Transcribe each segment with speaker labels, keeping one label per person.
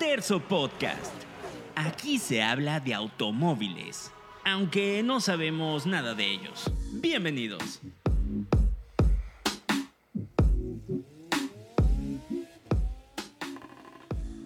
Speaker 1: Universo Podcast. Aquí se habla de automóviles, aunque no sabemos nada de ellos. Bienvenidos.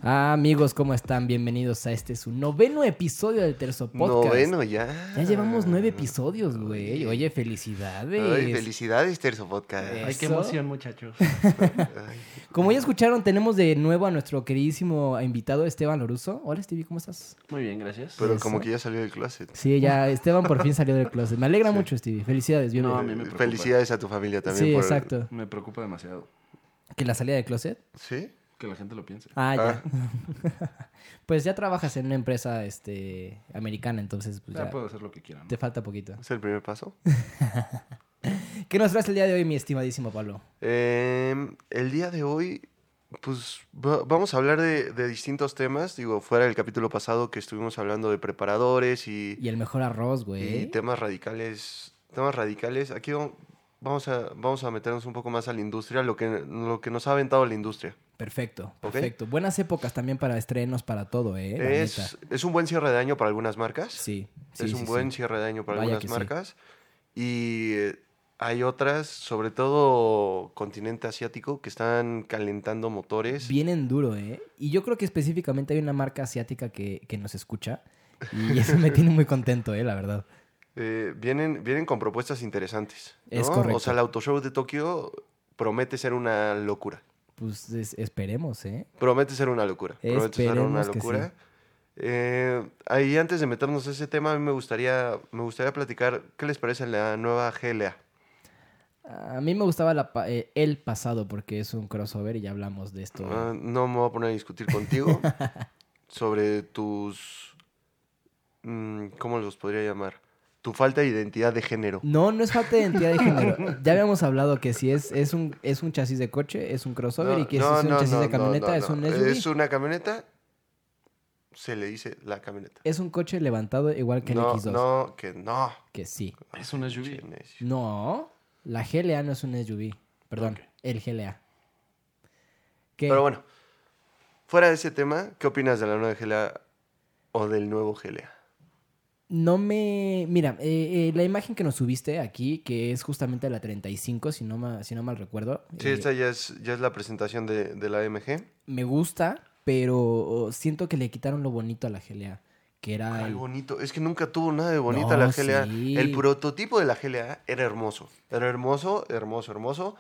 Speaker 2: Amigos, ¿cómo están? Bienvenidos a este su noveno episodio del Terzo Podcast.
Speaker 3: Noveno ya.
Speaker 2: Ya llevamos nueve episodios, güey. Oye, felicidades.
Speaker 3: Ay, felicidades, Terzo Podcast.
Speaker 2: Eh.
Speaker 4: Ay, qué
Speaker 2: Eso.
Speaker 4: emoción, muchachos.
Speaker 3: Ay,
Speaker 2: Como ya escucharon, tenemos de nuevo a nuestro queridísimo invitado Esteban Loruso. Hola, Stevie, ¿cómo estás?
Speaker 4: Muy bien, gracias.
Speaker 3: pero
Speaker 2: Eso.
Speaker 3: como que ya salió del closet.
Speaker 2: Sí, ya Esteban por fin salió del closet. Me alegra mucho, Stevie. Felicidades, bien.
Speaker 4: No, a mí me preocupa.
Speaker 3: Felicidades a tu familia también.
Speaker 2: sí,
Speaker 3: por-
Speaker 2: exacto.
Speaker 4: Me preocupa demasiado
Speaker 2: ¿Que la salida del closet?
Speaker 3: ¿Sí?
Speaker 4: que la gente lo piense.
Speaker 2: Ah, ya.
Speaker 3: Ah.
Speaker 4: Ah.
Speaker 2: pues ya trabajas en una empresa este, americana, entonces pues,
Speaker 4: Ya,
Speaker 2: ya
Speaker 4: puedo hacer lo que quieran.
Speaker 2: te falta poquito.
Speaker 3: ¿Es el primer paso?
Speaker 2: ¿Qué nos traes el día de hoy, mi estimadísimo Pablo?
Speaker 3: Em, el día de hoy, pues va- vamos a hablar de, de distintos temas. Digo, fuera del capítulo pasado que estuvimos hablando de preparadores y,
Speaker 2: Y el mejor arroz,
Speaker 3: y
Speaker 2: güey.
Speaker 3: temas radicales. Temas radicales. Aquí va- vamos a, vamos a meternos un poco más a la industria, lo que, lo que nos ha aventado la industria.
Speaker 2: Perfecto,
Speaker 3: Ok.
Speaker 2: perfecto. Buenas épocas también para estrenos, para todo, ¿eh? La neta.
Speaker 3: es, es un buen cierre de año para algunas marcas.
Speaker 2: Sí, sí,
Speaker 3: es
Speaker 2: sí,
Speaker 3: un
Speaker 2: sí.
Speaker 3: buen cierre de año para
Speaker 2: Vaya que
Speaker 3: algunas
Speaker 2: sí.
Speaker 3: marcas. Y eh, hay otras, sobre todo continente asiático, que están calentando motores.
Speaker 2: Vienen duro, ¿eh? Y yo creo que específicamente hay una marca asiática que, que nos escucha. Y eso me tiene muy contento, ¿eh? La verdad.
Speaker 3: Eh, vienen, vienen con propuestas interesantes. ¿no?
Speaker 2: Es correcto.
Speaker 3: O sea, el Auto Show de Tokio promete ser una locura.
Speaker 2: Pues es- esperemos, ¿eh?
Speaker 3: Promete ser una locura. Promete ser una
Speaker 2: Esperemos que
Speaker 3: locura.
Speaker 2: sí.
Speaker 3: Eh, ahí antes de meternos a ese tema, a mí me gustaría, me gustaría platicar qué les parece la nueva GLA.
Speaker 2: A mí me gustaba la pa- eh, el pasado porque es un crossover y ya hablamos de esto.
Speaker 3: Ah, no me voy a poner a discutir contigo sobre tus... mm, ¿Cómo los podría llamar? Tu falta de identidad de género.
Speaker 2: No, no es falta de identidad de género. Ya habíamos hablado que si es, es, un, es un chasis de coche, es un crossover y que si es un chasis de
Speaker 3: no,
Speaker 2: camioneta,
Speaker 3: no,
Speaker 2: es
Speaker 3: no.
Speaker 2: un SUV.
Speaker 3: Es una camioneta, se le dice la camioneta.
Speaker 2: Es un coche levantado igual que
Speaker 3: no,
Speaker 2: el X2.
Speaker 3: no, que no.
Speaker 2: Que sí.
Speaker 4: Es una
Speaker 3: Che,
Speaker 4: lluvia.
Speaker 3: necio.
Speaker 2: No, la GLA no es un SUV. Perdón,
Speaker 4: Ok.
Speaker 2: el GLA. ¿Qué?
Speaker 3: Pero bueno, fuera de ese tema, ¿qué opinas de la nueva GLA o del nuevo GLA?
Speaker 2: Eh, No me... Mira, eh, eh, la imagen que nos subiste aquí, que es justamente la 35, si no, ma- si no mal recuerdo,
Speaker 3: Sí,
Speaker 2: eh,
Speaker 3: esta ya es, ya es la presentación de, de la AMG.
Speaker 2: me gusta, pero oh, siento que le quitaron lo bonito a la GLA, que era...
Speaker 3: Ay,
Speaker 2: el-
Speaker 3: bonito. Es que nunca tuvo nada de bonita
Speaker 2: No,
Speaker 3: la GLA.
Speaker 2: sí.
Speaker 3: El prototipo de la GLA era hermoso. Era hermoso, hermoso, hermoso.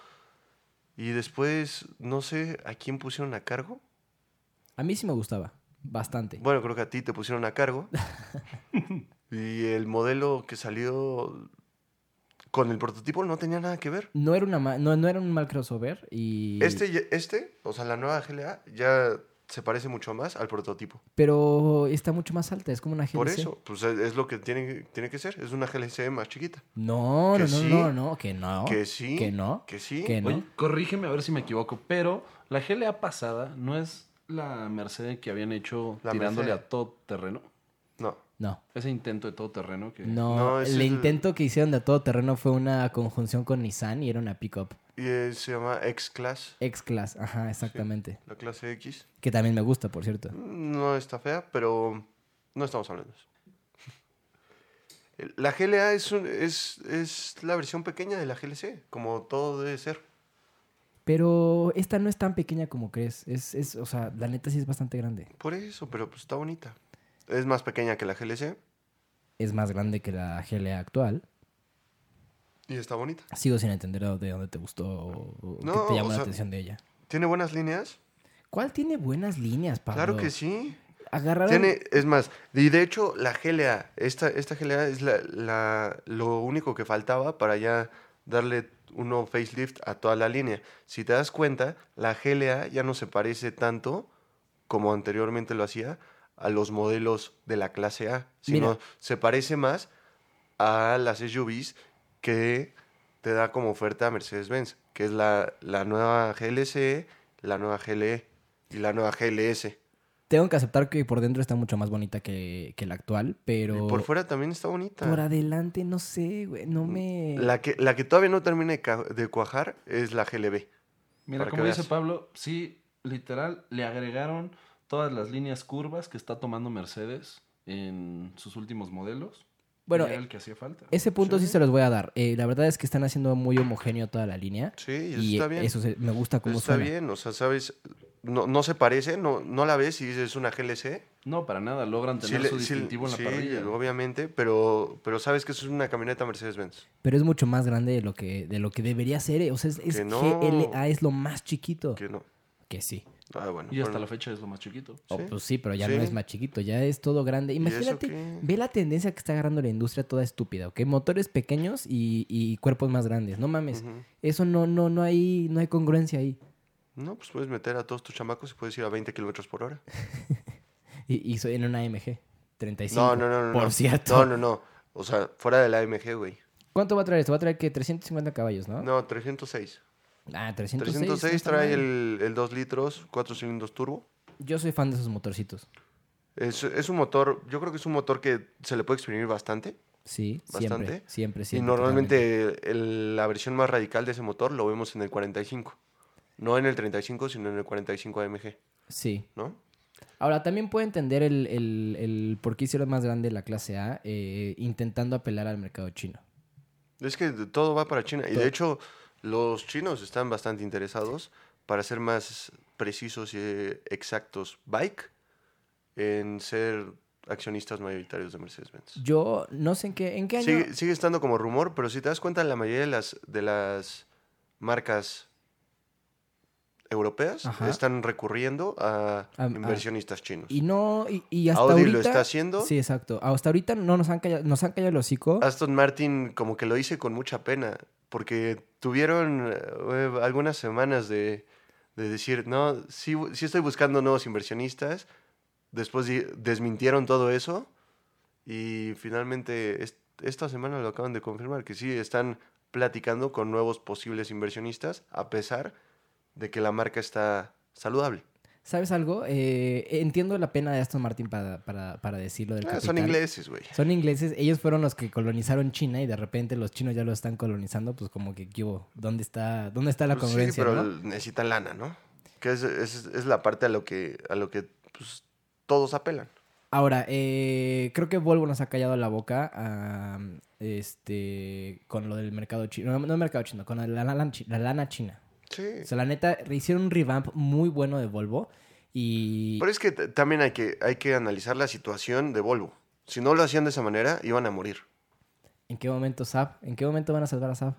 Speaker 3: Y después, no sé a quién pusieron a cargo.
Speaker 2: A mí sí me gustaba, bastante.
Speaker 3: Bueno, creo que a ti te pusieron a cargo. y el modelo que salió con el prototipo no tenía nada que ver.
Speaker 2: No era, una ma- no, no era un mal crossover y...
Speaker 3: Este, ya- este, o sea, la nueva GLA ya se parece mucho más al prototipo.
Speaker 2: Pero está mucho más alta, es como una GLC.
Speaker 3: Por eso, pues es es lo que tiene, tiene que ser. Es una GLC más chiquita.
Speaker 2: No,
Speaker 3: Que
Speaker 2: no, no,
Speaker 3: sí.
Speaker 2: no, no, que no.
Speaker 3: Que sí.
Speaker 2: Que no.
Speaker 3: Que sí.
Speaker 2: Que no.
Speaker 4: Oye, corrígeme a ver si me equivoco, pero la GLA pasada no es la Mercedes que habían hecho
Speaker 3: La
Speaker 4: tirándole
Speaker 3: Mercedes.
Speaker 4: a todo terreno.
Speaker 3: No.
Speaker 2: No.
Speaker 4: Ese intento de todo terreno que...
Speaker 2: No,
Speaker 3: No, ese
Speaker 2: el
Speaker 3: es-
Speaker 2: intento que hicieron de a todo terreno fue una conjunción con Nissan y era una pickup
Speaker 3: Y eh, se llama X-Class.
Speaker 2: X-Class, ajá, exactamente.
Speaker 3: La clase X.
Speaker 2: Que también me gusta, por cierto.
Speaker 3: No está fea, pero no estamos hablando de eso. El- La GLA es, un- es, es la versión pequeña de la GLC, como todo debe ser.
Speaker 2: Pero esta no es tan pequeña como crees. Es, es, o sea, la neta sí es bastante grande.
Speaker 3: Por eso, pero pues está bonita. Es más pequeña que la GLC
Speaker 2: Es más grande que la GLA actual.
Speaker 3: y está bonita.
Speaker 2: Sigo sin entender de dónde te gustó o o
Speaker 3: No,
Speaker 2: qué te llamó
Speaker 3: o
Speaker 2: la
Speaker 3: sea-
Speaker 2: atención de ella.
Speaker 3: ¿Tiene buenas líneas?
Speaker 2: ¿Cuál tiene buenas líneas, Pablo?
Speaker 3: Claro que sí.
Speaker 2: Agarraron...
Speaker 3: Tiene, es más, y de hecho la GLA, esta, esta GLA es la, la- lo único que faltaba para ya darle un nuevo facelift a toda la línea. Si te das cuenta, la GLA ya no se parece tanto como anteriormente lo hacía a los modelos de la clase A, sino
Speaker 2: Mira.
Speaker 3: se parece más a las SUVs que te da como oferta Mercedes-Benz, que es la, la nueva GLC, la nueva GLE y la nueva GLS.
Speaker 2: Tengo que aceptar que por dentro está mucho más bonita que, que la actual, pero...
Speaker 3: Y por fuera también está bonita.
Speaker 2: por adelante, no sé, güey. No me...
Speaker 3: Mm, La que, la que todavía no termina de, ca- de cuajar es la GLB.
Speaker 4: Mira,
Speaker 3: Para que
Speaker 4: como dice
Speaker 3: veas.
Speaker 4: Pablo, sí, literal, le agregaron todas las líneas curvas que está tomando Mercedes en sus últimos modelos.
Speaker 2: Bueno,
Speaker 4: Y era
Speaker 2: eh,
Speaker 4: el que hacía falta.
Speaker 2: Ese punto sí, se los voy a dar. Eh, la verdad es que están haciendo muy homogéneo toda la línea.
Speaker 3: Sí, y e, eso
Speaker 2: y
Speaker 3: está
Speaker 2: eh,
Speaker 3: bien.
Speaker 2: eso se- me gusta cómo
Speaker 3: Está
Speaker 2: suena.
Speaker 3: bien, o sea, sabes, no, no se parece, no, no la ves y dices es una GLC.
Speaker 4: No, para nada, logran tener
Speaker 3: le-
Speaker 4: su
Speaker 3: sí-
Speaker 4: distintivo en la
Speaker 3: sí,
Speaker 4: parrilla.
Speaker 3: obviamente, pero, pero sabes que eso es una camioneta Mercedes-Benz.
Speaker 2: Pero es mucho más grande de lo que, de lo que debería ser. eh. O sea, es, es
Speaker 3: Que no.
Speaker 2: GLA, es lo más chiquito.
Speaker 3: Que no.
Speaker 2: Que sí.
Speaker 3: Ah, bueno.
Speaker 4: Y hasta
Speaker 3: bueno.
Speaker 4: la fecha es lo más chiquito.
Speaker 2: Oh,
Speaker 3: Sí.
Speaker 2: pues sí, pero ya
Speaker 3: Sí.
Speaker 2: no es más chiquito, ya es todo grande.
Speaker 3: eso
Speaker 2: Imagínate,
Speaker 3: qué?
Speaker 2: ve la tendencia que está agarrando la industria toda estúpida, ¿ok? Motores pequeños y, y cuerpos más grandes, no mames.
Speaker 3: Ujú.
Speaker 2: Eso no, no, no hay, no hay congruencia ahí.
Speaker 3: No, pues puedes meter a todos tus chamacos y puedes ir a 20 kilómetros por hora.
Speaker 2: Y, y soy en una AMG, 35.
Speaker 3: No, no, no, no.
Speaker 2: Por
Speaker 3: no.
Speaker 2: cierto.
Speaker 3: No, no, no. O sea, fuera de la AMG, güey.
Speaker 2: ¿Cuánto va a traer esto? Va a traer que 350 caballos, ¿no?
Speaker 3: No, 306.
Speaker 2: Ah, 306.
Speaker 3: 306
Speaker 2: no está
Speaker 3: trae
Speaker 2: mal.
Speaker 3: el, el 2 litros, 4 cilindros turbo.
Speaker 2: Yo soy fan de esos motorcitos.
Speaker 3: Es, es un motor, yo creo que es un motor que se le puede exprimir bastante.
Speaker 2: Sí, siempre,
Speaker 3: Bastante.
Speaker 2: siempre,
Speaker 3: y
Speaker 2: siempre. totalmente.
Speaker 3: normalmente el- la versión más radical de ese motor lo vemos en el 45. No en el 35, sino en el 45 AMG,
Speaker 2: Sí.
Speaker 3: ¿no?
Speaker 2: Ahora, también puedo entender el, el, el por qué hicieron más grande la clase A eh, intentando apelar al mercado chino.
Speaker 3: Es que de- todo va para China. Y
Speaker 2: Todo.
Speaker 3: de hecho, los chinos están bastante interesados para ser más precisos y eh, exactos. Bike en ser accionistas mayoritarios de Mercedes-Benz.
Speaker 2: Yo no sé en qué, en qué año.
Speaker 3: Sigue, sigue estando como rumor, pero si te das cuenta, la mayoría de las, de las marcas europeas
Speaker 2: Ajá.
Speaker 3: están recurriendo a
Speaker 2: Am- a-
Speaker 3: inversionistas chinos.
Speaker 2: Y no, y, y hasta
Speaker 3: Audi lo
Speaker 2: ahorita.
Speaker 3: está haciendo.
Speaker 2: Sí, exacto. Hasta ahorita no nos han callado, nos han callado el hocico.
Speaker 3: Aston Martin como que lo hice con mucha pena, porque tuvieron eh, algunas semanas de, de decir, no, sí, bu- sí estoy buscando nuevos inversionistas, después di- desmintieron todo eso y finalmente es- esta semana lo acaban de confirmar, que sí están platicando con nuevos posibles inversionistas, a pesar de que la marca está saludable.
Speaker 2: ¿Sabes algo? Eh, entiendo la pena de Aston Martin para, para, para decirlo del
Speaker 3: Ah,
Speaker 2: capital.
Speaker 3: son ingleses, güey.
Speaker 2: Son ingleses, ellos fueron los que colonizaron China y de repente los chinos ya lo están colonizando, pues como que ¿qué hubo? ¿Dónde está, dónde está la
Speaker 3: Pues
Speaker 2: congruencia?
Speaker 3: Sí, pero
Speaker 2: no?
Speaker 3: necesitan lana, ¿no? Que es, es- es la parte a lo que, a lo que pues, todos apelan.
Speaker 2: Ahora, eh, creo que Volvo nos ha callado la boca am, este, con lo del mercado chino. No, no mercado chino, con la, la- la- la lana china.
Speaker 3: Sí.
Speaker 2: O sea, la neta, hicieron un revamp muy bueno de Volvo y...
Speaker 3: Pero es que t- también hay que, hay que analizar la situación de Volvo. Si no lo hacían de esa manera, iban a morir.
Speaker 2: ¿En qué momento Saab? ¿En qué momento van a salvar a Saab?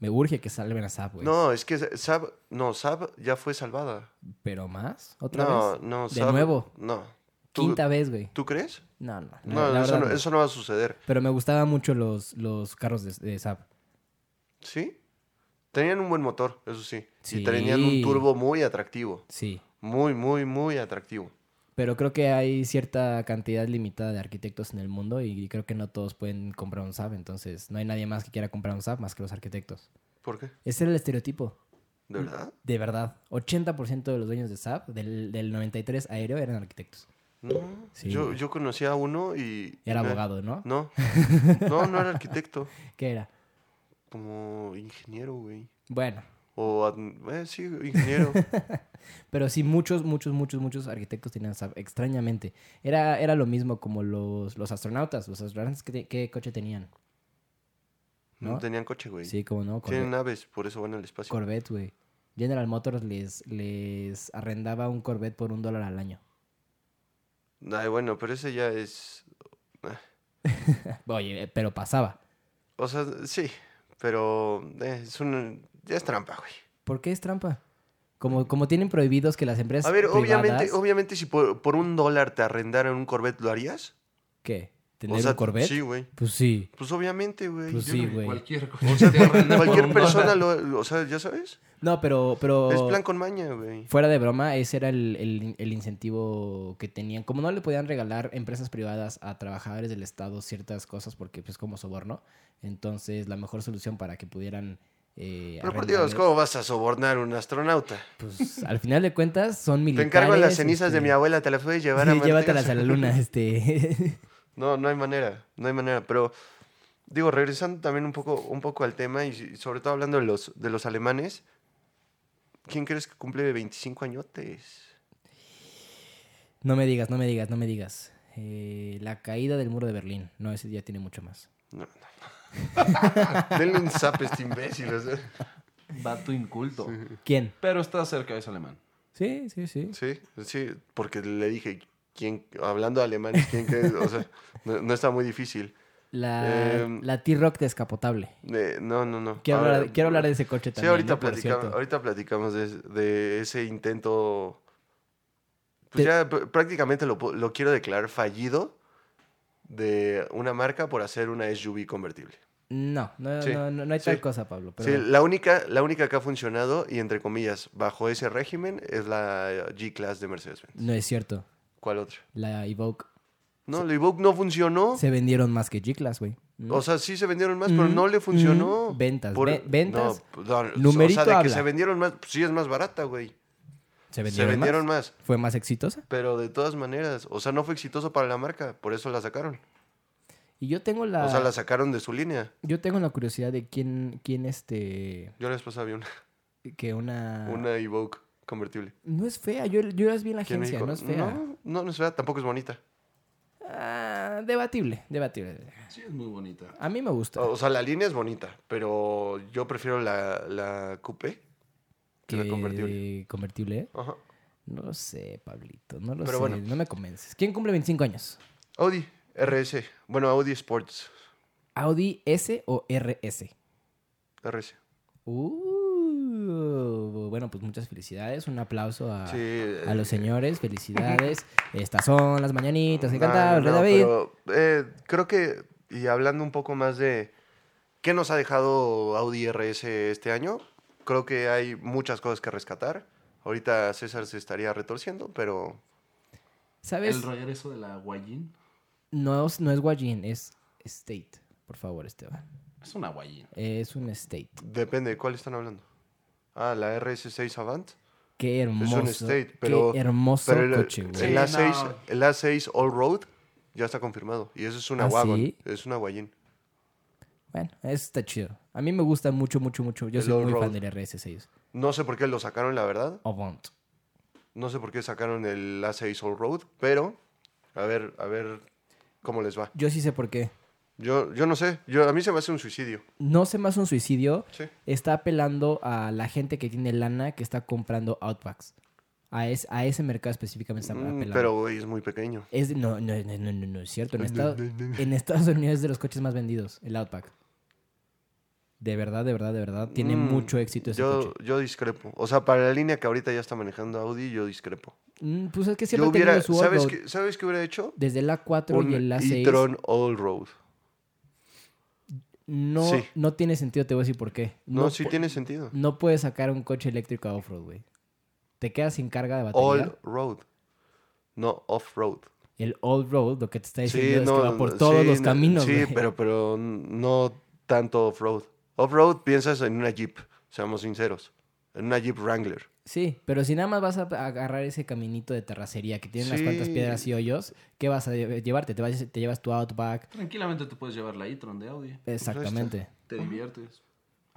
Speaker 2: Me urge que salven a Saab, güey.
Speaker 3: No, es que Saab, no, Saab ya fue salvada.
Speaker 2: ¿Pero más? ¿Otra
Speaker 3: no,
Speaker 2: vez?
Speaker 3: no,
Speaker 2: ¿De
Speaker 3: Saab-
Speaker 2: nuevo?
Speaker 3: No. ¿Tú,
Speaker 2: Quinta vez, güey.
Speaker 3: ¿Tú crees?
Speaker 2: No, no. la-
Speaker 3: No,
Speaker 2: la
Speaker 3: eso
Speaker 2: verdad
Speaker 3: no,
Speaker 2: no.
Speaker 3: eso no va a suceder.
Speaker 2: Pero me gustaban mucho los, los carros de, de Saab.
Speaker 3: ¿Sí? Tenían un buen motor, eso sí.
Speaker 2: Sí.
Speaker 3: Y tenían un turbo muy atractivo.
Speaker 2: Sí.
Speaker 3: Muy, muy, muy atractivo.
Speaker 2: Pero creo que hay cierta cantidad limitada de arquitectos en el mundo y creo que no todos pueden comprar un Saab. Entonces, no hay nadie más que quiera comprar un Saab más que los arquitectos.
Speaker 3: ¿Por qué?
Speaker 2: Ese era el estereotipo.
Speaker 3: ¿De verdad?
Speaker 2: De verdad. 80% de los dueños de Saab, del, del 93 aéreo, eran arquitectos.
Speaker 3: No,
Speaker 2: Sí,
Speaker 3: yo,
Speaker 2: güey.
Speaker 3: yo conocí a uno y...
Speaker 2: Era
Speaker 3: no-
Speaker 2: abogado, ¿no?
Speaker 3: No, no, no era arquitecto,
Speaker 2: ¿Qué era?
Speaker 3: como ingeniero, güey.
Speaker 2: Bueno.
Speaker 3: O, adm- eh, sí, ingeniero.
Speaker 2: Pero sí, muchos, muchos, muchos, muchos arquitectos tenían Saab, extrañamente. Era, era lo mismo como los, los astronautas. Los astronautas, ¿qué, te- qué coche tenían?
Speaker 3: No,
Speaker 2: ¿No?
Speaker 3: tenían coche, güey.
Speaker 2: Sí, como no.
Speaker 3: Tienen
Speaker 2: Corvette-
Speaker 3: naves, por eso van al espacio.
Speaker 2: Corvette, güey. General Motors les, les arrendaba un Corvette por un dólar al año.
Speaker 3: Ay, bueno, pero ese ya es...
Speaker 2: Oye, eh, pero pasaba.
Speaker 3: O sea, sí, pero eh, es un... Ya es trampa, güey.
Speaker 2: ¿Por qué es trampa? Como, como tienen prohibidos que las empresas
Speaker 3: A ver, obviamente,
Speaker 2: privadas-
Speaker 3: obviamente si por, por un dólar te arrendaran un Corvette, ¿lo harías?
Speaker 2: ¿Qué?
Speaker 3: O
Speaker 2: ¿Tener
Speaker 3: sea,
Speaker 2: un Corvette?
Speaker 3: Sí, güey.
Speaker 2: Pues sí.
Speaker 3: Pues obviamente, güey.
Speaker 2: Pues
Speaker 3: Yo-
Speaker 2: sí, güey.
Speaker 4: Cualquier cosa te arrendan por
Speaker 3: Cualquier
Speaker 4: un
Speaker 3: persona
Speaker 4: dólar.
Speaker 3: lo... O sea, ya sabes.
Speaker 2: No, pero... pero...
Speaker 3: Es plan con maña, güey.
Speaker 2: Fuera de broma, ese era el, el- el incentivo que tenían. Como no le podían regalar empresas privadas a trabajadores del Estado ciertas cosas porque pues como soborno, entonces la mejor solución para que pudieran... eh,
Speaker 3: Pero por
Speaker 2: arrendarles-
Speaker 3: Dios, ¿cómo vas a sobornar a un astronauta?
Speaker 2: Pues al final de cuentas son
Speaker 3: Te
Speaker 2: militares.
Speaker 3: encargo las cenizas de
Speaker 2: este,
Speaker 3: mi abuela, te las puedes llevar a
Speaker 2: Sí,
Speaker 3: Marte?
Speaker 2: llévatelas a la luna, este.
Speaker 3: No, no hay manera, no hay manera. Pero, digo, regresando también un poco, un poco al tema y y sobre todo hablando de los, de los alemanes, ¿quién crees que cumple 25 añotes?
Speaker 2: No me digas, no me digas, no me digas. Eh, la caída del muro de Berlín. No, ese ya tiene mucho más.
Speaker 3: No, no. Denle un zap a este imbécil. o sea.
Speaker 4: Vato inculto.
Speaker 2: ¿Quién?
Speaker 4: Pero está cerca, es alemán.
Speaker 2: Sí, sí, sí.
Speaker 3: Sí, sí, porque le dije, ¿quién, hablando alemán, ¿quién crees? O sea, no, no está muy difícil.
Speaker 2: La,
Speaker 3: Em.
Speaker 2: la T-Rock descapotable.
Speaker 3: Eh, no, no, no.
Speaker 2: Quiero
Speaker 3: Ahora-
Speaker 2: hablar, quiero hablar de ese coche
Speaker 3: Sí,
Speaker 2: también.
Speaker 3: ahorita,
Speaker 2: ¿no? Por
Speaker 3: platicamos,
Speaker 2: cierto.
Speaker 3: ahorita platicamos de, de ese intento.
Speaker 2: Te-
Speaker 3: Pues ya pr- prácticamente lo, pu- lo quiero declarar fallido de una marca por hacer una SUV convertible.
Speaker 2: No, no,
Speaker 3: Sí,
Speaker 2: no, no, no hay tal
Speaker 3: sí.
Speaker 2: cosa, Pablo. Pero
Speaker 3: Sí, la única, la única que ha funcionado y entre comillas bajo ese régimen es la eh, G-Class de Mercedes-Benz.
Speaker 2: No es cierto.
Speaker 3: ¿Cuál otra?
Speaker 2: La Evoque
Speaker 3: No, la Evoque no funcionó.
Speaker 2: se vendieron más que G-Class, güey.
Speaker 3: O sea, sí se vendieron más, pero no le funcionó.
Speaker 2: ujú. Mm-hmm. Ventas,
Speaker 3: Por-
Speaker 2: ve- ventas,
Speaker 3: No, pues, no, o
Speaker 2: numerito
Speaker 3: sea, de que
Speaker 2: habla.
Speaker 3: se vendieron más, pues, sí es más barata, güey.
Speaker 2: Se
Speaker 3: Se
Speaker 2: vendieron,
Speaker 3: vendieron
Speaker 2: más.
Speaker 3: más.
Speaker 2: Fue más exitosa.
Speaker 3: Pero de todas maneras, o sea, no fue exitoso para la marca, por eso la sacaron.
Speaker 2: Y yo tengo la,
Speaker 3: O sea, la sacaron de su línea.
Speaker 2: yo tengo la curiosidad de quién, quién este,
Speaker 3: Yo les pasaba una,
Speaker 2: que una,
Speaker 3: una Evoque convertible.
Speaker 2: no es fea. Yo, yo las vi en la
Speaker 3: Aquí en
Speaker 2: agencia,
Speaker 3: México.
Speaker 2: no es fea.
Speaker 3: No, no, no es fea, tampoco es bonita.
Speaker 2: Ah, debatible, debatible.
Speaker 4: Sí, es muy bonita.
Speaker 2: A mí me gusta.
Speaker 3: O sea, la línea es bonita, pero yo prefiero la, la coupé que la convertible.
Speaker 2: convertible, ¿eh?
Speaker 3: Ajá.
Speaker 2: No lo sé, Pablito. No lo sé.
Speaker 3: Pero bueno.
Speaker 2: No me convences. ¿Quién cumple 25 años?
Speaker 3: Audi RS. Bueno, Audi Sports
Speaker 2: ¿Audi S o RS?
Speaker 3: RS.
Speaker 2: Uh, bueno, pues muchas felicidades. Un aplauso a,
Speaker 3: Sí, eh,
Speaker 2: Ah, a los señores. Felicidades. Estas son las mañanitas que
Speaker 3: No,
Speaker 2: cantaba el
Speaker 3: no,
Speaker 2: Rey David.
Speaker 3: pero, eh, creo que, y hablando un poco más de qué nos ha dejado Audi RS este año, creo que hay muchas cosas que rescatar. Ahorita César se estaría retorciendo, pero
Speaker 2: ¿Sabes?
Speaker 4: El regreso de la guayín.
Speaker 2: No es, no es Guayín, es State. Por favor, Esteban.
Speaker 4: Es una guayín.
Speaker 2: Es un State.
Speaker 3: depende de cuál están hablando. Ah, la RS6 Avant.
Speaker 2: Qué hermoso.
Speaker 3: State, pero-
Speaker 2: qué hermoso
Speaker 3: Pero el,
Speaker 2: coche, güey.
Speaker 4: sí,
Speaker 3: el A6,
Speaker 4: no.
Speaker 3: el A6 All Road ya está confirmado. Y eso es una
Speaker 2: ¿Ah,
Speaker 3: wagon.
Speaker 2: sí?
Speaker 3: Es una guayín.
Speaker 2: Bueno, eso está chido. A mí me gusta mucho, mucho, mucho. Yo
Speaker 3: El
Speaker 2: soy muy
Speaker 3: all-road.
Speaker 2: fan del RS6.
Speaker 3: No sé por qué lo sacaron, la verdad.
Speaker 2: Avant.
Speaker 3: No sé por qué sacaron el A6 All Road, pero a ver, a ver cómo les va.
Speaker 2: Yo sí sé por qué.
Speaker 3: Yo, yo no sé, yo, a mí se me hace un suicidio.
Speaker 2: No sé más un suicidio.
Speaker 3: Sí.
Speaker 2: Está apelando a la gente que tiene lana que está comprando Outbacks. A, es- a ese mercado específicamente está
Speaker 3: Mm,
Speaker 2: apelando.
Speaker 3: pero güey, es muy pequeño.
Speaker 2: Es, de- no, no, no, no, no, no es cierto. En, Estados- en Estados Unidos es de los coches más vendidos, el Outback. De verdad, de verdad, de verdad. Tiene
Speaker 3: Mm,
Speaker 2: mucho éxito ese
Speaker 3: yo,
Speaker 2: coche.
Speaker 3: yo discrepo. O sea, para la línea que ahorita ya está manejando Audi, yo discrepo.
Speaker 2: Mm, Pues es que siempre
Speaker 3: Yo
Speaker 2: ha tenido
Speaker 3: hubiera,
Speaker 2: su
Speaker 3: ¿sabes,
Speaker 2: off-road.
Speaker 3: qué, ¿Sabes qué hubiera hecho?
Speaker 2: Desde el A4
Speaker 3: Un
Speaker 2: y el A6
Speaker 3: e-tron All Road.
Speaker 2: no,
Speaker 3: Sí.
Speaker 2: no tiene sentido, te voy a decir por qué.
Speaker 3: No,
Speaker 2: No
Speaker 3: sí
Speaker 2: pu-
Speaker 3: tiene sentido.
Speaker 2: No puedes sacar un coche eléctrico a off-road, güey. Te quedas sin carga de batería.
Speaker 3: All Road. No, Off Road.
Speaker 2: El all road, lo que te está
Speaker 3: Sí,
Speaker 2: diciendo es
Speaker 3: no,
Speaker 2: que va por
Speaker 3: sí,
Speaker 2: todos los
Speaker 3: no,
Speaker 2: caminos,
Speaker 3: Sí,
Speaker 2: güey.
Speaker 3: pero, pero no tanto Off Road. Off Road piensas en una Jeep, seamos sinceros. En una Jeep Wrangler.
Speaker 2: Sí, pero si nada más vas a agarrar ese caminito de terracería que tiene unas
Speaker 3: Sí.
Speaker 2: cuantas piedras y hoyos, ¿qué vas a lle- llevarte? Te, vas- te llevas tu Outback.
Speaker 4: Tranquilamente te puedes llevar la e-tron de Audi.
Speaker 3: Pues,
Speaker 2: Exactamente.
Speaker 4: Te diviertes.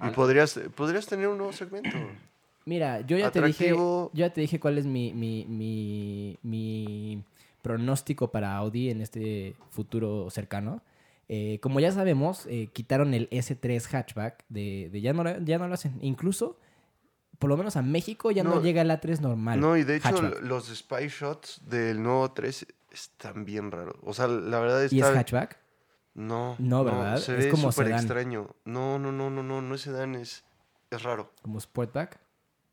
Speaker 3: Y podrías, podrías tener un nuevo segmento.
Speaker 2: Mira, yo ya
Speaker 3: Atractivo.
Speaker 2: te dije, yo ya te dije cuál es mi, mi, mi, mi pronóstico para Audi en este futuro cercano. Eh, como ya sabemos, eh, quitaron el S3 hatchback de, de ya, no, lo- ya no lo hacen. Incluso, por lo menos a México ya no,
Speaker 3: No.
Speaker 2: llega el A3 normal.
Speaker 3: No, y de hecho
Speaker 2: hatchback.
Speaker 3: los spy shots del nuevo 3 están bien raros. O sea, la verdad está...
Speaker 2: ¿Y es hatchback?
Speaker 3: No,
Speaker 2: No, ¿verdad?
Speaker 3: se
Speaker 2: Es
Speaker 3: ve
Speaker 2: como
Speaker 3: súper
Speaker 2: sedán.
Speaker 3: extraño. No, no, no, no, no, no es sedán, es, es raro.
Speaker 2: ¿Como sportback?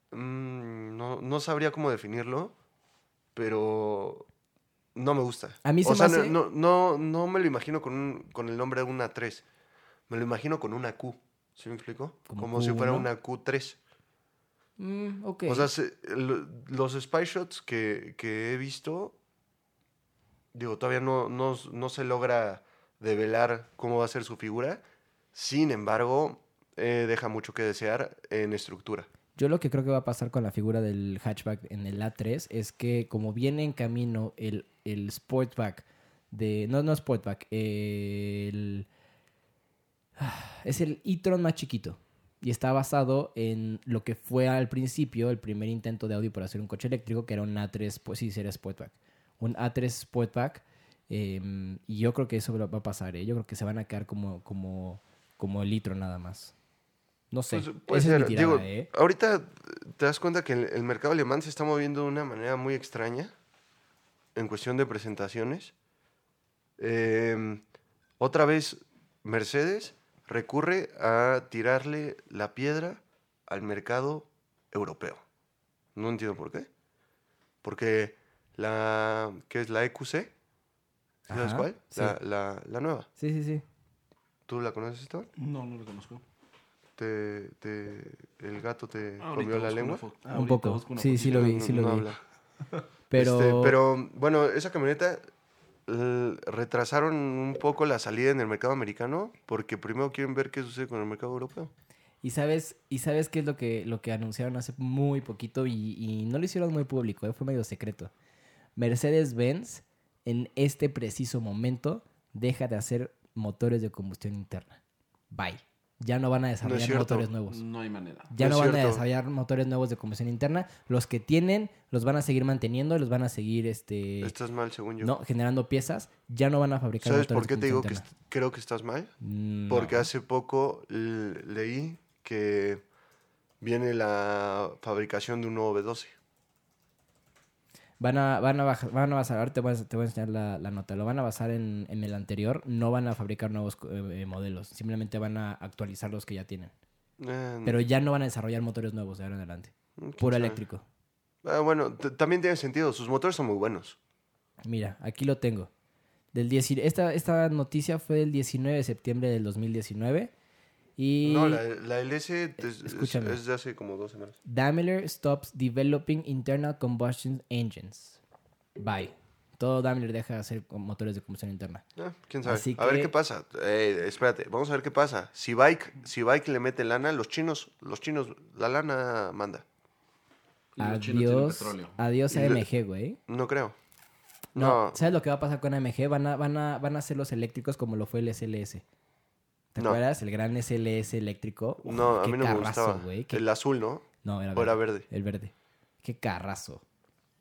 Speaker 3: Mm, no, no sabría cómo definirlo, pero no me gusta.
Speaker 2: A mí se
Speaker 3: o
Speaker 2: me
Speaker 3: sea, no-
Speaker 2: hace-
Speaker 3: no, no, no me lo imagino con, un- con el nombre de una 3. Me lo imagino con una Q. ¿Sí me explico?
Speaker 2: Como
Speaker 3: Como, si
Speaker 2: Q1.
Speaker 3: fuera una Q3.
Speaker 2: Mm, ok.
Speaker 3: O sea, se- lo- los spy shots que, que he visto, digo, todavía no, no, no se logra develar cómo va a ser su figura. Sin embargo, eh, deja mucho que desear en estructura.
Speaker 2: Yo lo que creo que va a pasar con la figura del hatchback en el A3 es que como viene en camino el, el Sportback de... No, no Sportback, el... ah, Es el e-tron más chiquito. Y está basado en lo que fue al principio el primer intento de Audi por hacer un coche eléctrico, que era un A3, pues sí, era Sportback. un A3 Sportback. eh, y yo creo que eso va va a pasar, ¿eh? Yo creo que se van a quedar como, como, como el litro nada más. No sé.
Speaker 3: Pues, puede
Speaker 2: Esa es mi
Speaker 3: ser.
Speaker 2: tirada,
Speaker 3: Digo,
Speaker 2: ¿eh?
Speaker 3: ahorita te das cuenta que el, el mercado alemán se está moviendo de una manera muy extraña en cuestión de presentaciones. Eh, otra vez, Mercedes recurre a tirarle la piedra al mercado europeo. No entiendo por qué. Porque la. ¿Qué es la EQC? ¿Sí ¿Sabes
Speaker 2: Ajá,
Speaker 3: cuál?
Speaker 2: sí.
Speaker 3: La, la- la nueva.
Speaker 2: Sí, sí, sí.
Speaker 3: Este, ¿Tú la conoces, Esteban?
Speaker 4: No, no lo conozco.
Speaker 3: ¿Te, te- ¿El gato te
Speaker 4: Ah, Ahorita
Speaker 3: comió la
Speaker 4: busco
Speaker 3: lengua?
Speaker 4: una fo-
Speaker 2: Un
Speaker 4: ahorita
Speaker 2: poco.
Speaker 4: busco una
Speaker 2: Sí, sí
Speaker 4: fotito.
Speaker 2: lo vi.
Speaker 3: No, no,
Speaker 2: lo
Speaker 3: no
Speaker 2: vi.
Speaker 3: habla.
Speaker 2: Pero,
Speaker 3: Este, pero bueno, esa camioneta l- retrasaron un poco la salida en el mercado americano porque primero quieren ver qué sucede con el mercado europeo.
Speaker 2: ¿Y sabes, y sabes qué es lo que, lo que anunciaron hace muy poquito y, y no lo hicieron muy público, eh, fue medio secreto? Mercedes-Benz en este preciso momento deja de hacer motores de combustión interna. Bye. Ya no van a desarrollar
Speaker 3: cierto. Mm,
Speaker 2: motores nuevos.
Speaker 4: No hay manera.
Speaker 2: Ya no,
Speaker 3: No es
Speaker 2: van a
Speaker 3: cierto.
Speaker 2: desarrollar motores nuevos de combustión interna. Los que tienen los van a seguir manteniendo, los van a seguir este,
Speaker 3: Estás mal, según yo.
Speaker 2: no, generando piezas. Ya no van a fabricar
Speaker 3: ¿Sabes
Speaker 2: motores
Speaker 3: por qué
Speaker 2: de
Speaker 3: te digo
Speaker 2: combustión
Speaker 3: que
Speaker 2: interna.
Speaker 3: est- creo que estás mal?
Speaker 2: Mm,
Speaker 3: Porque
Speaker 2: no.
Speaker 3: hace poco l- leí que viene la fabricación de un nuevo B12.
Speaker 2: Van a, van a, bajar, van a basar, ahora te voy a, te voy a enseñar la, la nota, lo van a basar en, en el anterior, no van a fabricar nuevos eh, eh, modelos, simplemente van a actualizar los que ya tienen.
Speaker 3: Eh,
Speaker 4: Mm.
Speaker 3: mm,
Speaker 2: Pero ya no van a desarrollar motores nuevos de ahora en adelante,
Speaker 3: quién
Speaker 2: puro
Speaker 3: sabe.
Speaker 2: eléctrico.
Speaker 3: Ah, bueno, t- también tiene sentido. Sus motores son muy buenos.
Speaker 2: Mira, aquí lo tengo. Del 10 esta, esta noticia fue del 19 de septiembre del 2019 y
Speaker 3: No, la, la LS es- es,
Speaker 2: escúchame.
Speaker 3: es de hace como dos semanas.
Speaker 2: Daimler stops developing internal combustion engines. Bye. Todo Daimler deja de hacer con motores de combustión interna.
Speaker 3: Ah, quién sabe.
Speaker 2: Así
Speaker 3: A ver
Speaker 2: que-
Speaker 3: qué pasa. Eh, espérate, vamos a ver qué pasa. Si Bike, si Bike le mete lana, los chinos, los chinos, la lana manda.
Speaker 4: Y los chinos tienen
Speaker 2: Adiós,
Speaker 4: petróleo.
Speaker 2: adiós
Speaker 3: Y
Speaker 2: a
Speaker 3: le-
Speaker 2: AMG, güey.
Speaker 3: No creo.
Speaker 2: No,
Speaker 3: No,
Speaker 2: ¿sabes lo que va a pasar con AMG? Van a, van a, van a ser los eléctricos como lo fue el SLS. ¿Te
Speaker 3: No.
Speaker 2: acuerdas? El gran SLS eléctrico.
Speaker 3: no,
Speaker 2: Uf,
Speaker 3: a
Speaker 2: qué
Speaker 3: mí no me
Speaker 2: carrazo,
Speaker 3: gustaba.
Speaker 2: güey, qué-
Speaker 3: El azul, ¿no?
Speaker 2: No, era
Speaker 3: o
Speaker 2: verde.
Speaker 3: era verde.
Speaker 2: El verde. Qué carrazo.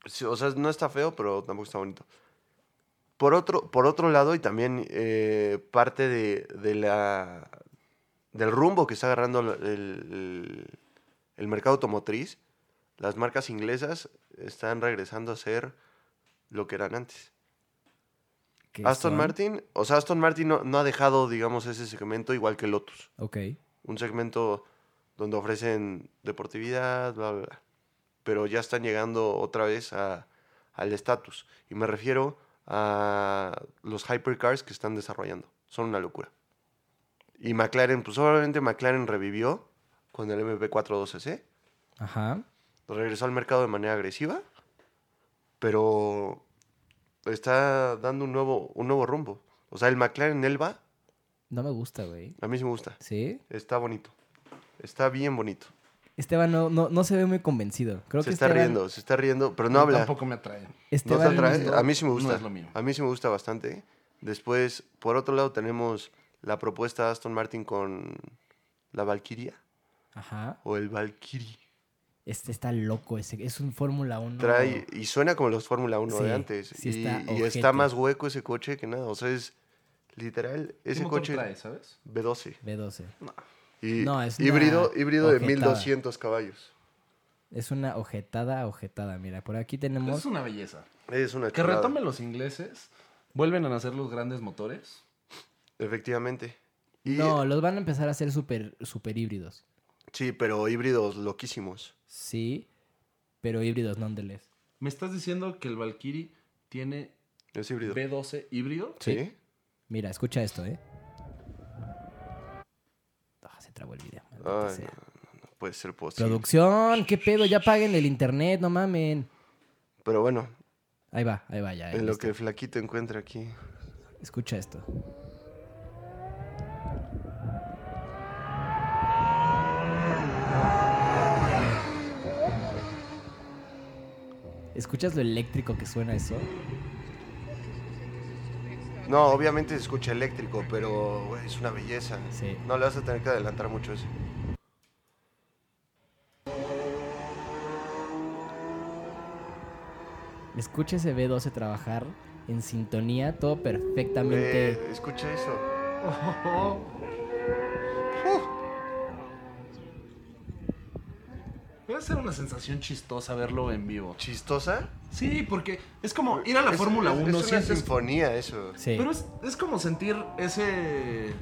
Speaker 3: Sí, o sea, no está feo, pero tampoco está bonito. Por otro, por otro lado, y también eh, parte de, de la, del rumbo que está agarrando el, el- el mercado automotriz, las marcas inglesas están regresando a ser lo que eran antes.
Speaker 2: ¿Qué
Speaker 3: Aston
Speaker 2: son?
Speaker 3: Martin, o sea, Aston Martin no, no ha dejado, digamos, ese segmento igual que Lotus.
Speaker 2: Ok.
Speaker 3: Un segmento donde ofrecen deportividad, bla, bla, bla. Pero ya están llegando otra vez a- al estatus. Y me refiero a los hypercars que están desarrollando. Son una locura. Y McLaren, pues obviamente McLaren revivió con el MP412C.
Speaker 2: Ajá.
Speaker 3: Regresó al mercado de manera agresiva. Pero está dando un nuevo, un nuevo rumbo. O sea, el McLaren Elba
Speaker 2: No me gusta, güey.
Speaker 3: a mí sí me gusta.
Speaker 2: ¿Sí?
Speaker 3: Está bonito. Está bien bonito.
Speaker 2: Esteban no, no, no se ve muy convencido. Creo
Speaker 3: se
Speaker 2: que este
Speaker 3: está
Speaker 2: Esteban-
Speaker 3: riendo, se está riendo, pero no
Speaker 4: A mí
Speaker 3: habla.
Speaker 4: Tampoco me atrae.
Speaker 3: No
Speaker 2: Esteban
Speaker 3: te atrae.
Speaker 4: no-
Speaker 3: A mí sí me
Speaker 4: no
Speaker 3: gusta.
Speaker 4: es lo mío.
Speaker 3: A mí sí me gusta bastante. Después, por otro lado, tenemos la propuesta de Aston Martin con la Valkyria
Speaker 2: Ajá.
Speaker 3: o el Valkyrie.
Speaker 2: Este está loco ese. Es un Fórmula 1.
Speaker 3: Trae y suena como los Fórmula 1
Speaker 2: Sí,
Speaker 3: de antes.
Speaker 2: sí
Speaker 3: y y
Speaker 2: está
Speaker 3: está,
Speaker 2: ojete.
Speaker 3: más hueco ese coche que nada. O sea, es literal
Speaker 4: ¿Qué
Speaker 3: ese
Speaker 4: motor
Speaker 3: coche
Speaker 4: trae, sabes?
Speaker 3: B12.
Speaker 2: B12.
Speaker 3: Y
Speaker 2: No, es una
Speaker 3: híbrido, híbrido de
Speaker 2: ojetada.
Speaker 3: 1200 caballos.
Speaker 2: Es una ojetada, ojetada. Mira, por aquí tenemos.
Speaker 4: Es una belleza.
Speaker 3: Es una
Speaker 4: Que
Speaker 3: chulada.
Speaker 4: retomen los ingleses. Vuelven a nacer los grandes motores.
Speaker 3: Efectivamente. Y-
Speaker 2: No, los van a empezar a hacer super, super híbridos.
Speaker 3: Sí, pero híbridos loquísimos.
Speaker 2: Sí, pero híbridos nonetheless.
Speaker 4: ¿Me estás diciendo que el Valkyrie tiene
Speaker 3: Es híbrido.
Speaker 4: B12 híbrido?
Speaker 3: ¿Sí?
Speaker 2: Mira, escucha esto, ¿eh? Ah, se trabó el video. maldita
Speaker 3: Ay,
Speaker 2: sea.
Speaker 3: no puede ser posible.
Speaker 2: Producción, qué pedo, ya paguen el internet, no mamen.
Speaker 3: Pero bueno,
Speaker 2: Ahí va, ahí va, ya.
Speaker 3: en lo
Speaker 2: listo.
Speaker 3: que Flaquito encuentra aquí.
Speaker 2: Escucha esto. ¿Escuchas lo eléctrico que suena eso?
Speaker 3: No, obviamente se escucha eléctrico, pero güey, es una belleza.
Speaker 2: Sí.
Speaker 3: No le vas a tener que adelantar mucho ese.
Speaker 2: Escucha ese B12 trabajar en sintonía, todo perfectamente.
Speaker 3: Eh, escucha eso. Oh.
Speaker 4: Debe ser una sensación chistosa verlo en vivo.
Speaker 3: ¿Chistosa?
Speaker 4: Sí, porque es como ir a la
Speaker 3: Es-
Speaker 4: Fórmula
Speaker 3: es-
Speaker 4: 1.
Speaker 3: Es, una
Speaker 4: sientes-
Speaker 3: sinfonía eso.
Speaker 2: Sí.
Speaker 4: Pero es, es como sentir ese,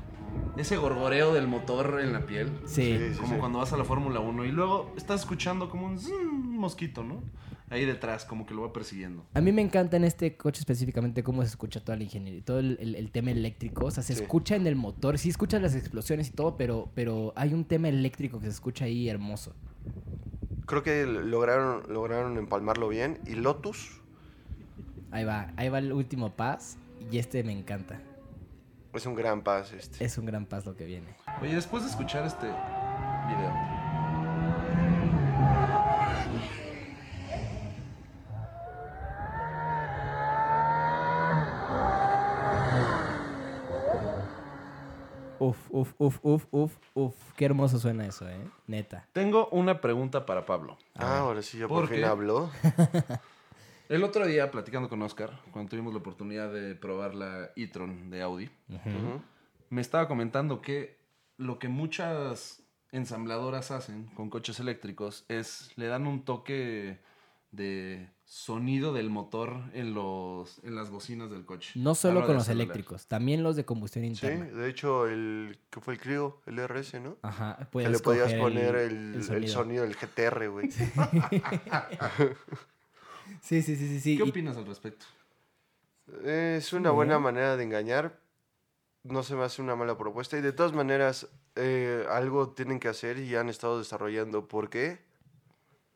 Speaker 4: ese gorgoreo del motor en la piel.
Speaker 2: sí.
Speaker 3: Sí, sí,
Speaker 4: como
Speaker 3: sí.
Speaker 4: cuando vas a la Fórmula 1 y luego estás escuchando como un zzzm mosquito, ¿no? Ahí detrás, como que lo va persiguiendo.
Speaker 2: A mí me encanta en este coche específicamente cómo se escucha toda la ingeniería, todo el, el- el tema eléctrico. O sea, se
Speaker 3: Sí.
Speaker 2: escucha en el motor, sí escuchas las explosiones y todo, pero, pero hay un tema eléctrico que se escucha ahí hermoso.
Speaker 3: Creo que lograron, lograron empalmarlo bien. Y Lotus,
Speaker 2: Ahí va, ahí va el último pass y este me encanta.
Speaker 3: Es un gran pase este.
Speaker 2: Es un gran pass lo que viene.
Speaker 4: Oye, después de escuchar este video.
Speaker 2: Uf, uf, uf, uf, uf, uf. Qué hermoso suena eso, ¿eh? Neta.
Speaker 4: Tengo una pregunta para Pablo.
Speaker 3: Ah, ahora sí, ya
Speaker 4: ¿por
Speaker 3: por,
Speaker 4: qué?
Speaker 3: fin habló.
Speaker 4: El otro día, platicando con Oscar, cuando tuvimos la oportunidad de probar la e-tron de Audi,
Speaker 3: Ujú.
Speaker 4: me estaba comentando que lo que muchas ensambladoras hacen con coches eléctricos es le dan un toque de sonido del motor en, los, en las bocinas del coche.
Speaker 2: No solo
Speaker 4: Hablo
Speaker 2: con
Speaker 4: de
Speaker 2: los
Speaker 4: celular.
Speaker 2: eléctricos, también los de combustión
Speaker 3: Sí,
Speaker 2: interna.
Speaker 3: de hecho, el que fue el crío, el RS, ¿no?
Speaker 2: Ajá,
Speaker 3: Que
Speaker 2: puedes
Speaker 3: le podías
Speaker 2: escoger
Speaker 3: poner el, el sonido. del GTR, güey.
Speaker 2: Sí, sí, sí, sí, sí.
Speaker 4: ¿Qué
Speaker 2: Y-
Speaker 4: opinas al respecto?
Speaker 3: es una buena manera de engañar. No se me hace una mala propuesta. Y de todas maneras, eh, algo tienen que hacer y han estado desarrollando. ¿Por qué?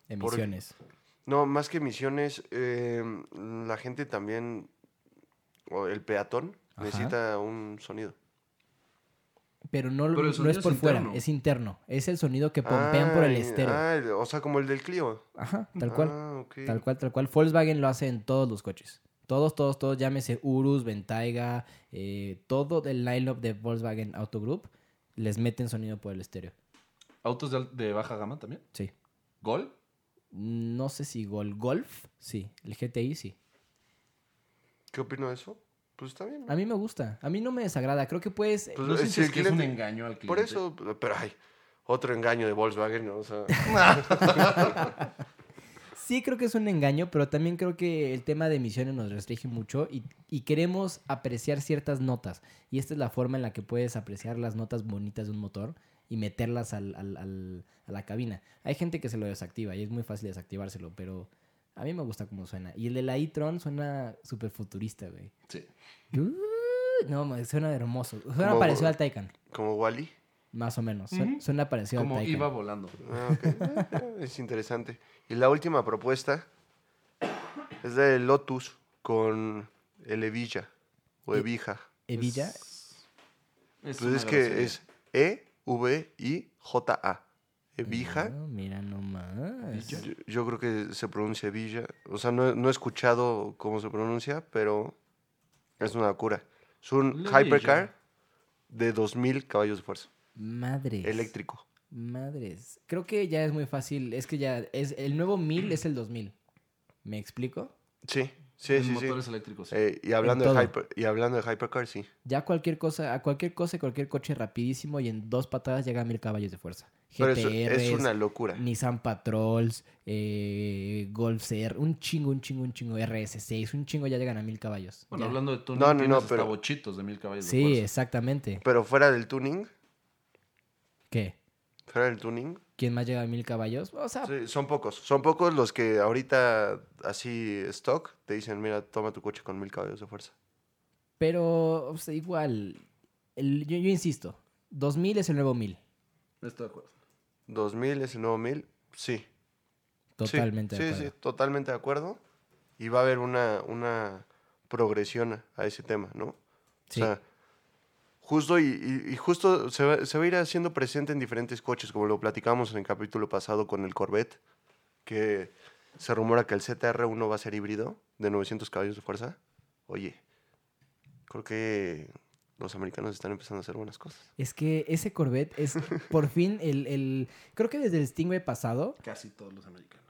Speaker 2: Emisiones.
Speaker 3: No, más que misiones, eh, la gente también, o el peatón,
Speaker 2: Ajá.
Speaker 3: necesita un sonido.
Speaker 2: Pero no,
Speaker 4: Pero el
Speaker 2: no
Speaker 4: sonido
Speaker 2: es
Speaker 4: es
Speaker 2: por fuera,
Speaker 4: interno.
Speaker 2: es interno. Es el sonido que pompean por el
Speaker 3: Ah,
Speaker 2: estéreo.
Speaker 3: ah, el- o sea, como el del Clio.
Speaker 2: Ajá, tal cual.
Speaker 3: Ah, ok.
Speaker 2: Tal cual, tal cual. Volkswagen lo hace en todos los coches. Todos, todos, todos. Llámese Urus, Ventaiga, eh, todo el line-up de Volkswagen Auto Group. Les meten sonido por el estéreo.
Speaker 4: ¿Autos de, al- de baja gama también?
Speaker 2: Sí.
Speaker 4: ¿Gol?
Speaker 2: No sé si Gol Golf, sí. El GTI, sí.
Speaker 3: ¿Qué opino de eso? Pues está bien. ¿no?
Speaker 2: A mí me gusta. A mí no me desagrada. Creo que puedes...
Speaker 3: Pues,
Speaker 4: ¿No
Speaker 3: eh, si
Speaker 4: sientes
Speaker 3: el
Speaker 4: que es un
Speaker 3: cliente-
Speaker 4: engaño al cliente?
Speaker 3: Por eso, pero hay otro engaño de Volkswagen, ¿no? O sea,
Speaker 2: Sí, creo que es un engaño, pero también creo que el tema de emisiones nos restringe mucho y, y queremos apreciar ciertas notas. Y esta es la forma en la que puedes apreciar las notas bonitas de un motor y meterlas al- al- al- a la cabina. Hay gente que se lo desactiva y es muy fácil desactivárselo, pero a mí me gusta cómo suena. Y el de la e-tron suena súper futurista, güey.
Speaker 4: Sí.
Speaker 2: Uh, No, ma, suena hermoso. Suena
Speaker 3: Como-
Speaker 2: parecido al Taycan,
Speaker 3: como Wally.
Speaker 2: más o menos. Suena,
Speaker 4: Ujú.
Speaker 2: suena parecido
Speaker 4: Como
Speaker 2: al Taycan.
Speaker 4: iba volando.
Speaker 3: Ah, es interesante. Y la última propuesta es la de Lotus con el Evija o Evija.
Speaker 2: Evilla.
Speaker 4: Es- es
Speaker 3: Pues
Speaker 4: una
Speaker 3: es que
Speaker 4: grosería.
Speaker 3: es E E-V-I-J-A. Evija.
Speaker 4: Mm,
Speaker 2: No, Ah, mira nomás.
Speaker 3: Yo, yo creo que se pronuncia Villa. O sea, no, no he escuchado cómo se pronuncia, pero es una locura. Es un
Speaker 4: La
Speaker 3: hypercar de 2000 caballos de fuerza.
Speaker 2: Madre.
Speaker 3: Eléctrico.
Speaker 2: Madres. Creo que ya es muy fácil. Es que ya es el nuevo 1000 es el 2000. ¿Me explico?
Speaker 3: Sí, sí,
Speaker 4: en
Speaker 3: sí. sí.
Speaker 4: motores eléctricos.
Speaker 3: Eh, y, hablando
Speaker 2: En
Speaker 3: de
Speaker 2: todo.
Speaker 3: hyper- y hablando de hypercar, sí.
Speaker 2: Ya cualquier cosa, a cualquier cosa, y cualquier coche rapidísimo y en dos patadas llega a mil caballos de fuerza.
Speaker 3: Pero es, es
Speaker 2: GTRs,
Speaker 3: una locura.
Speaker 2: Nissan Patrols, eh, Golf CR, un chingo, un chingo, un chingo, RS6, un chingo ya llegan a mil caballos.
Speaker 4: Bueno,
Speaker 2: Ya.
Speaker 4: hablando de túnel,
Speaker 3: No, no,
Speaker 4: no,
Speaker 3: no,
Speaker 4: tienes hasta
Speaker 3: pero-
Speaker 4: bochitos de mil caballos de
Speaker 2: Sí,
Speaker 4: fuerza.
Speaker 2: exactamente.
Speaker 3: Pero fuera del tuning,
Speaker 2: ¿Qué?
Speaker 3: fuera del tuning,
Speaker 2: ¿Quién más llega a mil caballos? O sea,
Speaker 3: sí, son pocos. Son pocos los que ahorita, así, stock, te dicen, mira, toma tu coche con 1000 caballos de fuerza.
Speaker 2: pero o sea, igual, el- yo, yo insisto, 2000 es el nuevo 1000.
Speaker 4: Estoy de acuerdo.
Speaker 3: 2000 es el nuevo 1000, sí. Sí,
Speaker 2: Totalmente.
Speaker 3: sí,
Speaker 2: de
Speaker 3: sí,
Speaker 2: acuerdo.
Speaker 3: totalmente de acuerdo. Y va a haber una, una progresión a- a ese tema, ¿no?
Speaker 2: Sí.
Speaker 3: O sea, justo y, y- y justo se va, se va a ir haciendo presente en diferentes coches, como lo platicamos en el capítulo pasado con el Corvette, que se rumora que el ZR1 va a ser híbrido de 900 caballos de fuerza. Oye, creo que los americanos están empezando a hacer buenas cosas.
Speaker 2: Es que ese Corvette es por fin el, el- Creo que desde el Stingray pasado,
Speaker 4: Casi todos los americanos.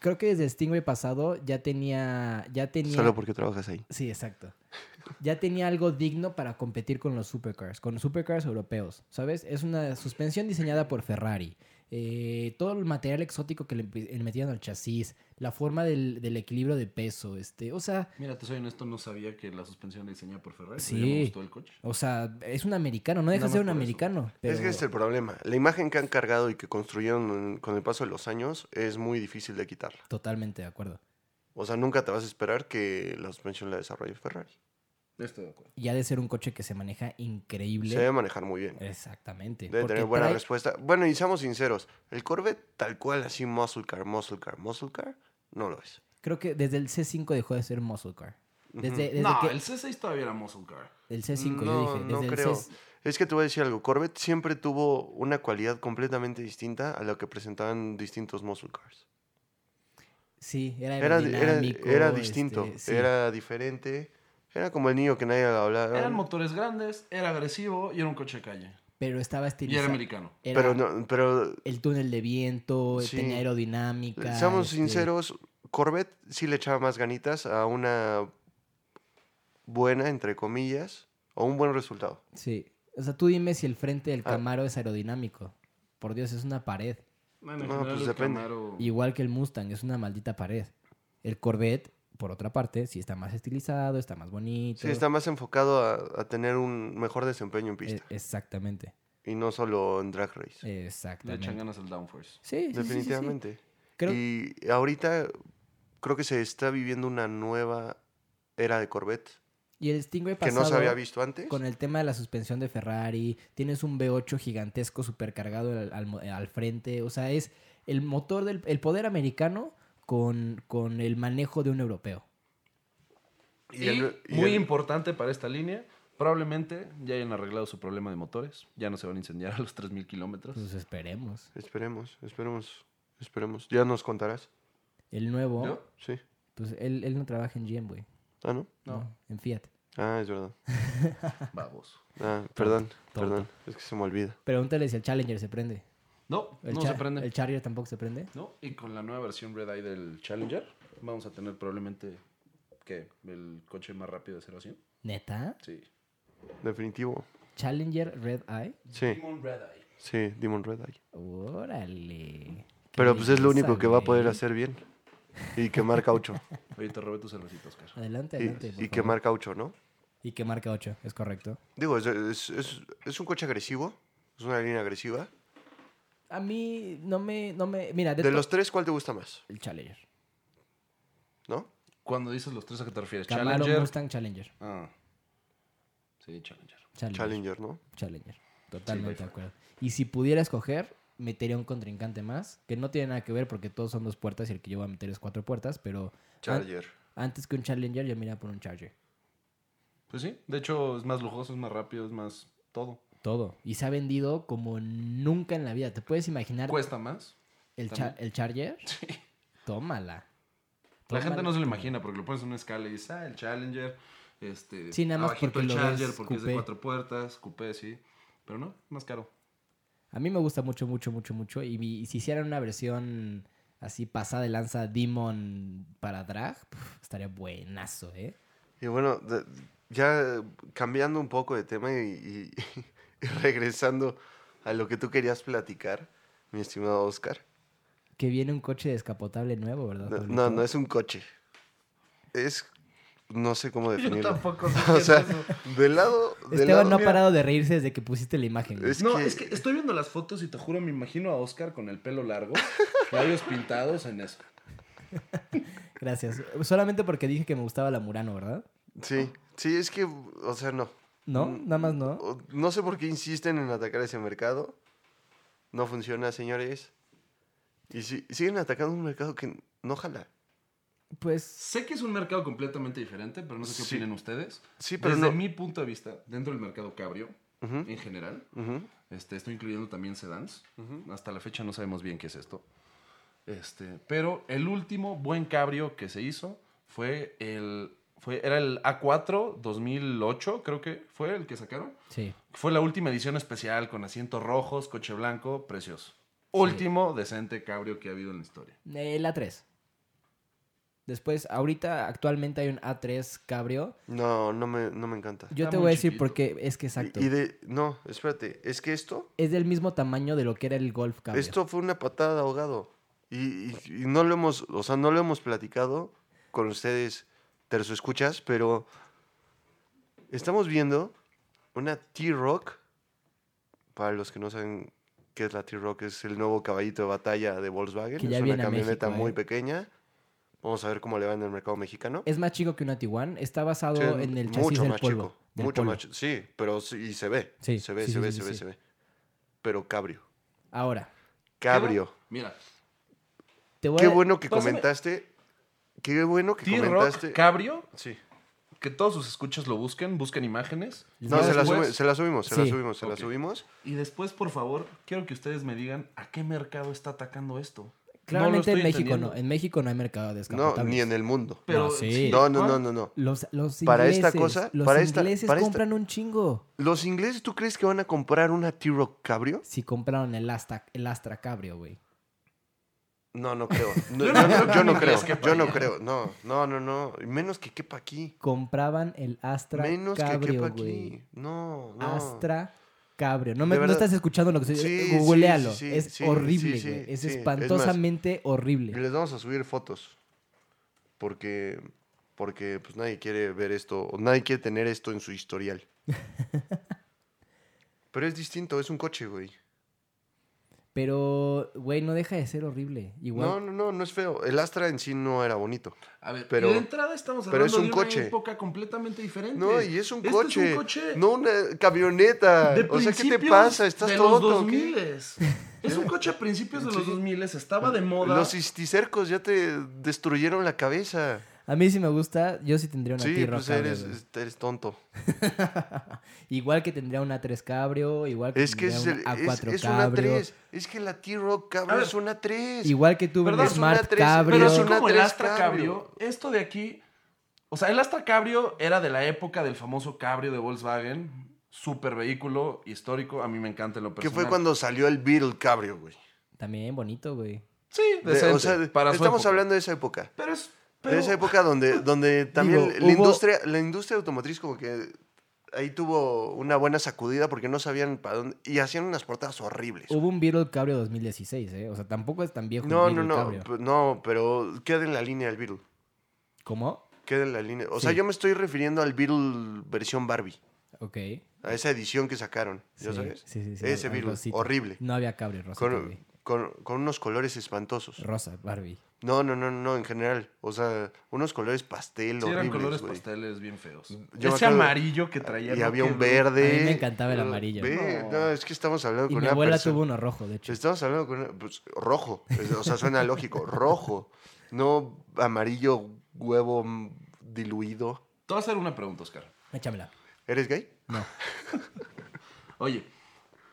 Speaker 2: creo que desde el Stingray pasado ya tenía, ya tenía...
Speaker 3: Solo porque trabajas ahí.
Speaker 2: Sí, exacto. Ya tenía algo digno para competir con los supercars, con los supercars europeos, ¿sabes? Es una suspensión diseñada por Ferrari. eh, todo el material exótico que le, empe- le metían al chasis, la forma del, del equilibrio de peso, este, o sea,
Speaker 4: Mira, te soy honesto, no sabía que la suspensión la diseñaba por Ferrari.
Speaker 2: Sí.
Speaker 4: Sí. Me gustó el coche.
Speaker 2: o sea, es un americano, no deja de
Speaker 4: Nada
Speaker 2: ser
Speaker 4: más
Speaker 2: un
Speaker 4: por eso.
Speaker 2: americano. Pero...
Speaker 3: Es que es el problema. La imagen que han cargado y que construyeron en- con el paso de los años es muy difícil de quitarla.
Speaker 2: Totalmente de acuerdo.
Speaker 3: O sea, nunca te vas a esperar que la suspensión la desarrolle Ferrari.
Speaker 4: Estoy de acuerdo.
Speaker 2: Y ha de ser un coche que se maneja increíble.
Speaker 3: Se debe manejar muy bien.
Speaker 2: Exactamente. eh,
Speaker 3: Debe
Speaker 2: porque
Speaker 3: tener buena
Speaker 2: trae-
Speaker 3: respuesta. Bueno, y seamos sinceros, el Corvette tal cual así muscle car, muscle car, muscle car, no lo es.
Speaker 2: Creo que desde el C5 dejó de ser muscle car. Desde, desde
Speaker 4: no,
Speaker 2: que
Speaker 4: el C6 todavía era muscle car.
Speaker 2: el C5 yo
Speaker 3: no,
Speaker 2: dije,
Speaker 3: no
Speaker 2: desde el
Speaker 3: creo.
Speaker 2: C-
Speaker 3: Es que te voy a decir algo, Corvette siempre tuvo una cualidad completamente distinta a la que presentaban distintos muscle cars.
Speaker 2: sí, era
Speaker 3: Era, era,
Speaker 2: aerodinámico,
Speaker 3: era
Speaker 2: este,
Speaker 3: distinto,
Speaker 2: sí.
Speaker 3: era diferente, era como el niño que nadie hablaba.
Speaker 4: Eran motores grandes, era agresivo y era un coche de calle.
Speaker 2: pero estaba
Speaker 4: Y era
Speaker 2: estilizado.
Speaker 4: americano.
Speaker 2: era
Speaker 3: Pero, no, pero
Speaker 2: el túnel de viento,
Speaker 3: Sí.
Speaker 2: tenía aerodinámica.
Speaker 3: Seamos
Speaker 2: este,
Speaker 3: sinceros, Corvette sí le echaba más ganitas a una buena, entre comillas, o un buen resultado.
Speaker 2: Sí. O sea, tú dime si el frente del
Speaker 3: Ah.
Speaker 2: Camaro es aerodinámico. Por Dios, es una pared.
Speaker 4: Bueno, en
Speaker 3: No,
Speaker 4: general
Speaker 3: pues
Speaker 4: el
Speaker 3: depende.
Speaker 4: Camaro-
Speaker 2: Igual que el Mustang, es una maldita pared. El Corvette, por otra parte, sí está más estilizado, está más bonito.
Speaker 3: Sí, está más enfocado a, a tener un mejor desempeño en
Speaker 2: Eh,
Speaker 3: pista
Speaker 2: Exactamente. e,
Speaker 3: y no solo en drag race.
Speaker 4: Le
Speaker 2: Exactamente.
Speaker 4: echan ganas el downforce.
Speaker 2: Sí, sí, sí, sí, sí.
Speaker 3: Definitivamente.
Speaker 2: Creo-
Speaker 3: Y ahorita creo que se está viviendo una nueva era de Corvette
Speaker 2: Y el Stingray
Speaker 3: que
Speaker 2: pasado,
Speaker 3: no se había visto antes.
Speaker 2: con el tema de la suspensión de Ferrari, tienes un V8 gigantesco supercargado al, al mo- al frente. O sea, es el motor del el poder americano con, con el manejo de un europeo.
Speaker 4: Y,
Speaker 3: el- y
Speaker 4: muy
Speaker 3: el-
Speaker 4: importante para esta línea, probablemente ya hayan arreglado su problema de motores. Ya no se van a incendiar a los 3.000 kilómetros.
Speaker 2: Pues esperemos.
Speaker 3: Esperemos, esperemos, esperemos. Ya nos contarás.
Speaker 2: El nuevo,
Speaker 4: ¿Yo?
Speaker 3: Sí.
Speaker 2: pues él, él no trabaja en GM, güey.
Speaker 3: Ah, ¿no?
Speaker 4: No.
Speaker 2: ¿no? En Fiat.
Speaker 3: Ah, es verdad.
Speaker 4: Baboso.
Speaker 3: Ah, perdón,
Speaker 2: tonto.
Speaker 3: perdón. Es que se me olvida.
Speaker 2: Pregúntale si el Challenger se prende.
Speaker 4: No,
Speaker 2: El
Speaker 4: no
Speaker 2: Cha-
Speaker 4: se prende.
Speaker 2: ¿El Charger tampoco se prende?
Speaker 4: No, y con la nueva versión Red Eye del Challenger, vamos a tener probablemente que el coche más rápido de 0 a 100.
Speaker 2: ¿Neta?
Speaker 4: Sí.
Speaker 3: Definitivo.
Speaker 2: ¿Challenger Red Eye?
Speaker 3: Sí,
Speaker 4: Red Eye.
Speaker 3: sí, Demon Red Eye.
Speaker 2: Órale. Qué
Speaker 3: Pero pues es lo
Speaker 2: belleza,
Speaker 3: único que va a poder
Speaker 2: güey.
Speaker 3: hacer bien. Y quemar caucho.
Speaker 4: Oye, te robé tu cervecita, Oscar.
Speaker 2: Adelante,
Speaker 3: Y,
Speaker 2: adelante. por
Speaker 3: y
Speaker 2: favor.
Speaker 3: quemar caucho, ¿no?
Speaker 2: Y que marca 8, es correcto.
Speaker 3: Digo, es, es- es- es un coche agresivo. Es una línea agresiva.
Speaker 2: A mí no me. No me mira, de,
Speaker 3: De
Speaker 2: to-
Speaker 3: los tres, ¿cuál te gusta más?
Speaker 2: El Challenger.
Speaker 3: ¿No?
Speaker 4: Cuando dices los tres, ¿a qué te refieres?
Speaker 2: Camaro,
Speaker 4: Challenger.
Speaker 2: Mustang, Challenger.
Speaker 4: Ah. Sí, Challenger.
Speaker 2: Challenger. Challenger.
Speaker 3: Challenger, ¿no?
Speaker 2: Totalmente
Speaker 4: Sí,
Speaker 2: de acuerdo. Y si pudiera escoger, metería un contrincante más, que no tiene nada que ver porque todos son dos puertas y el que yo voy a meter es cuatro puertas, pero an-
Speaker 3: Challenger.
Speaker 2: antes que un Challenger yo miraría por un Charger.
Speaker 4: Pues sí, de hecho es más lujoso, es más rápido, es más todo.
Speaker 2: Todo. Y se ha vendido como nunca en la vida. ¿Te puedes imaginar
Speaker 4: Cuesta más.
Speaker 2: el, cha-
Speaker 4: también.
Speaker 2: el Charger? Tómala.
Speaker 4: La gente
Speaker 2: Tómala.
Speaker 4: no se lo imagina porque lo pones en una escala y dices, ah, el Challenger, este,
Speaker 2: Sí, nada más
Speaker 4: abajito
Speaker 2: porque
Speaker 4: el
Speaker 2: lo
Speaker 4: Challenger
Speaker 2: ves
Speaker 4: porque es de
Speaker 2: coupé.
Speaker 4: cuatro puertas, coupé, sí. Pero no, más caro.
Speaker 2: A mí me gusta mucho, mucho, mucho, mucho. Y, vi- y si hicieran una versión así pasada de lanza Demon para drag, puf, estaría buenazo, ¿eh?
Speaker 3: Y bueno, de- ya cambiando un poco de tema y, y- y regresando a lo que tú querías platicar, mi estimado Oscar.
Speaker 2: Que viene un coche descapotable nuevo, ¿verdad?
Speaker 3: No,
Speaker 2: Pablito?
Speaker 3: no, no es un coche. Es. No sé cómo definirlo.
Speaker 4: sé
Speaker 3: O
Speaker 4: qué es
Speaker 3: sea,
Speaker 4: eso.
Speaker 3: del lado. Del
Speaker 2: Esteban no
Speaker 3: lado
Speaker 2: ha parado de reírse desde que pusiste la imagen. güey.
Speaker 3: Es
Speaker 4: no,
Speaker 3: que-
Speaker 4: es que estoy viendo las fotos y te juro, me imagino a Oscar con el pelo largo, labios pintados en eso.
Speaker 2: Gracias. Solamente porque dije que me gustaba la Murano, ¿verdad?
Speaker 3: Sí, sí, es que. O sea, no.
Speaker 2: No, nada más no.
Speaker 3: Mm, O- No sé por qué insisten en atacar ese mercado. No funciona, señores. Y si- siguen atacando un mercado que no jala.
Speaker 2: Pues
Speaker 4: Sé que es un mercado completamente diferente, pero no sé qué
Speaker 3: Sí.
Speaker 4: opinen ustedes.
Speaker 3: Sí, pero
Speaker 4: Desde
Speaker 3: no.
Speaker 4: mi punto de vista, dentro del mercado cabrio,
Speaker 3: Ujú,
Speaker 4: en general,
Speaker 3: ujú.
Speaker 4: Este, estoy incluyendo también sedans.
Speaker 3: Ujú.
Speaker 4: Hasta la fecha no sabemos bien qué es esto. Este, pero el último buen cabrio que se hizo fue el fue era el A4 2008, creo que fue el que sacaron.
Speaker 2: sí.
Speaker 4: Fue la última edición especial con asientos rojos, coche blanco, precioso. Último decente cabrio que ha habido en la historia.
Speaker 2: Eh, La 3. Después, ahorita actualmente hay un A3 cabrio.
Speaker 3: No, no me, no me encanta.
Speaker 2: Yo
Speaker 4: Está
Speaker 2: te
Speaker 4: muy
Speaker 2: voy a decir
Speaker 4: chiquito.
Speaker 2: por qué es que exacto.
Speaker 3: Y, y de, no, espérate, es que esto,
Speaker 2: Es del mismo tamaño de lo que era el Golf cabrio.
Speaker 3: esto fue una patada de ahogado. Y, y- y no lo hemos, o sea, no lo hemos platicado con ustedes, terzo escuchas, pero estamos viendo una T-Rock. Para los que no saben qué es la T-Rock, es el nuevo caballito de batalla de Volkswagen.
Speaker 2: Que ya
Speaker 3: es una
Speaker 2: viene a
Speaker 3: camioneta
Speaker 2: México,
Speaker 3: muy
Speaker 2: ¿eh?
Speaker 3: pequeña. Vamos a ver cómo le va en el mercado mexicano.
Speaker 2: Es más chico que una Tiguan. Está basado
Speaker 3: Sí,
Speaker 2: en el chasis del Polvo. del
Speaker 3: mucho
Speaker 2: Polvo.
Speaker 3: más chico. Sí, pero sí, y se ve.
Speaker 2: Sí,
Speaker 3: se ve,
Speaker 2: sí,
Speaker 3: se
Speaker 2: sí,
Speaker 3: ve,
Speaker 2: sí,
Speaker 3: se
Speaker 2: sí,
Speaker 3: ve,
Speaker 2: sí.
Speaker 3: se ve. Pero cabrio.
Speaker 2: Ahora,
Speaker 3: Cabrio.
Speaker 4: Mira,
Speaker 2: te voy
Speaker 3: Qué
Speaker 2: a-
Speaker 3: bueno que
Speaker 4: Pásame.
Speaker 3: comentaste. Qué bueno que
Speaker 4: T-Rock
Speaker 3: comentaste.
Speaker 4: Cabrio,
Speaker 3: Sí.
Speaker 4: que todos sus escuchas lo busquen, busquen imágenes.
Speaker 3: No, se la,
Speaker 4: Después-
Speaker 3: sube- se la subimos, se la
Speaker 2: Sí.
Speaker 3: subimos, se la
Speaker 4: Ok.
Speaker 3: subimos.
Speaker 4: Y después, por favor, quiero que ustedes me digan a qué mercado está atacando esto.
Speaker 2: Claramente
Speaker 4: No lo
Speaker 2: en
Speaker 4: estoy
Speaker 2: México no.
Speaker 4: entendiendo.
Speaker 2: En México no hay mercado de
Speaker 3: No,
Speaker 2: descapotables.
Speaker 3: ni en el mundo.
Speaker 4: Pero
Speaker 2: No, sí.
Speaker 4: sí,
Speaker 3: No, no, no,
Speaker 4: ¿cuál?
Speaker 3: no, no.
Speaker 2: Los, los ingleses,
Speaker 3: Para esta cosa,
Speaker 2: los
Speaker 3: para esta-
Speaker 2: ingleses
Speaker 3: para esta-
Speaker 2: compran un chingo.
Speaker 3: ¿Los ingleses tú crees que van a comprar una T-Rock cabrio?
Speaker 2: Si compraron el Astra, el Astra Cabrio, güey.
Speaker 3: No, no creo. No,
Speaker 4: Yo
Speaker 3: yo,
Speaker 4: no creo
Speaker 3: no,
Speaker 4: que
Speaker 3: yo
Speaker 4: un
Speaker 3: no
Speaker 4: inglés
Speaker 3: creo.
Speaker 4: quepa
Speaker 3: Yo no
Speaker 4: ahí.
Speaker 3: creo. No, no, no, no. Menos que quepa aquí.
Speaker 2: Compraban el Astra
Speaker 3: Menos que
Speaker 2: Cabrio,
Speaker 3: quepa
Speaker 2: güey.
Speaker 3: aquí. No, no.
Speaker 2: Astra Cabrio. No, me, no
Speaker 3: De verdad.
Speaker 2: estás escuchando lo que estoy
Speaker 3: Sí, sí,
Speaker 2: Googlealo.
Speaker 3: sí, sí,
Speaker 2: es
Speaker 3: sí,
Speaker 2: horrible,
Speaker 3: sí,
Speaker 2: güey.
Speaker 3: sí,
Speaker 2: es
Speaker 3: sí. Es más,
Speaker 2: espantosamente
Speaker 3: Y
Speaker 2: horrible.
Speaker 3: les vamos a subir fotos. Porque, porque pues nadie quiere ver esto, o nadie quiere tener esto en su historial. Pero es distinto, es un coche, güey.
Speaker 2: Pero, güey, no deja de ser horrible. Igual.
Speaker 3: No, no, no, no es feo. El Astra en sí no era bonito.
Speaker 4: A ver,
Speaker 3: Pero-
Speaker 4: pero, de entrada estamos
Speaker 3: pero
Speaker 4: hablando
Speaker 3: es un
Speaker 4: de una
Speaker 3: coche.
Speaker 4: época completamente diferente.
Speaker 3: No, y es un
Speaker 4: Este
Speaker 3: coche.
Speaker 4: un coche
Speaker 3: No una camioneta.
Speaker 4: de
Speaker 3: o sea, ¿qué te
Speaker 4: principios
Speaker 3: pasa? Estás
Speaker 4: de
Speaker 3: todo
Speaker 4: los 2000. Es un coche a principios de los
Speaker 3: Sí.
Speaker 4: 2000, estaba de moda.
Speaker 3: Los cisticercos ya te destruyeron la cabeza.
Speaker 2: A mí sí me gusta. Yo sí tendría una
Speaker 3: Sí,
Speaker 2: T-Roc
Speaker 3: pues
Speaker 2: Cabrio,
Speaker 3: eres,
Speaker 2: güey.
Speaker 3: eres tonto.
Speaker 2: Igual que tendría una 3 Cabrio. Igual que
Speaker 3: Es que es,
Speaker 2: tendría
Speaker 3: el-
Speaker 2: una
Speaker 3: es-
Speaker 2: A4
Speaker 3: es una
Speaker 2: Cabrio.
Speaker 3: 3. Es que la T-Rock,
Speaker 4: A
Speaker 3: cabrón,
Speaker 4: ver,
Speaker 3: es una 3.
Speaker 2: Igual que tuve
Speaker 4: ¿Verdad?
Speaker 2: un
Speaker 4: Es
Speaker 3: una
Speaker 2: Smart
Speaker 3: 13,
Speaker 2: Cabrio.
Speaker 4: Pero así
Speaker 3: una
Speaker 4: como el
Speaker 3: tres
Speaker 4: Astra
Speaker 3: cabrio.
Speaker 4: cabrio, esto de aquí. O sea, el Astra Cabrio era de la época del famoso cabrio de Volkswagen. Super vehículo histórico. A mí me encanta en lo
Speaker 3: Que
Speaker 4: personal.
Speaker 3: fue cuando salió el Beetle Cabrio, güey.
Speaker 2: También bonito, güey.
Speaker 4: Sí,
Speaker 3: De-
Speaker 4: decente,
Speaker 3: o sea, de-
Speaker 4: para su
Speaker 3: estamos
Speaker 4: época.
Speaker 3: hablando de esa época.
Speaker 4: Pero es.
Speaker 3: De
Speaker 4: pero-
Speaker 3: esa época donde, donde también
Speaker 2: Digo,
Speaker 3: la,
Speaker 2: hubo-
Speaker 3: industria, la industria automotriz como que ahí tuvo una buena sacudida porque no sabían para dónde... Y hacían unas portadas horribles.
Speaker 2: Hubo un Beetle Cabrio 2016, ¿eh? O sea, tampoco es tan viejo
Speaker 3: No,
Speaker 2: el
Speaker 3: no,
Speaker 2: Beetle
Speaker 3: no.
Speaker 2: Cabrio.
Speaker 3: pe- No, pero queda en la línea el Beetle.
Speaker 2: ¿Cómo?
Speaker 3: Queda en la línea. O sea,
Speaker 2: Sí.
Speaker 3: yo me estoy refiriendo al Beetle versión Barbie.
Speaker 2: Ok.
Speaker 3: A esa edición que sacaron. ¿Ya
Speaker 2: Sí,
Speaker 3: sabes?
Speaker 2: sí, sí, sí,
Speaker 3: Ese
Speaker 2: al- al
Speaker 3: Beetle.
Speaker 2: rosita.
Speaker 3: Horrible.
Speaker 2: No había cabrio rosa,
Speaker 3: Con, con- con unos colores espantosos.
Speaker 2: Rosa, Barbie.
Speaker 3: No, no, no, no, en general. O sea, unos colores pastel
Speaker 4: Sí, eran
Speaker 3: horribles,
Speaker 4: colores
Speaker 3: güey.
Speaker 4: pasteles bien feos.
Speaker 3: Yo me
Speaker 4: Ese
Speaker 3: acuerdo-
Speaker 4: amarillo que traía.
Speaker 3: Y
Speaker 4: ¿no?
Speaker 3: había
Speaker 4: Que-
Speaker 3: un verde.
Speaker 2: A mí me encantaba el
Speaker 3: Ah,
Speaker 2: amarillo.
Speaker 3: ve,
Speaker 4: No.
Speaker 3: no. es que estamos hablando
Speaker 2: Y
Speaker 3: con
Speaker 2: mi
Speaker 3: una
Speaker 2: abuela
Speaker 3: persona.
Speaker 2: tuvo uno rojo, de hecho.
Speaker 3: Estamos hablando con una- pues, rojo. Es- O sea, suena lógico. Rojo. No amarillo huevo mm, diluido.
Speaker 4: Te voy a hacer una pregunta, Oscar.
Speaker 2: Échamela.
Speaker 3: ¿Eres gay?
Speaker 2: No.
Speaker 4: Oye,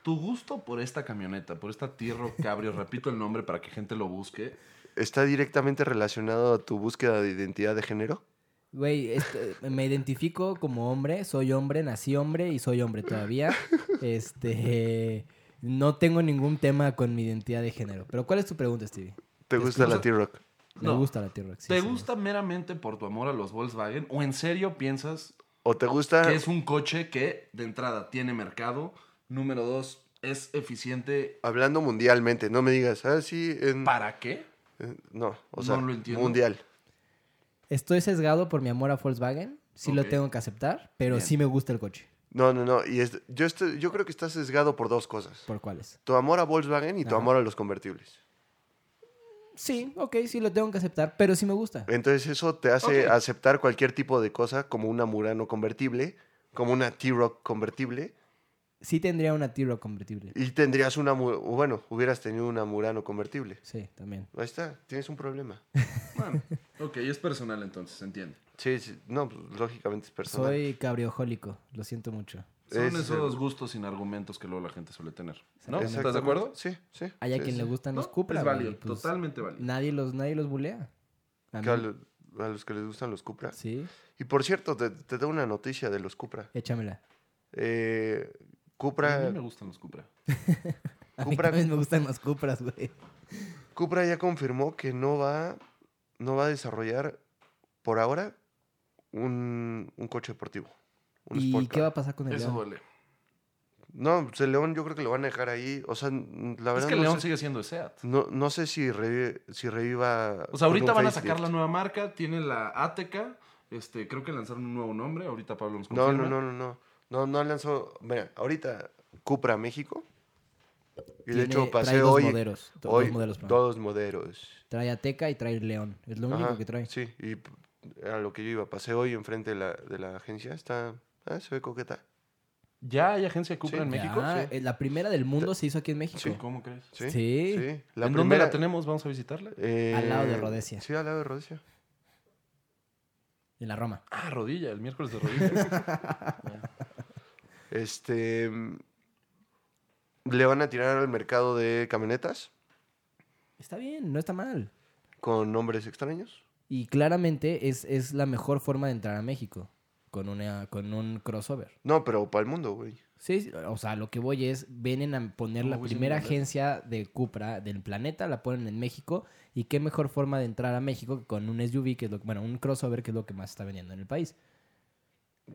Speaker 4: tu gusto por esta camioneta, por esta Tierra Cabrio, repito el nombre para que gente lo busque.
Speaker 3: ¿Está directamente relacionado a tu búsqueda de identidad de género?
Speaker 2: Güey, este, me identifico como hombre, soy hombre, nací hombre y soy hombre todavía. Este. No tengo ningún tema con mi identidad de género. Pero ¿cuál es tu pregunta, Stevie?
Speaker 3: ¿Te
Speaker 2: Es
Speaker 3: gusta
Speaker 2: que-
Speaker 3: la T-Rock?
Speaker 2: Me
Speaker 4: No.
Speaker 2: gusta la T-Rex. sí,
Speaker 4: ¿Te
Speaker 2: sí.
Speaker 4: gusta meramente por tu amor a los Volkswagen? ¿O en serio piensas
Speaker 3: ¿O te gusta...?
Speaker 4: que es un coche que, de entrada, tiene mercado? Número dos, es eficiente.
Speaker 3: Hablando mundialmente, no me digas, ah, sí, en...
Speaker 4: ¿Para qué?
Speaker 3: en- No, o sea,
Speaker 4: No lo entiendo.
Speaker 3: mundial.
Speaker 2: Estoy sesgado por mi amor a Volkswagen. Sí lo
Speaker 4: Ok.
Speaker 2: tengo que aceptar, pero
Speaker 4: Bien.
Speaker 2: sí me gusta el coche.
Speaker 3: No, no, no. Y es- yo, estoy- yo creo que estás sesgado por dos cosas.
Speaker 2: ¿Por cuáles?
Speaker 3: Tu amor a Volkswagen y tu
Speaker 2: Ajá.
Speaker 3: amor a los convertibles.
Speaker 2: Sí, ok, sí lo tengo que aceptar, pero sí me gusta.
Speaker 3: Entonces eso te hace
Speaker 4: Ok.
Speaker 3: aceptar cualquier tipo de cosa, como una Murano convertible, como una T-Rock convertible,
Speaker 2: Sí tendría una T-Rock convertible.
Speaker 3: y tendrías una, Mu- bueno, hubieras tenido una Murano convertible.
Speaker 2: Sí, también.
Speaker 3: Ahí está, tienes un problema.
Speaker 4: Bueno, ok, es personal entonces, entiende.
Speaker 3: Sí, sí, no, pues, lógicamente es personal.
Speaker 2: Soy cabriojólico, lo siento mucho.
Speaker 4: Son
Speaker 3: Ese es
Speaker 4: esos
Speaker 3: el-
Speaker 4: gustos sin argumentos que luego la gente suele tener. ¿No?
Speaker 2: Exactamente.
Speaker 4: ¿Estás de acuerdo?
Speaker 3: Sí, sí.
Speaker 2: Hay a
Speaker 3: sí,
Speaker 2: quien
Speaker 3: sí.
Speaker 2: le gustan los
Speaker 4: No,
Speaker 2: Cupra.
Speaker 4: es
Speaker 2: güey,
Speaker 4: válido,
Speaker 2: pues,
Speaker 4: totalmente válido.
Speaker 2: Nadie los, nadie los bulea. A
Speaker 3: Que a,
Speaker 2: mí-
Speaker 3: lo- a los que les gustan los Cupra.
Speaker 2: Sí,
Speaker 3: Y por cierto, te, te tengo una noticia de los Cupra.
Speaker 2: échamela.
Speaker 3: Eh,
Speaker 4: A
Speaker 3: Cupra,
Speaker 4: mí me gustan los Cupra.
Speaker 2: A mí
Speaker 3: Cupra-
Speaker 2: también me gustan los Cupras, güey.
Speaker 3: Cupra ya confirmó que no va, no va a desarrollar por ahora, un, un coche deportivo. Un
Speaker 2: ¿Y
Speaker 3: Sport
Speaker 2: qué va a
Speaker 3: Car.
Speaker 2: pasar con el
Speaker 4: Eso
Speaker 2: León?
Speaker 4: duele.
Speaker 3: No, pues el León yo creo que lo van a dejar ahí. O sea, n- la
Speaker 4: Es
Speaker 3: verdad
Speaker 4: que
Speaker 3: no,
Speaker 4: León
Speaker 3: sé,
Speaker 4: sigue siendo de SEAT.
Speaker 3: no, no sé si, revive- si reviva...
Speaker 4: O sea, ahorita
Speaker 3: con un
Speaker 4: van a
Speaker 3: facelift.
Speaker 4: sacar la nueva marca, tiene la Ateca, este, creo que lanzaron un nuevo nombre, ahorita Pablo nos
Speaker 3: No,
Speaker 4: confirma.
Speaker 3: no, no, no, no. No, no lanzó. Mira, ahorita Cupra México. Y de
Speaker 2: Tiene-
Speaker 3: hecho
Speaker 2: trae
Speaker 3: pasé
Speaker 2: dos
Speaker 3: hoy.
Speaker 2: modelos, do-
Speaker 3: hoy
Speaker 2: dos modelos, perdón.
Speaker 3: dos modelos.
Speaker 2: Trae Ateca y trae León. Es lo único
Speaker 3: Ajá,
Speaker 2: que trae.
Speaker 3: Sí, y p- a lo que yo iba, pasé hoy enfrente de la, de la agencia. Está. ah, se ve coqueta.
Speaker 4: ¿Ya hay agencia de Cupra
Speaker 3: Sí.
Speaker 4: en México?
Speaker 2: Ya,
Speaker 3: Sí.
Speaker 2: eh, La primera del mundo se hizo aquí en México.
Speaker 4: ¿Cómo crees?
Speaker 3: Sí.
Speaker 2: Sí.
Speaker 3: La
Speaker 4: ¿En dónde
Speaker 3: primera,
Speaker 4: la tenemos? ¿Vamos a visitarla?
Speaker 3: eh,
Speaker 2: Al lado de Rhodesia.
Speaker 3: Sí, al lado de Rodesia.
Speaker 2: En la Roma.
Speaker 4: Ah, rodilla, el miércoles de rodilla.
Speaker 3: Este. mm, Le van a tirar al mercado de camionetas
Speaker 2: Está bien, no está mal.
Speaker 3: con nombres extraños.
Speaker 2: Y claramente es, es la mejor forma de entrar a México. Con, una, con un crossover.
Speaker 3: No, pero para el mundo, güey.
Speaker 2: Sí, sí, o sea, lo que voy es, vienen a poner
Speaker 4: No,
Speaker 2: la
Speaker 4: güey, sí me
Speaker 2: primera
Speaker 4: mandé.
Speaker 2: agencia de Cupra del planeta, la ponen en México, y qué mejor forma de entrar a México que con un SUV, que es lo, bueno, un crossover, que es lo que más está vendiendo en el país.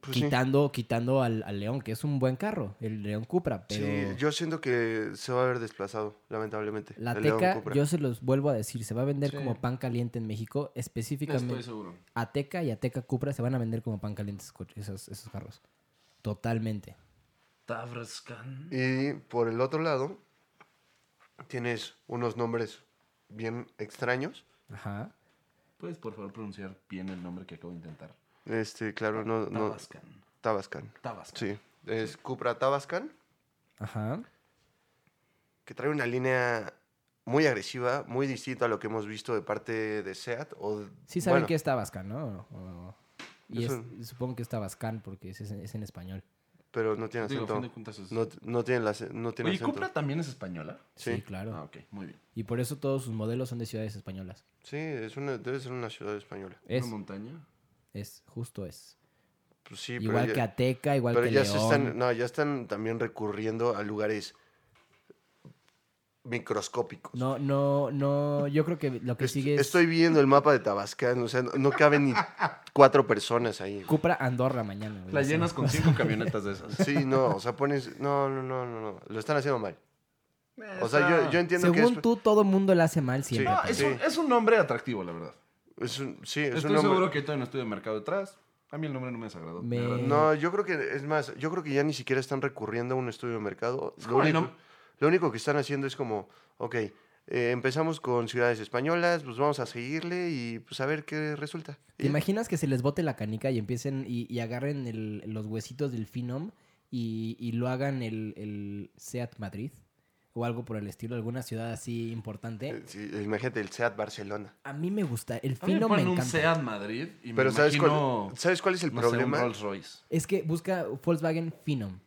Speaker 3: Pues sí.
Speaker 2: quitando quitando al, al León, que es un buen carro, el León Cupra, pero
Speaker 3: Sí, yo siento que se va a ver desplazado, lamentablemente.
Speaker 2: la
Speaker 3: el León
Speaker 2: Teca,
Speaker 3: Cupra.
Speaker 2: yo se los vuelvo a decir, se va a vender
Speaker 4: Sí.
Speaker 2: como pan caliente en México,
Speaker 4: Estoy
Speaker 2: específicamente
Speaker 4: seguro.
Speaker 2: Ateca y Ateca Cupra se van a vender como pan caliente esos, coches- esos, esos carros. Totalmente.
Speaker 4: Tabrascan.
Speaker 3: Y por el otro lado, tienes unos nombres bien extraños.
Speaker 2: Ajá.
Speaker 4: ¿Puedes, por favor, pronunciar bien el nombre que acabo de intentar?
Speaker 3: Este, claro, no. no
Speaker 4: Tabascan.
Speaker 3: Tabascan.
Speaker 4: Tabascan.
Speaker 3: Sí, es Cupra Tabascan,
Speaker 2: Ajá.
Speaker 3: que trae una línea muy agresiva, muy distinta a lo que hemos visto de parte de SEAT. O,
Speaker 2: Sí saben
Speaker 3: bueno,
Speaker 2: que es Tabascan, ¿no? O- y
Speaker 3: Eso-
Speaker 2: es- supongo que es Tabascan porque es, es en- es en español.
Speaker 3: Pero no tiene
Speaker 4: Digo, a
Speaker 3: acento.
Speaker 4: fin de cuentas es-
Speaker 3: no, no tiene, la, no tiene
Speaker 4: Oye,
Speaker 3: acento.
Speaker 4: ¿Cupra también es española?
Speaker 2: Sí,
Speaker 3: Sí.
Speaker 2: claro.
Speaker 4: Ah, ok, muy bien.
Speaker 2: Y por eso todos sus modelos son de ciudades españolas.
Speaker 3: Sí, es una, debe ser una ciudad española.
Speaker 2: Es,
Speaker 4: ¿Una montaña?
Speaker 2: es, justo es.
Speaker 3: Pues sí, pero
Speaker 2: igual
Speaker 3: ya-
Speaker 2: que Ateca, igual
Speaker 3: Pero
Speaker 2: que
Speaker 3: ya
Speaker 2: León.
Speaker 3: se están, no, ya están también recurriendo a lugares microscópicos.
Speaker 2: No, no, no, yo creo que lo que
Speaker 3: Est-
Speaker 2: sigue es
Speaker 3: Estoy viendo el mapa de Tabascan, o sea, no, no caben ni cuatro personas ahí.
Speaker 2: Cupra Andorra mañana.
Speaker 3: Pues
Speaker 2: güey,
Speaker 4: La
Speaker 2: así.
Speaker 4: llenas con cinco camionetas de esas.
Speaker 3: Sí, no, o sea, pones, no, no, no, no, no, lo están haciendo mal. O sea, yo, yo entiendo
Speaker 2: Según
Speaker 3: que es,
Speaker 2: tú, todo mundo le hace mal siempre.
Speaker 3: Sí.
Speaker 4: No,
Speaker 2: pero-
Speaker 4: es, un, es un nombre atractivo, la verdad.
Speaker 3: es un, sí, es
Speaker 4: Estoy
Speaker 3: un
Speaker 4: seguro
Speaker 3: nombre.
Speaker 4: que todavía no estoy de mercado detrás. A mí el nombre no me desagradó.
Speaker 2: Me-
Speaker 4: la verdad.
Speaker 3: No, yo creo que es más, yo creo que ya ni siquiera están recurriendo a un estudio de mercado.
Speaker 4: Es
Speaker 3: Lo
Speaker 4: como el
Speaker 3: único,
Speaker 4: nom-
Speaker 3: lo único que están haciendo es como, ok, eh, empezamos con ciudades españolas, pues vamos a seguirle y pues a ver qué resulta.
Speaker 2: ¿Te
Speaker 3: Y-
Speaker 2: imaginas que se les bote la canica y empiecen y, y agarren el- los huesitos del Phenom y, y lo hagan el, el Seat Madrid? O algo por el estilo, alguna ciudad así importante.
Speaker 3: Eh, sí, imagínate el SEAT Barcelona.
Speaker 2: A mí me gusta, el
Speaker 4: A mí me
Speaker 2: Phenom me
Speaker 4: ponen un
Speaker 2: encanta.
Speaker 4: Seat Madrid y
Speaker 3: Pero
Speaker 4: me
Speaker 3: ¿sabes,
Speaker 4: imagino,
Speaker 3: cuál, ¿sabes cuál es el
Speaker 4: no sé,
Speaker 3: problema?
Speaker 4: un Rolls Royce.
Speaker 2: Es que busca Volkswagen Phenom.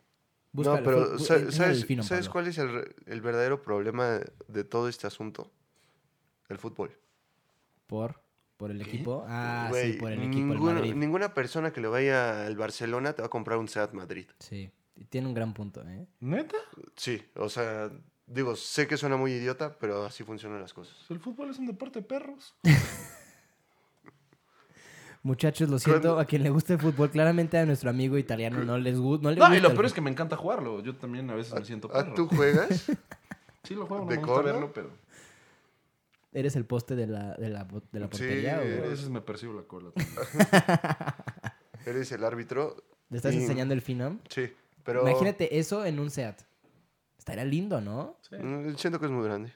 Speaker 2: Busca
Speaker 3: no,
Speaker 2: el
Speaker 3: pero
Speaker 2: Vol-
Speaker 3: sa-
Speaker 2: el- el
Speaker 3: ¿sabes,
Speaker 2: Phenom,
Speaker 3: sabes
Speaker 2: Pablo.
Speaker 3: cuál es el, re- el verdadero problema de todo este asunto? El fútbol.
Speaker 2: ¿Por? ¿Por el equipo? Ah, sí,
Speaker 3: Güey,
Speaker 2: por el equipo, el
Speaker 3: ninguno-
Speaker 2: Madrid.
Speaker 3: Ninguna persona que le vaya al Barcelona te va a comprar un SEAT Madrid.
Speaker 2: Sí, tiene un gran punto, ¿eh?
Speaker 4: ¿Neta?
Speaker 3: Sí, o sea, digo, sé que suena muy idiota, pero así funcionan las cosas.
Speaker 4: El fútbol es un deporte de perros.
Speaker 2: Muchachos, lo
Speaker 3: Creo-
Speaker 2: siento, a quien le gusta el fútbol, claramente a nuestro amigo italiano no les gusta. No, le
Speaker 4: No,
Speaker 2: gusta
Speaker 4: y lo
Speaker 2: el
Speaker 4: peor es
Speaker 2: fútbol.
Speaker 4: que me encanta jugarlo. Yo también a veces me siento
Speaker 3: Ah,
Speaker 4: perro.
Speaker 3: ¿Tú juegas?
Speaker 4: Sí, lo juego, no
Speaker 3: ¿De
Speaker 4: me gusta
Speaker 3: corner?
Speaker 4: verlo, pero
Speaker 2: Eres el poste de la, de la, bo- de la
Speaker 3: Sí,
Speaker 2: portería.
Speaker 3: eh,
Speaker 4: a
Speaker 2: o...
Speaker 4: veces me percibo la cola. también.
Speaker 3: ¿Eres el árbitro?
Speaker 2: ¿Le estás
Speaker 3: y-
Speaker 2: enseñando el Phenom?
Speaker 3: Sí, pero...
Speaker 2: Imagínate eso en un SEAT. Estaría lindo, ¿no?
Speaker 4: Sí.
Speaker 3: mm, Siento que es muy grande.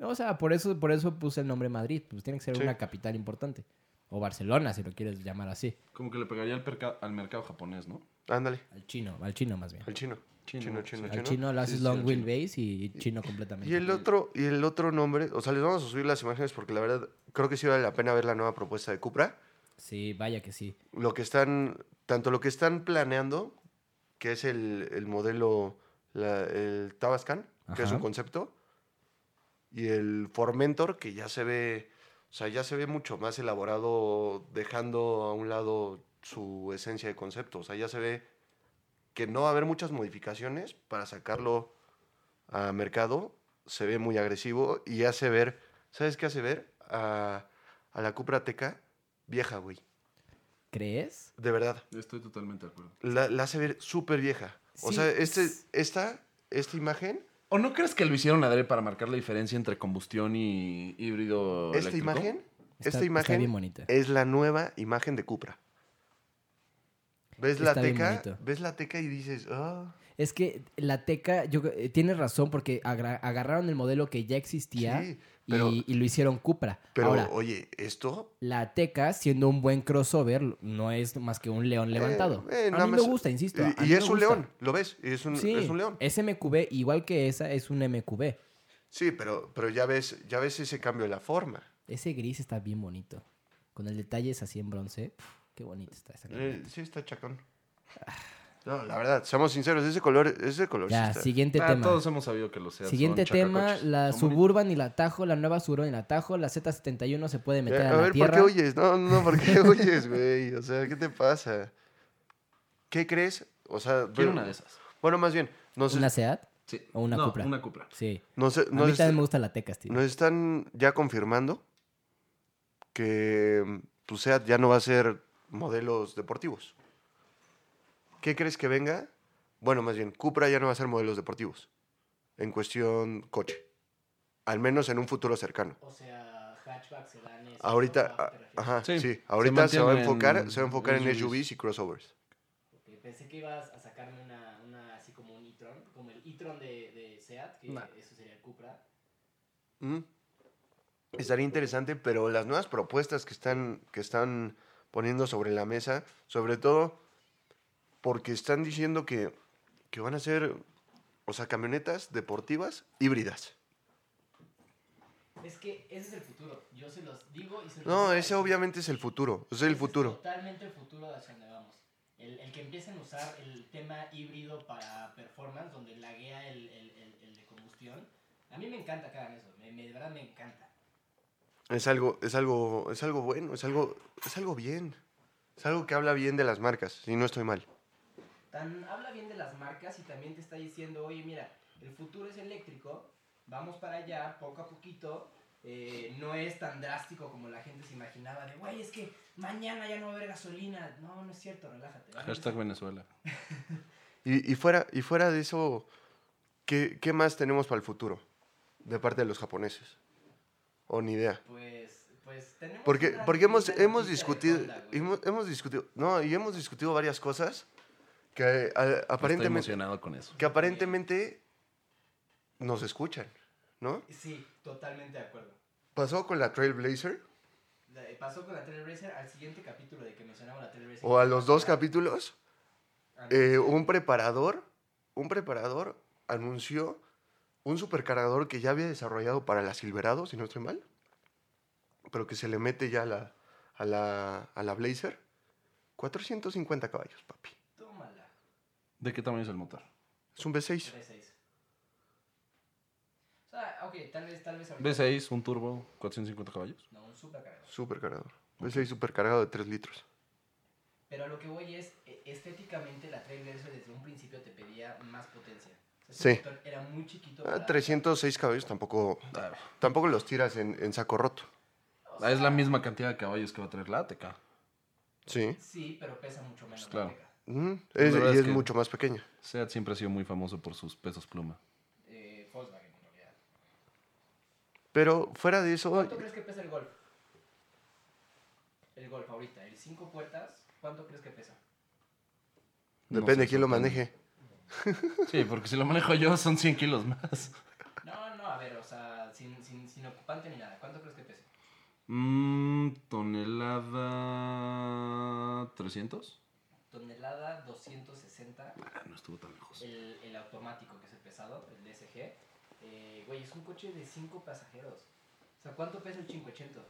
Speaker 2: O sea, por eso, por eso puse el nombre Madrid. Pues tiene que ser
Speaker 3: Sí.
Speaker 2: una capital importante. O Barcelona, si lo quieres llamar así.
Speaker 4: Como que le pegaría al, perca- al mercado japonés, ¿no?
Speaker 3: Ándale,
Speaker 2: Al chino, al chino más bien.
Speaker 3: al chino.
Speaker 4: Chino,
Speaker 3: Chino, chino,
Speaker 4: sí.
Speaker 3: chino.
Speaker 2: Al chino lo
Speaker 4: Sí,
Speaker 2: haces
Speaker 4: sí,
Speaker 2: long
Speaker 4: al chino.
Speaker 2: wheelbase y chino completamente.
Speaker 3: Y el
Speaker 4: Ujú.
Speaker 3: otro, y el otro nombre, o sea, les vamos a subir las imágenes porque la verdad creo que sí vale la pena ver la nueva propuesta de Cupra.
Speaker 2: Sí, vaya que sí.
Speaker 3: Lo que están, tanto lo que están planeando, que es el, el modelo, la- el Tabascan, que es
Speaker 2: Ajá.
Speaker 3: un concepto, y el Formentor, que ya se ve, o sea, ya se ve mucho más elaborado, dejando a un lado su esencia de concepto. O sea, ya se ve que no va a haber muchas modificaciones para sacarlo a mercado. Se ve muy agresivo y hace ver, ¿sabes qué hace ver? A, a la Cupra Teca vieja, güey.
Speaker 2: ¿Crees?
Speaker 3: de verdad.
Speaker 4: Estoy totalmente de acuerdo.
Speaker 3: La, la hace ver súper vieja. O
Speaker 2: Sí,
Speaker 3: sea, este,
Speaker 2: es-
Speaker 3: esta, esta imagen,
Speaker 4: ¿O no crees que lo hicieron adrede para marcar la diferencia entre combustión y híbrido
Speaker 3: esta
Speaker 4: eléctrico?
Speaker 3: imagen,
Speaker 2: Está-
Speaker 3: esta
Speaker 2: Está bien
Speaker 3: imagen
Speaker 2: bonita.
Speaker 3: es la nueva imagen de Cupra. ¿Ves la
Speaker 2: Está bien
Speaker 3: teca?
Speaker 2: bonito.
Speaker 3: ¿Ves la teca y dices, ah,
Speaker 2: Es que la Teca, yo, eh, tiene razón porque agra- agarraron el modelo que ya existía
Speaker 3: sí, pero-
Speaker 2: y, y lo hicieron Cupra.
Speaker 3: Pero
Speaker 2: Ahora,
Speaker 3: oye, esto
Speaker 2: la Teca, siendo un buen crossover, no es más que un león levantado.
Speaker 3: eh,
Speaker 2: a
Speaker 3: nada
Speaker 2: mí me
Speaker 3: más-
Speaker 2: gusta, insisto. a
Speaker 3: Y-
Speaker 2: mí
Speaker 3: Y,
Speaker 2: me
Speaker 3: es un
Speaker 2: gusta.
Speaker 3: león, ¿lo ves? Es un,
Speaker 2: Sí, Eh.
Speaker 3: es un león.
Speaker 2: es MQB, igual que esa es un MQB.
Speaker 3: Sí, pero, pero ya ves, ya ves ese cambio de la forma.
Speaker 2: Ese gris está bien bonito. Con el detalle es así en bronce. Pf, qué bonito está esa
Speaker 3: Eh,
Speaker 2: camioneta.
Speaker 3: sí, está chacón. No, la verdad, seamos sinceros, ese color, ese color pues sí
Speaker 2: Ya,
Speaker 3: está.
Speaker 2: siguiente
Speaker 4: Ah,
Speaker 2: tema.
Speaker 4: todos hemos sabido que lo sea.
Speaker 2: Siguiente tema, la Suburban y la Tajo, la nueva Suburban y la Tajo, la Z71 se puede
Speaker 3: Eh,
Speaker 2: meter a,
Speaker 3: a
Speaker 2: la
Speaker 3: ver, ¿por
Speaker 2: tierra.
Speaker 3: qué huyes? No, no, ¿por qué huyes, güey? O sea, ¿qué te pasa? ¿Qué crees? O sea,
Speaker 4: Quiero
Speaker 3: bueno,
Speaker 4: una de esas.
Speaker 3: bueno, más bien, nos,
Speaker 2: ¿Una Seat?
Speaker 4: Sí.
Speaker 2: O una
Speaker 4: No,
Speaker 2: Cupra.
Speaker 4: una Cupra.
Speaker 2: Sí.
Speaker 3: nos- e,
Speaker 2: A
Speaker 3: nos
Speaker 2: mí
Speaker 3: está-
Speaker 2: también me gusta la Teca, Steve.
Speaker 3: nos están ya confirmando que mm, tu SEAT ya no va a ser modelos deportivos. ¿Qué crees que venga? Bueno, más bien, Cupra ya no va a ser modelos deportivos en cuestión coche. Al menos en un futuro cercano.
Speaker 2: O sea, hatchback, sedanes.
Speaker 3: Ahorita, a- ajá,
Speaker 4: Sí,
Speaker 3: sí,
Speaker 4: se
Speaker 3: ahorita se, va a
Speaker 4: mantienen
Speaker 3: enfocar,
Speaker 4: en
Speaker 3: se va a enfocar en
Speaker 4: SUVs.
Speaker 3: SUVs y crossovers.
Speaker 2: Pensé que ibas a sacarme una, así como un e-tron, como el e-tron de, Seat, que eso sería el Cupra.
Speaker 3: Mm. Estaría interesante, pero las nuevas propuestas que están, que están poniendo sobre la mesa, sobre todo porque están diciendo que, que van a ser, o sea, camionetas deportivas híbridas.
Speaker 2: Es que ese es el futuro. Yo se los digo y se los
Speaker 3: No, ese obviamente es el futuro, es el futuro.
Speaker 2: totalmente el futuro hacia donde vamos. El, que empiecen a usar el tema híbrido para performance, donde laguea el, de combustión. A mí me encanta que hagan eso. de verdad me encanta.
Speaker 3: Es algo, es algo, es algo bueno, es algo, es algo bien. Es algo que habla bien de las marcas, si no estoy mal.
Speaker 2: Tan, habla bien de las marcas y también te está diciendo, oye, mira, el futuro es eléctrico, vamos para allá, poco a poquito, eh, no es tan drástico como la gente se imaginaba, de, güey, es que mañana ya no va a haber gasolina. No, no es cierto, relájate. va a haber
Speaker 4: Hashtag Venezuela.
Speaker 3: Y, y fuera, y fuera de eso, ¿qué, ¿qué más tenemos para el futuro de parte de los japoneses? O ni idea.
Speaker 2: Pues, pues tenemos.
Speaker 3: Porque,
Speaker 2: una
Speaker 3: porque hemos,
Speaker 2: linda
Speaker 3: hemos
Speaker 2: noticia de
Speaker 3: discutido,
Speaker 2: Honda, güey.
Speaker 3: hemos, hemos discutido, no, y hemos discutido varias cosas que eh, a-
Speaker 4: Estoy
Speaker 3: aparentemente,
Speaker 4: emocionado con eso.
Speaker 3: que aparentemente nos escuchan, ¿no?
Speaker 2: Sí, totalmente de acuerdo.
Speaker 3: Pasó con la Trailblazer,
Speaker 2: La- Pasó con la Trailblazer al siguiente capítulo de que mencionaba la Trailblazer.
Speaker 3: o a los dos capítulos,
Speaker 2: Ah, no.
Speaker 3: eh, un preparador, un preparador anunció un supercargador que ya había desarrollado para la Silverado, si no estoy mal, pero que se le mete ya a la, a la, a la Blazer. 450 caballos, papi.
Speaker 2: Tómala.
Speaker 4: ¿De qué tamaño es el motor?
Speaker 3: Es un V6.
Speaker 2: 3-6. O sea, ok, tal vez, tal vez ahorita.
Speaker 4: V6, un turbo, 450 caballos.
Speaker 2: No, un supercargador.
Speaker 3: Supercargador. Pues hay supercargado de 3 litros.
Speaker 2: Pero a lo que voy es, e- estéticamente la Trailblazer desde un principio te pedía más potencia. O sea,
Speaker 3: Sí.
Speaker 2: ese motor era muy chiquito.
Speaker 3: Ah,
Speaker 2: para-
Speaker 3: 306 caballos tampoco,
Speaker 4: Ah,
Speaker 3: tampoco los tiras en, en saco roto.
Speaker 2: o sea,
Speaker 4: es la misma cantidad de caballos que va a traer la ATK.
Speaker 3: Sí.
Speaker 2: Sí, pero pesa mucho menos.
Speaker 4: Pues claro.
Speaker 2: la Teca.
Speaker 3: Ujú.
Speaker 4: La
Speaker 3: Es-
Speaker 4: verdad
Speaker 3: y
Speaker 4: es
Speaker 3: es
Speaker 4: que-
Speaker 3: mucho más pequeña.
Speaker 4: Seat siempre ha sido muy famoso por sus pesos pluma.
Speaker 2: Eh, Volkswagen, en realidad.
Speaker 3: Pero fuera de eso,
Speaker 2: ¿Cuánto crees que pesa el golf? El golf ahorita, el cinco puertas, ¿cuánto crees que pesa?
Speaker 4: No
Speaker 3: depende
Speaker 4: sé,
Speaker 3: quién lo
Speaker 4: sorprende.
Speaker 3: maneje.
Speaker 4: Sí, porque si lo manejo yo son 100 kilos más.
Speaker 2: No, no, a ver, o sea, sin, sin, sin ocupante ni nada, ¿cuánto crees que pesa?
Speaker 4: Mm, tonelada 300.
Speaker 2: Tonelada 260,
Speaker 4: Ah, no estuvo tan lejos.
Speaker 2: el, el automático que es el pesado, el DSG. Eh, güey, es un coche de 5 pasajeros. O sea, ¿cuánto pesa el 580?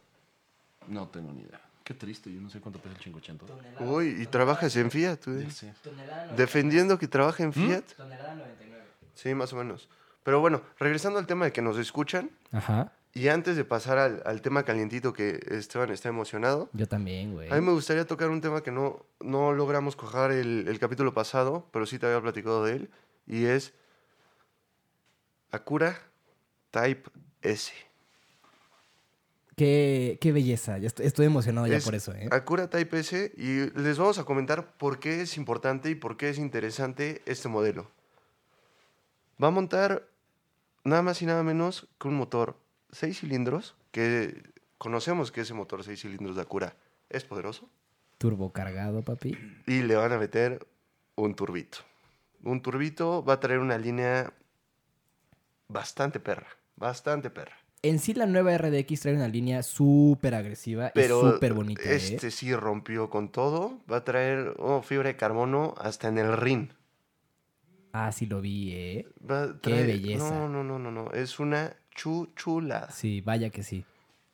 Speaker 4: No tengo ni idea. Qué triste, yo no sé cuánto pesa el 580.
Speaker 2: Tonelada.
Speaker 3: Uy, y
Speaker 2: tonelada-
Speaker 3: trabajas en Fiat, güey.
Speaker 4: Ya sé.
Speaker 2: Tonelada 99.
Speaker 3: Defendiendo que trabaja en Fiat.
Speaker 2: Tonelada 99.
Speaker 3: Sí, más o menos. Pero bueno, regresando al tema de que nos escuchan,
Speaker 2: Ajá,
Speaker 3: y antes de pasar al, al tema calientito que Esteban está emocionado,
Speaker 2: yo también, güey.
Speaker 3: a mí me gustaría tocar un tema que no, no logramos cojar el, el capítulo pasado, pero sí te había platicado de él, y es Acura Type S.
Speaker 2: Qué, qué belleza. Ya est- estoy, emocionado ya
Speaker 3: Es
Speaker 2: por eso, ¿eh?
Speaker 3: Acura Type S y les vamos a comentar por qué es importante y por qué es interesante este modelo. Va a montar nada más y nada menos que un motor 6 cilindros, que conocemos que ese motor 6 cilindros de Acura es poderoso,
Speaker 2: Turbo cargado, papi.
Speaker 3: y le van a meter un turbito. Un turbito va a traer una línea bastante perra, bastante perra.
Speaker 2: En sí, la nueva RDX trae una línea súper agresiva
Speaker 3: Pero
Speaker 2: y súper bonita. ¿eh?
Speaker 3: este sí rompió con todo. Va a traer oh, fibra de carbono hasta en el rin.
Speaker 2: Ah, sí lo vi, ¿eh?
Speaker 3: Va a
Speaker 2: ¡Qué
Speaker 3: traer-
Speaker 2: belleza!
Speaker 3: No, no, no, no, no. Es una chu- chulada.
Speaker 2: Sí, vaya que sí.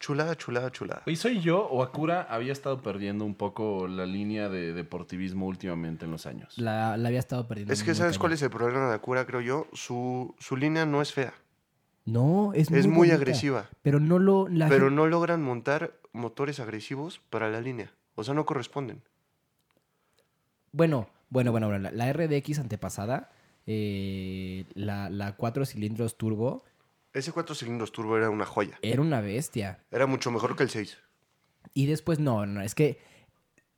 Speaker 3: Chulada, chulada, chulada.
Speaker 4: ¿Y soy yo o Akura había estado perdiendo un poco la línea de deportivismo últimamente en los años?
Speaker 2: La, la había estado perdiendo.
Speaker 3: Es que
Speaker 2: muy
Speaker 3: ¿sabes cuál
Speaker 2: cañón.
Speaker 3: es el problema de Acura, creo yo? Su, su línea no es fea.
Speaker 2: No, es muy
Speaker 3: es muy
Speaker 2: bonita,
Speaker 3: agresiva.
Speaker 2: Pero no lo. la
Speaker 3: Pero
Speaker 2: gen-
Speaker 3: no logran montar motores agresivos para la línea. O sea, no corresponden.
Speaker 2: Bueno, bueno, bueno, bueno. La, la RDX antepasada, eh, la, la cuatro cilindros turbo,
Speaker 3: Ese cuatro cilindros turbo era una joya.
Speaker 2: era una bestia.
Speaker 3: Era mucho mejor que el 6.
Speaker 2: Y después, no, no, es que.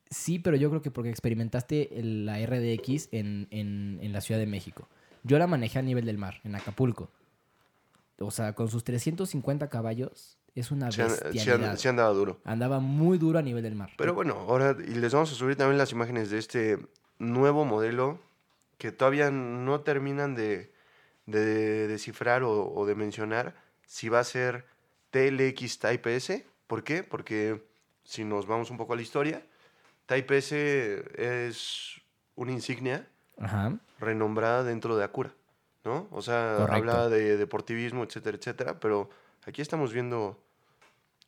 Speaker 2: Sí, pero yo creo que porque experimentaste el- la RDX en, en- en la Ciudad de México. Yo la manejé a nivel del mar, en Acapulco. O sea, con sus 350 caballos, es una
Speaker 3: Se, han- se,
Speaker 2: bestialidad.
Speaker 3: han- se andaba duro.
Speaker 2: Andaba muy duro a nivel del mar.
Speaker 3: Pero bueno, ahora y les vamos a subir también las imágenes de este nuevo modelo que todavía no terminan de, de descifrar o, o de mencionar si va a ser TLX Type S. ¿Por qué? Porque si nos vamos un poco a la historia, Type S es una insignia
Speaker 2: Ajá.
Speaker 3: renombrada dentro de Acura, ¿no? O sea,
Speaker 2: Correcto.
Speaker 3: habla de deportivismo, etcétera, etcétera, pero aquí estamos viendo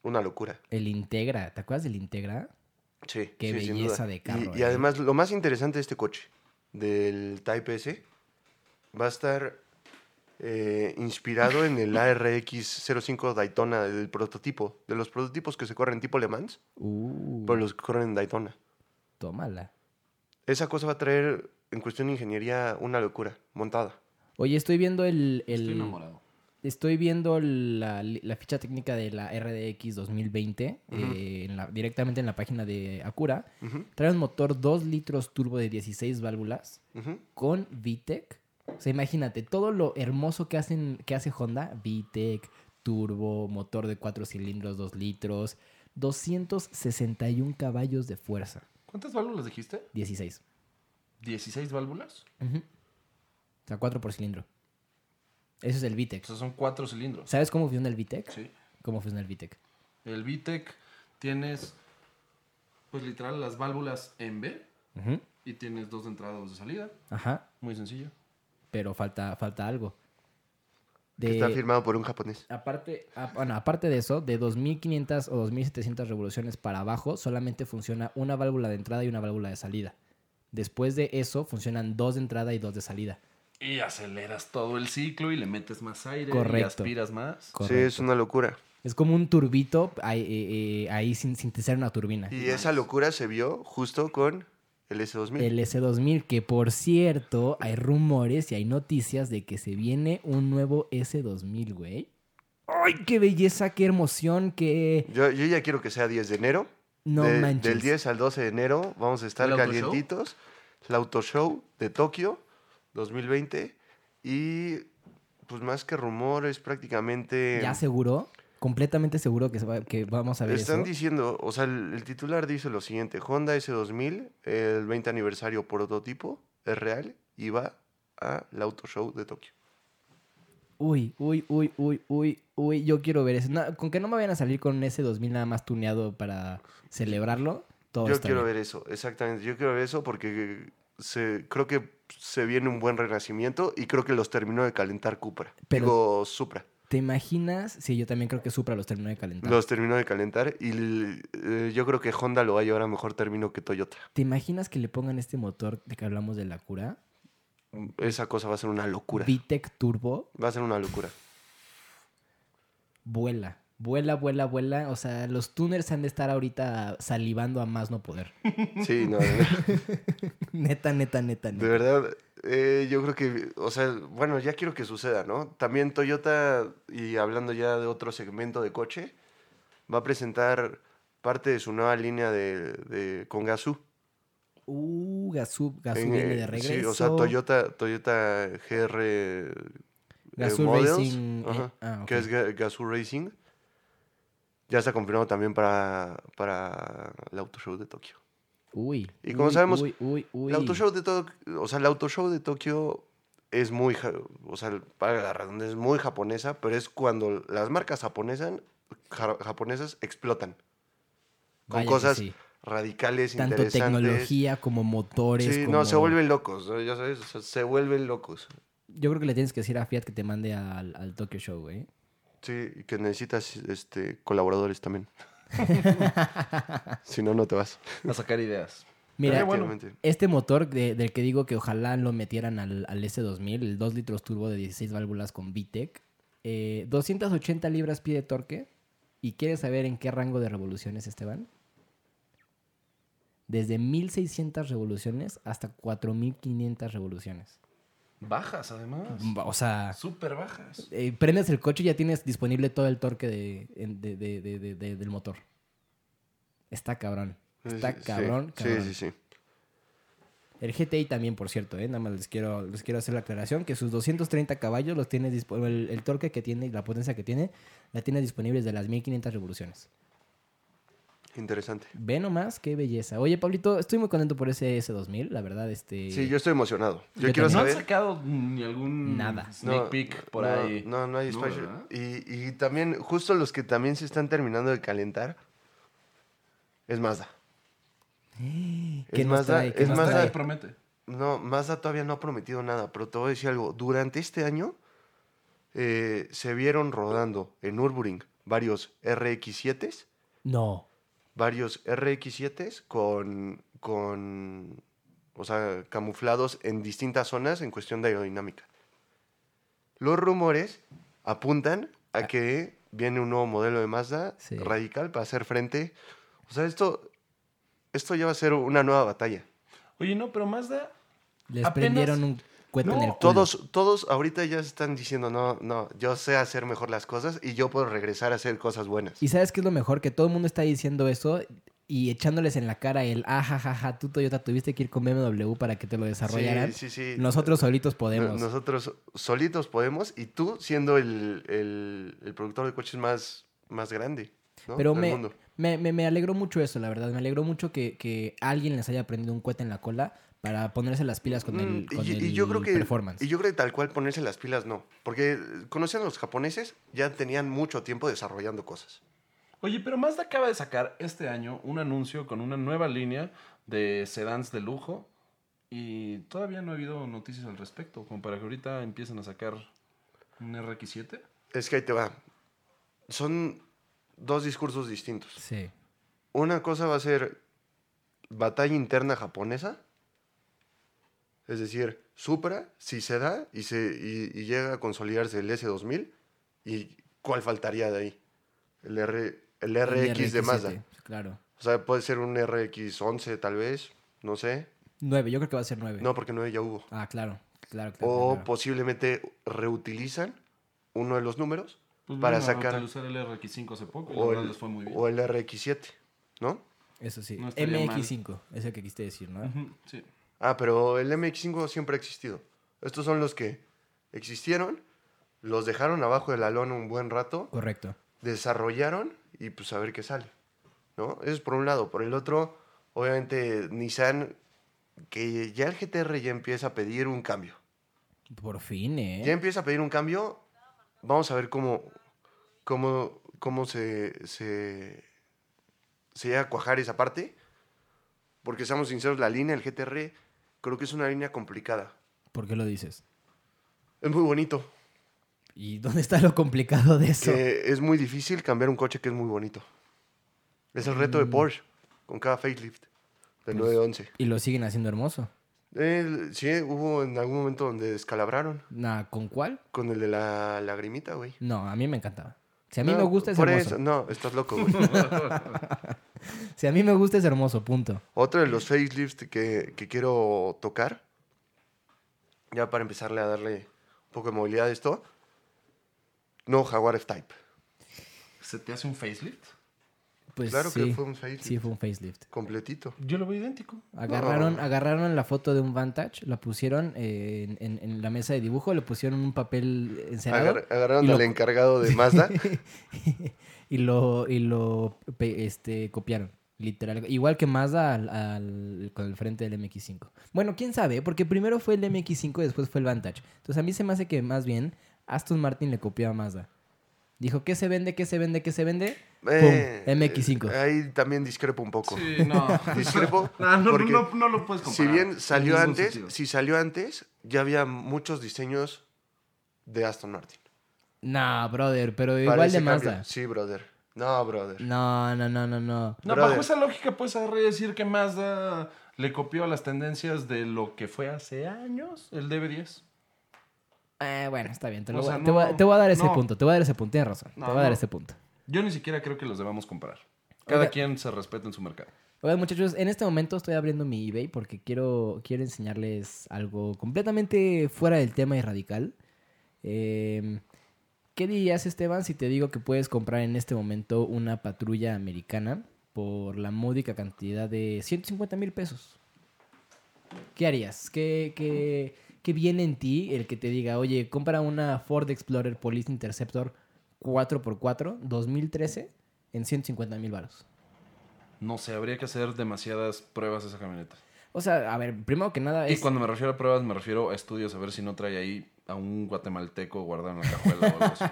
Speaker 3: una locura.
Speaker 2: El Integra, ¿te acuerdas del Integra?
Speaker 3: Sí.
Speaker 2: Qué
Speaker 3: sí, sin duda.
Speaker 2: belleza de carro,
Speaker 3: Y, y
Speaker 2: ¿eh?
Speaker 3: además, lo más interesante de este coche, del Type S, va a estar eh, inspirado en el ARX 05 Daytona, del prototipo, de los prototipos que se corren tipo Le Mans,
Speaker 2: Uh,
Speaker 3: pero los que corren en Daytona.
Speaker 2: tómala.
Speaker 3: Esa cosa va a traer, en cuestión de ingeniería, una locura montada.
Speaker 2: Oye, estoy viendo el... el-
Speaker 4: Estoy enamorado.
Speaker 2: estoy viendo la, la ficha técnica de la RDX 2020
Speaker 3: Ujú.
Speaker 2: eh, en la- directamente en la página de Acura.
Speaker 3: Ujú,
Speaker 2: Trae un motor 2 litros turbo de 16 válvulas
Speaker 3: ujú.
Speaker 2: con VTEC. O sea, imagínate, todo lo hermoso que, hacen, que hace Honda, VTEC, turbo, motor de 4 cilindros, 2 litros, 261 caballos de fuerza,
Speaker 4: ¿Cuántas válvulas dijiste?
Speaker 2: 16.
Speaker 4: ¿16 válvulas?
Speaker 2: Ujú. O sea, 4 por cilindro. Eso es el
Speaker 4: O
Speaker 2: VTEC.
Speaker 4: sea, son cuatro cilindros.
Speaker 2: ¿Sabes cómo funciona el VTEC?
Speaker 4: Sí.
Speaker 2: ¿Cómo funciona el VTEC?
Speaker 4: El VTEC tienes, pues literal, las válvulas en B
Speaker 2: Ujú.
Speaker 4: y tienes dos de entrada, dos de salida.
Speaker 2: Ajá.
Speaker 4: Muy sencillo.
Speaker 2: Pero falta, falta algo.
Speaker 3: Que
Speaker 2: De-
Speaker 3: está firmado por un japonés.
Speaker 2: Aparte, a- bueno, aparte de eso, de 2500 o 2700 revoluciones para abajo, solamente funciona una válvula de entrada y una válvula de salida. Después de eso, funcionan dos de entrada y dos de salida.
Speaker 4: Y aceleras todo el ciclo y le metes más aire y
Speaker 2: Correcto.
Speaker 4: aspiras más.
Speaker 3: Sí, es
Speaker 2: Correcto.
Speaker 3: una locura.
Speaker 2: Es como un turbito ahí, eh, eh, ahí sin, sin ser una turbina.
Speaker 3: Y esa locura se vio justo con el S2000.
Speaker 2: El S2000, que por cierto, hay rumores y hay noticias de que se viene un nuevo S2000, güey. ¡Ay, qué belleza, qué emoción, qué...
Speaker 3: Yo, yo ya quiero que sea 10 de enero.
Speaker 2: No
Speaker 3: De-
Speaker 2: manches.
Speaker 3: Del 10 al 12 de enero vamos a estar
Speaker 4: ¿El auto show?
Speaker 3: calientitos. El Auto Show de Tokio 2020. Y pues más que rumores, prácticamente.
Speaker 2: ¿Ya seguro? Completamente seguro que, se va- que vamos a ver
Speaker 3: Están
Speaker 2: eso.
Speaker 3: diciendo, o sea, el, el titular dice lo siguiente: Honda S2000, el 20 aniversario prototipo, es real y va al Auto Show de Tokio.
Speaker 2: Uy, uy, uy, uy, uy, uy, yo quiero ver eso. No, con que no me vayan a salir con ese 2000 nada más tuneado para celebrarlo, todo
Speaker 3: Yo
Speaker 2: Oh, está
Speaker 3: quiero
Speaker 2: bien.
Speaker 3: ver eso, exactamente. Yo quiero ver eso porque se, creo que se viene un buen renacimiento y creo que los terminó de calentar Cupra.
Speaker 2: Pero-
Speaker 3: Digo, Supra.
Speaker 2: ¿Te imaginas? Sí, yo también creo que Supra los terminó de calentar.
Speaker 3: Los terminó de calentar y l- eh, yo creo que Honda lo va a llevar a mejor término que Toyota.
Speaker 2: ¿Te imaginas que le pongan este motor de que hablamos de la cura?
Speaker 3: Esa cosa va a ser una locura.
Speaker 2: Vitec Turbo
Speaker 3: Va a ser una locura.
Speaker 2: vuela. Vuela, vuela, vuela. O sea, los tuners han de estar ahorita salivando a más no poder.
Speaker 3: Sí, no, de
Speaker 2: neta, neta, neta,
Speaker 3: de
Speaker 2: neta.
Speaker 3: verdad. eh, yo creo que, o sea, bueno, ya quiero que suceda, ¿no? También Toyota, y hablando ya de otro segmento de coche, va a presentar parte de su nueva línea de, de- con Gazoo.
Speaker 2: Uh, Gazoo, Gazoo
Speaker 3: En,
Speaker 2: viene
Speaker 3: eh,
Speaker 2: de regreso.
Speaker 3: Sí, o sea, Toyota, Toyota GR eh,
Speaker 2: Gazoo
Speaker 3: Models,
Speaker 2: Racing, eh,
Speaker 3: ajá,
Speaker 2: ah, ok.
Speaker 3: que es Ga- Gazoo Racing, ya está confirmado también para, para el Auto Show de Tokio.
Speaker 2: Uy.
Speaker 3: Y como
Speaker 2: uy,
Speaker 3: sabemos,
Speaker 2: uy, uy, uy.
Speaker 3: El Auto Show de Tokio, o sea, el Auto Show de Tokio es muy, ja- o sea, para la redundancia, es muy japonesa, pero es cuando las marcas japonesas, ja- japonesas explotan con
Speaker 2: Vaya que
Speaker 3: cosas
Speaker 2: sí.
Speaker 3: radicales,
Speaker 2: Tanto
Speaker 3: interesantes.
Speaker 2: tecnología como motores.
Speaker 3: Sí,
Speaker 2: como-
Speaker 3: no, se vuelven locos, ¿no? ya sabes, o sea, se vuelven locos.
Speaker 2: Yo creo que le tienes que decir a Fiat que te mande al, al Tokyo Show, güey.
Speaker 3: Sí, y que necesitas este, colaboradores también. si no, no te vas.
Speaker 4: A sacar ideas.
Speaker 2: Mira,
Speaker 4: Pero bueno.
Speaker 3: Efectivamente.
Speaker 2: este motor de- del que digo que ojalá lo metieran al, al S2000, el 2 litros turbo de 16 válvulas con VTEC, eh, 280 libras pie de torque. ¿Y quieres saber en qué rango de revoluciones, Esteban? Desde 1600 revoluciones hasta 4500 revoluciones.
Speaker 4: Bajas, además.
Speaker 2: O sea,
Speaker 4: Súper bajas.
Speaker 2: eh, prendes el coche y ya tienes disponible todo el torque de, en- de- de- de- de- de- del motor. Está cabrón. Está
Speaker 3: Sí,
Speaker 2: cabrón,
Speaker 3: sí,
Speaker 2: cabrón.
Speaker 3: Sí, sí, sí.
Speaker 2: El GTI también, por cierto, ¿eh? nada más les quiero, les quiero hacer la aclaración que sus 230 caballos los tienes dispo- el, el torque que tiene y la potencia que tiene, la tienes disponible desde las 1500 revoluciones.
Speaker 3: Interesante.
Speaker 2: Ve nomás, qué belleza. Oye, Pablito, estoy muy contento por ese S2000, la verdad, este...
Speaker 3: Sí, yo estoy emocionado. Yo,
Speaker 2: Yo
Speaker 3: quiero
Speaker 2: también.
Speaker 4: No han
Speaker 3: saber...
Speaker 4: sacado ni algún
Speaker 2: Nada.
Speaker 4: sneak
Speaker 3: No,
Speaker 4: peek por
Speaker 3: no,
Speaker 4: ahí.
Speaker 3: No, no hay espacio.
Speaker 4: ¿verdad?
Speaker 3: y, y también, justo los que también se están terminando de calentar, es Mazda.
Speaker 2: ¿Qué
Speaker 3: es
Speaker 2: nos
Speaker 3: Mazda,
Speaker 2: trae? ¿Qué
Speaker 3: es
Speaker 2: nos
Speaker 4: Hasta
Speaker 3: Mazda.
Speaker 2: trae?
Speaker 4: ahí promete.
Speaker 3: No, Mazda todavía no ha prometido nada, pero te voy a decir algo. Durante este año eh, se vieron rodando en Nürburgring varios RX7s,
Speaker 2: No.
Speaker 3: varios RX7s con, con, o sea, camuflados en distintas zonas en cuestión de aerodinámica. Los rumores apuntan a que viene un nuevo modelo de Mazda
Speaker 2: Sí.
Speaker 3: radical para hacer frente. O sea, esto, esto ya va a ser una nueva batalla.
Speaker 4: Oye, no, pero Mazda.
Speaker 2: Les
Speaker 4: Apenas-
Speaker 2: prendieron un cohete en el
Speaker 4: No,
Speaker 2: culo.
Speaker 3: Todos, todos ahorita ya están diciendo, no, no, yo sé hacer mejor las cosas y yo puedo regresar a hacer cosas buenas.
Speaker 2: Y ¿sabes qué es lo mejor? Que todo el mundo está diciendo eso y echándoles en la cara el, "Ah, ajajaja, tú Toyota tuviste que ir con BMW para que te lo desarrollaran.
Speaker 3: Sí, sí, sí.
Speaker 2: Nosotros solitos
Speaker 3: No-
Speaker 2: podemos.
Speaker 3: Nosotros solitos podemos y tú siendo el, el- el productor de coches más, más grande ¿no?
Speaker 2: Pero
Speaker 3: del
Speaker 2: me,
Speaker 3: mundo.
Speaker 2: me, me, me alegró mucho eso, la verdad. Me alegró mucho que, que alguien les haya prendido un cohete en la cola para ponerse las pilas con el,
Speaker 3: Mm,
Speaker 2: con
Speaker 3: y, y
Speaker 2: el
Speaker 3: yo creo que,
Speaker 2: performance.
Speaker 3: Y yo creo que tal cual ponerse las pilas no. Porque eh, conociendo a los japoneses, ya tenían mucho tiempo desarrollando cosas.
Speaker 4: Oye, pero Mazda acaba de sacar este año un anuncio con una nueva línea de sedans de lujo. Y todavía no ha habido noticias al respecto. Como para que ahorita empiecen a sacar un RX7.
Speaker 3: Es que ahí te va. Son dos discursos distintos.
Speaker 2: Sí.
Speaker 3: Una cosa va a ser batalla interna japonesa. Es decir, Supra, si se da y, se, y, y llega a consolidarse el S2000, ¿y cuál faltaría de ahí? El, R, el RX
Speaker 2: RX7,
Speaker 3: de Mazda.
Speaker 2: Claro.
Speaker 3: O sea, puede ser un RX11 tal vez, no sé.
Speaker 2: 9, yo creo que va a ser 9.
Speaker 3: No, Oh, porque no ya hubo.
Speaker 2: Ah, claro. Claro, claro.
Speaker 3: O
Speaker 2: claro.
Speaker 3: posiblemente reutilizan uno de los números
Speaker 4: Pues
Speaker 3: para
Speaker 4: bueno,
Speaker 3: sacar
Speaker 4: al usar el RX5 hace poco. y la
Speaker 3: o
Speaker 4: verdad
Speaker 3: el,
Speaker 4: les fue muy bien.
Speaker 3: o el RX7, ¿no?
Speaker 2: Eso sí.
Speaker 4: No estaría
Speaker 2: MX5, es el que quisiste decir, ¿no?
Speaker 4: Ujú, sí.
Speaker 3: Ah, pero el MX5 siempre ha existido. Estos son los que existieron, los dejaron abajo de la lona un buen rato,
Speaker 2: Correcto.
Speaker 3: desarrollaron y pues a ver qué sale. ¿No? Eso es por un lado. Por el otro, obviamente Nissan, que ya el GTR ya empieza a pedir un cambio.
Speaker 2: Por fin, ¿eh?
Speaker 3: Ya empieza a pedir un cambio. Vamos a ver cómo, cómo, cómo se, se, se llega a cuajar esa parte. Porque seamos sinceros, la línea del GTR creo que es una línea complicada.
Speaker 2: ¿Por qué lo dices?
Speaker 3: Es muy bonito.
Speaker 2: ¿Y dónde está lo complicado de eso?
Speaker 3: Que es muy difícil cambiar un coche que es muy bonito. Es el reto de
Speaker 2: Mm.
Speaker 3: Porsche con cada facelift
Speaker 2: Pues
Speaker 3: del 911.
Speaker 2: Y lo siguen haciendo hermoso.
Speaker 3: El- sí, hubo en algún momento donde descalabraron
Speaker 2: Nah, ¿Con cuál?
Speaker 3: con el de la lagrimita, güey.
Speaker 2: No, a mí me encantaba. Si a mí
Speaker 3: No,
Speaker 2: me gusta es
Speaker 3: por
Speaker 2: hermoso.
Speaker 3: eso- no, estás loco, güey.
Speaker 2: Si a mí me gusta es hermoso, punto.
Speaker 3: Otro de los facelifts que, que quiero tocar, ya para empezarle a darle un poco de movilidad a esto, no Jaguar F-Type.
Speaker 4: ¿Se te hace un facelift?
Speaker 2: Pues
Speaker 3: claro
Speaker 2: sí,
Speaker 3: que fue un facelift.
Speaker 2: Sí, fue un facelift.
Speaker 3: Completito.
Speaker 4: Yo lo veo idéntico.
Speaker 2: Agarraron,
Speaker 3: No.
Speaker 2: agarraron la foto de un Vantage, la pusieron eh, en, en- en la mesa de dibujo, le pusieron un papel encerado
Speaker 3: Agar- agarraron
Speaker 2: y lo-
Speaker 3: al encargado de Mazda.
Speaker 2: y lo, y lo pe- este, copiaron. Literal. Igual que Mazda al- al- con el frente del MX5. Bueno, quién sabe, porque primero fue el MX5 y después fue el Vantage. Entonces a mí se me hace que más bien Aston Martin le copió a Mazda. Dijo, ¿qué se vende? ¿Qué se vende? ¿Qué se vende?
Speaker 3: Eh,
Speaker 2: ¡Pum! MX5.
Speaker 3: Ahí también discrepo un poco.
Speaker 4: Sí, no.
Speaker 3: Discrepo,
Speaker 4: No, no,
Speaker 3: porque
Speaker 4: no, no lo puedes
Speaker 3: Si
Speaker 4: comparar.
Speaker 3: bien salió
Speaker 4: en ningún
Speaker 3: antes,
Speaker 4: sentido.
Speaker 3: si salió antes, ya había muchos diseños de Aston Martin.
Speaker 2: No, brother, pero
Speaker 3: Para
Speaker 2: igual
Speaker 3: ese
Speaker 2: de
Speaker 3: cambio.
Speaker 2: Mazda.
Speaker 3: Sí, brother. No, brother.
Speaker 2: No, no, no, no, no.
Speaker 4: No,
Speaker 3: Brother.
Speaker 4: bajo esa lógica puedes agarrar y decir que Mazda le copió las tendencias de lo que fue hace años el DB10.
Speaker 2: Eh, bueno, está bien. Te, lo
Speaker 4: O
Speaker 2: voy,
Speaker 4: sea,
Speaker 2: te voy a-
Speaker 4: no,
Speaker 2: te voy a dar ese
Speaker 4: no.
Speaker 2: punto. Te voy a dar ese punto. Tienes razón.
Speaker 4: No,
Speaker 2: te voy a dar
Speaker 4: no.
Speaker 2: ese punto.
Speaker 4: Yo ni siquiera creo que los debamos comparar. Cada
Speaker 2: Oiga.
Speaker 4: quien se respeta en su mercado.
Speaker 2: Oigan, muchachos, en este momento estoy abriendo mi eBay porque quiero, quiero enseñarles algo completamente fuera del tema y radical. Eh, ¿Qué dirías, Esteban, si te digo que puedes comprar en este momento una patrulla americana por la módica cantidad de 150 mil pesos? ¿Qué harías? ¿Qué, qué, qué viene en ti el que te diga, oye, compra una Ford Explorer Police Interceptor 4x4 2013 en 150 mil baros?
Speaker 4: No sé, habría que hacer demasiadas pruebas a esa camioneta.
Speaker 2: O sea, a ver, primero que nada
Speaker 4: Y
Speaker 2: es...
Speaker 4: cuando me refiero a pruebas, me refiero a estudios, a ver si no trae ahí a un guatemalteco guardado en la cajuela o algo así.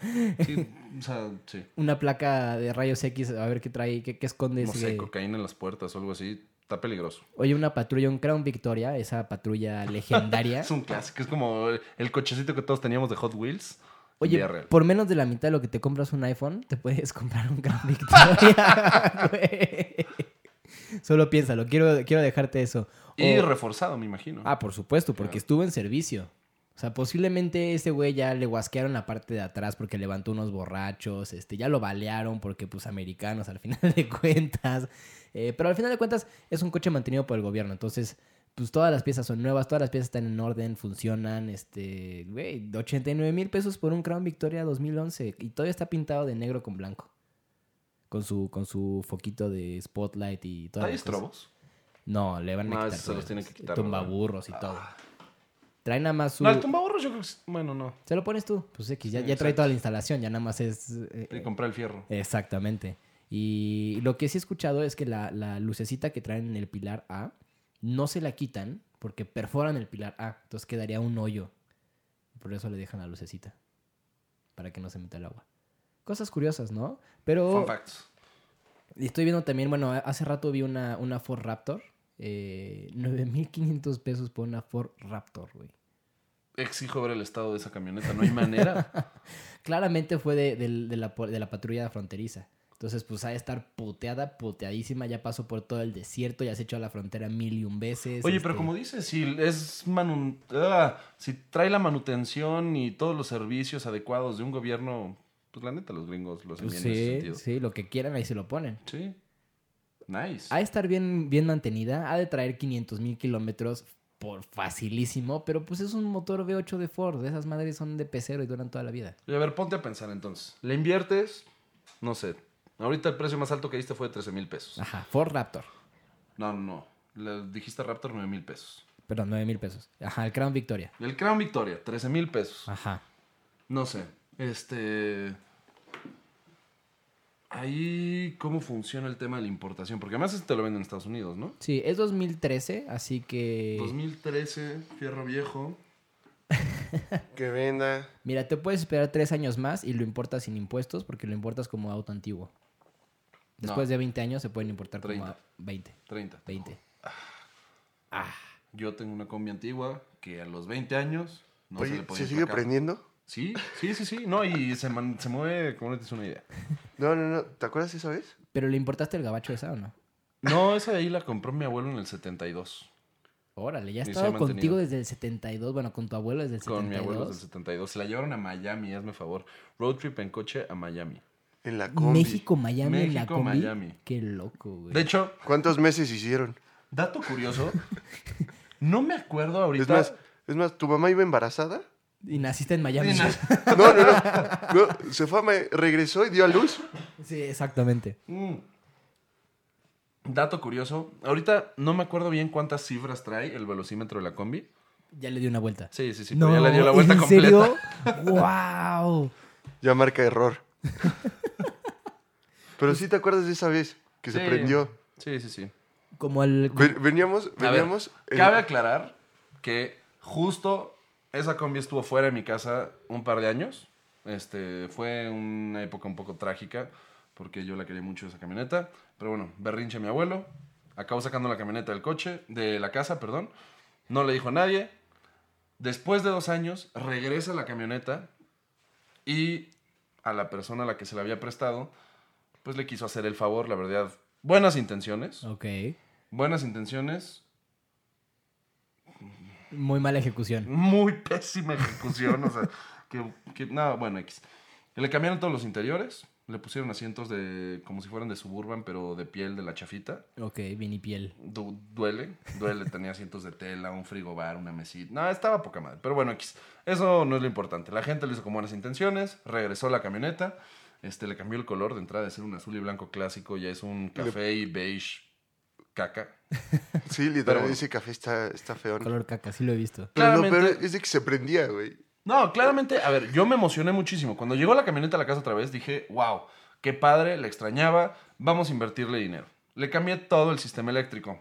Speaker 4: Sí, o sea, sí.
Speaker 2: una placa de rayos X, a ver qué trae, qué, qué esconde.
Speaker 4: No
Speaker 2: ese-
Speaker 4: sé, cocaína en las puertas o algo así. Está peligroso.
Speaker 2: Oye, una patrulla, un Crown Victoria, esa patrulla legendaria.
Speaker 4: Es un clásico, es como el- el cochecito que todos teníamos de Hot Wheels.
Speaker 2: Oye,
Speaker 4: Vía real.
Speaker 2: por menos de la mitad de lo que te compras un iPhone, te puedes comprar un Crown Victoria. güey. Solo piénsalo, quiero, quiero dejarte eso. O-
Speaker 4: Y reforzado, me imagino.
Speaker 2: Ah, por supuesto, porque
Speaker 4: Claro.
Speaker 2: estuvo en servicio. O sea, posiblemente ese güey ya le guasquearon la parte de atrás porque levantó unos borrachos, este, ya lo balearon porque pues americanos al final de cuentas. Eh, pero al final de cuentas es un coche mantenido por el gobierno, entonces pues todas las piezas son nuevas, todas las piezas están en orden, funcionan, este, güey, 89 mil pesos por un Crown Victoria 2011 y todavía está pintado de negro con blanco. Con su, con su foquito de spotlight y todo.
Speaker 4: ¿Hay estrobos?
Speaker 2: No, le van a
Speaker 4: No,
Speaker 2: quitar.
Speaker 4: esos se los
Speaker 2: todo.
Speaker 4: tienen que quitar, Ah.
Speaker 2: Tumbaburros y todo. Trae nada más su.
Speaker 4: No, el tumbaburro yo creo que... es- Bueno, no.
Speaker 2: Se lo pones tú. Pues X, ya,
Speaker 4: Sí,
Speaker 2: ya trae
Speaker 4: exacto.
Speaker 2: toda la instalación, ya nada más es. eh,
Speaker 4: Y comprar el fierro.
Speaker 2: Exactamente. Y lo que sí he escuchado es que la, la lucecita que traen en el pilar A no se la quitan porque perforan el pilar A. Entonces quedaría un hoyo. Por eso le dejan la lucecita. Para que no se meta el agua. Cosas curiosas, ¿no? Pero.
Speaker 4: Fun facts.
Speaker 2: Y Estoy viendo también, bueno, hace rato vi una, una Ford Raptor. Eh, 9.500 pesos por una Ford Raptor, güey.
Speaker 4: Exijo ver el estado de esa camioneta. No hay manera.
Speaker 2: Claramente fue de, del- de la, po- de la patrulla fronteriza. Entonces, pues ha de estar puteada, puteadísima. Ya pasó por todo el desierto, ya se echó a la frontera mil y un veces.
Speaker 4: Oye, pero
Speaker 2: este,
Speaker 4: como dices, si es manu- ah, si trae la manutención y todos los servicios adecuados de un gobierno, pues la neta los gringos los
Speaker 2: pues,
Speaker 4: envían en ese
Speaker 2: sí,
Speaker 4: sentido. Sí.
Speaker 2: sí, lo que quieran ahí se lo ponen.
Speaker 4: Nice.
Speaker 2: Ha de estar bien, bien mantenida, ha de traer 500 mil kilómetros por facilísimo, pero pues es un motor V8 de Ford. Esas madres son de pecero y duran toda la vida.
Speaker 4: Oye, a ver, ponte a pensar entonces. ¿Le inviertes? No sé. Ahorita el precio más alto que diste fue de 13 mil pesos.
Speaker 2: Ajá, Ford Raptor.
Speaker 4: No, no, no. Le dijiste a Raptor 9 mil pesos.
Speaker 2: Perdón, 9 mil pesos. Ajá, el Crown Victoria.
Speaker 4: El Crown Victoria, 13 mil pesos.
Speaker 2: Ajá.
Speaker 4: No sé. Este. Ahí, ¿cómo funciona el tema de la importación? Porque además este te lo venden en Estados Unidos, ¿no?
Speaker 2: Sí, es 2013, así que...
Speaker 4: 2013, fierro viejo.
Speaker 3: Que venda.
Speaker 2: Mira, te puedes esperar tres años más y lo importas sin impuestos porque lo importas como auto antiguo. Después
Speaker 4: No.
Speaker 2: de 20 años se pueden importar como
Speaker 4: Treinta.
Speaker 2: a 20.
Speaker 4: 30.
Speaker 2: 20.
Speaker 4: Yo tengo una combi antigua que a los 20 años no se
Speaker 3: Oye,
Speaker 4: le podía
Speaker 3: ¿se sigue
Speaker 4: empacar.
Speaker 3: prendiendo?
Speaker 4: Sí, sí, sí, sí. No, y se, man- se mueve, como no tienes una idea.
Speaker 3: No, no, no. ¿Te acuerdas esa vez?
Speaker 2: ¿Pero le importaste el gabacho esa o no?
Speaker 4: No, esa de ahí la compró mi abuelo en el 72.
Speaker 2: Órale, ya
Speaker 4: Y
Speaker 2: has
Speaker 4: se ha
Speaker 2: estado
Speaker 4: mantenido.
Speaker 2: contigo desde el 72, bueno, con tu abuelo desde el
Speaker 4: Con mi
Speaker 2: 72.
Speaker 4: abuelo del 72. Se la llevaron a Miami, hazme favor. Road trip en coche a Miami.
Speaker 3: En la combi.
Speaker 2: México, Miami, en la
Speaker 4: México,
Speaker 2: combi.
Speaker 4: Miami.
Speaker 2: Qué loco, güey.
Speaker 4: De hecho,
Speaker 3: ¿Cuántos meses hicieron?
Speaker 4: dato curioso. No me acuerdo ahorita.
Speaker 3: Es más, es más, ¿tu mamá iba embarazada?
Speaker 2: Y naciste en Miami.
Speaker 4: Y na-
Speaker 3: No, no, no. No, se fue, a Ma- regresó y dio a luz.
Speaker 2: Sí, exactamente.
Speaker 4: Mm. Dato curioso. Ahorita no me acuerdo bien cuántas cifras trae el velocímetro de la combi.
Speaker 2: Ya le di una vuelta.
Speaker 4: Sí, sí, sí. pero ya le dio la vuelta
Speaker 2: ¿en
Speaker 4: completa.
Speaker 2: serio? ¡Wow!
Speaker 3: Ya marca error. Pero sí te acuerdas de esa vez que se
Speaker 4: Sí.
Speaker 3: prendió.
Speaker 4: Sí, sí, sí.
Speaker 2: Como el...
Speaker 3: Ve- Veníamos,
Speaker 4: A ver,
Speaker 3: veníamos. en-
Speaker 4: cabe aclarar que justo esa combi estuvo fuera de mi casa un par de años. Este, fue una época un poco trágica porque yo la quería mucho esa camioneta. Pero bueno, berrinche mi abuelo. Acabo sacando la camioneta del coche, de la casa, perdón. No le dijo a nadie. Después de dos años, regresa la camioneta y a la persona a la que se la había prestado, pues le quiso hacer el favor, la verdad. Buenas intenciones.
Speaker 2: Ok.
Speaker 4: Buenas intenciones.
Speaker 2: Muy mala ejecución.
Speaker 4: Muy pésima ejecución, o sea, que, que- no, bueno, X. Le cambiaron todos los interiores, le pusieron asientos de, como si fueran de Suburban, pero de piel de la chafita.
Speaker 2: Ok, vinipiel.
Speaker 4: Du- duele, duele, tenía asientos de tela, un frigobar, una mesita. No, estaba poca madre, pero bueno, X. Eso no es lo importante. La gente lo hizo con buenas intenciones, regresó la camioneta, este, le cambió el color de entrada de ser un azul y blanco clásico, ya es un café y beige caca.
Speaker 3: Sí,
Speaker 4: Pero bueno.
Speaker 3: literalmente ese café está, está feo.
Speaker 2: Color caca, sí lo he visto.
Speaker 3: Pero lo
Speaker 4: Claramente-
Speaker 3: peor es de que se prendía, güey.
Speaker 4: No, claramente, a ver, yo me emocioné muchísimo. Cuando llegó la camioneta a la casa otra vez, dije, wow, qué padre, le extrañaba, vamos a invertirle dinero. Le cambié todo el sistema eléctrico,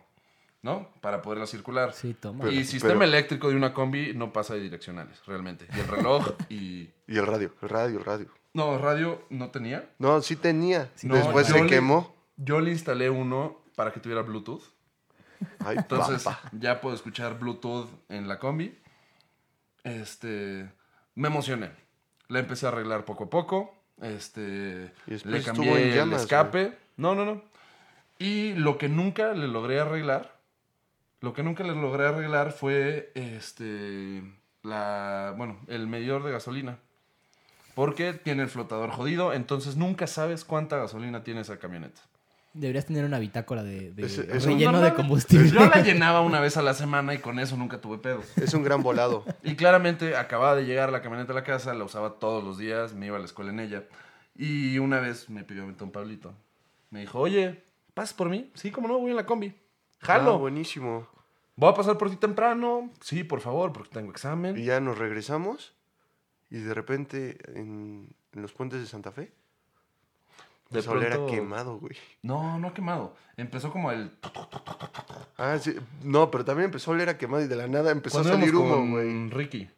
Speaker 4: ¿no? Para poderla circular.
Speaker 2: Sí, toma.
Speaker 3: Pero-
Speaker 4: y sistema
Speaker 3: pero-
Speaker 4: eléctrico de una combi no pasa de direccionales, realmente. Y el reloj y...
Speaker 3: Y el radio, el radio, el radio.
Speaker 4: No, radio no tenía.
Speaker 3: No, sí tenía.
Speaker 4: No,
Speaker 3: Después
Speaker 4: yo
Speaker 3: se
Speaker 4: le-
Speaker 3: quemó.
Speaker 4: Yo le instalé uno para que tuviera Bluetooth.
Speaker 3: Ay,
Speaker 4: Entonces
Speaker 3: papá.
Speaker 4: ya puedo escuchar Bluetooth en la combi. Este, me emocioné. La empecé a arreglar poco a poco. Este,
Speaker 3: Y después
Speaker 4: le
Speaker 3: estuvo en
Speaker 4: cambié el
Speaker 3: llamas,
Speaker 4: escape. No, no, no. Y lo que nunca le logré arreglar, lo que nunca le logré arreglar fue este la, bueno, el medidor de gasolina. Porque tiene el flotador jodido, entonces nunca sabes cuánta gasolina tiene esa camioneta.
Speaker 2: Deberías tener una bitácora de, de
Speaker 3: Ese- eso-
Speaker 2: relleno de
Speaker 4: Normalmente,
Speaker 2: combustible.
Speaker 4: Yo la llenaba una vez a la semana y con eso nunca tuve pedos.
Speaker 3: Es un gran volado.
Speaker 4: Y claramente acababa de llegar la camioneta a la casa, la usaba todos los días, me iba a la escuela en ella. Y una vez me pidió un Pablito. Me dijo, oye, ¿pasas por mí? Sí, como no, voy en la combi.
Speaker 3: Ah,
Speaker 4: Jalo,
Speaker 3: buenísimo.
Speaker 4: voy a pasar por ti temprano. Sí, por favor, porque tengo examen.
Speaker 3: Y ya nos regresamos. Y de repente, en, en los puentes de Santa Fe,
Speaker 4: De
Speaker 3: el sol era
Speaker 4: pronto-
Speaker 3: quemado, güey.
Speaker 4: No, no quemado. Empezó como el...
Speaker 3: Ah, sí. No, pero también empezó a oler a quemado y de la nada empezó a
Speaker 4: Cuando
Speaker 3: salir humo,
Speaker 4: íbamos con
Speaker 3: güey.
Speaker 4: Ricky.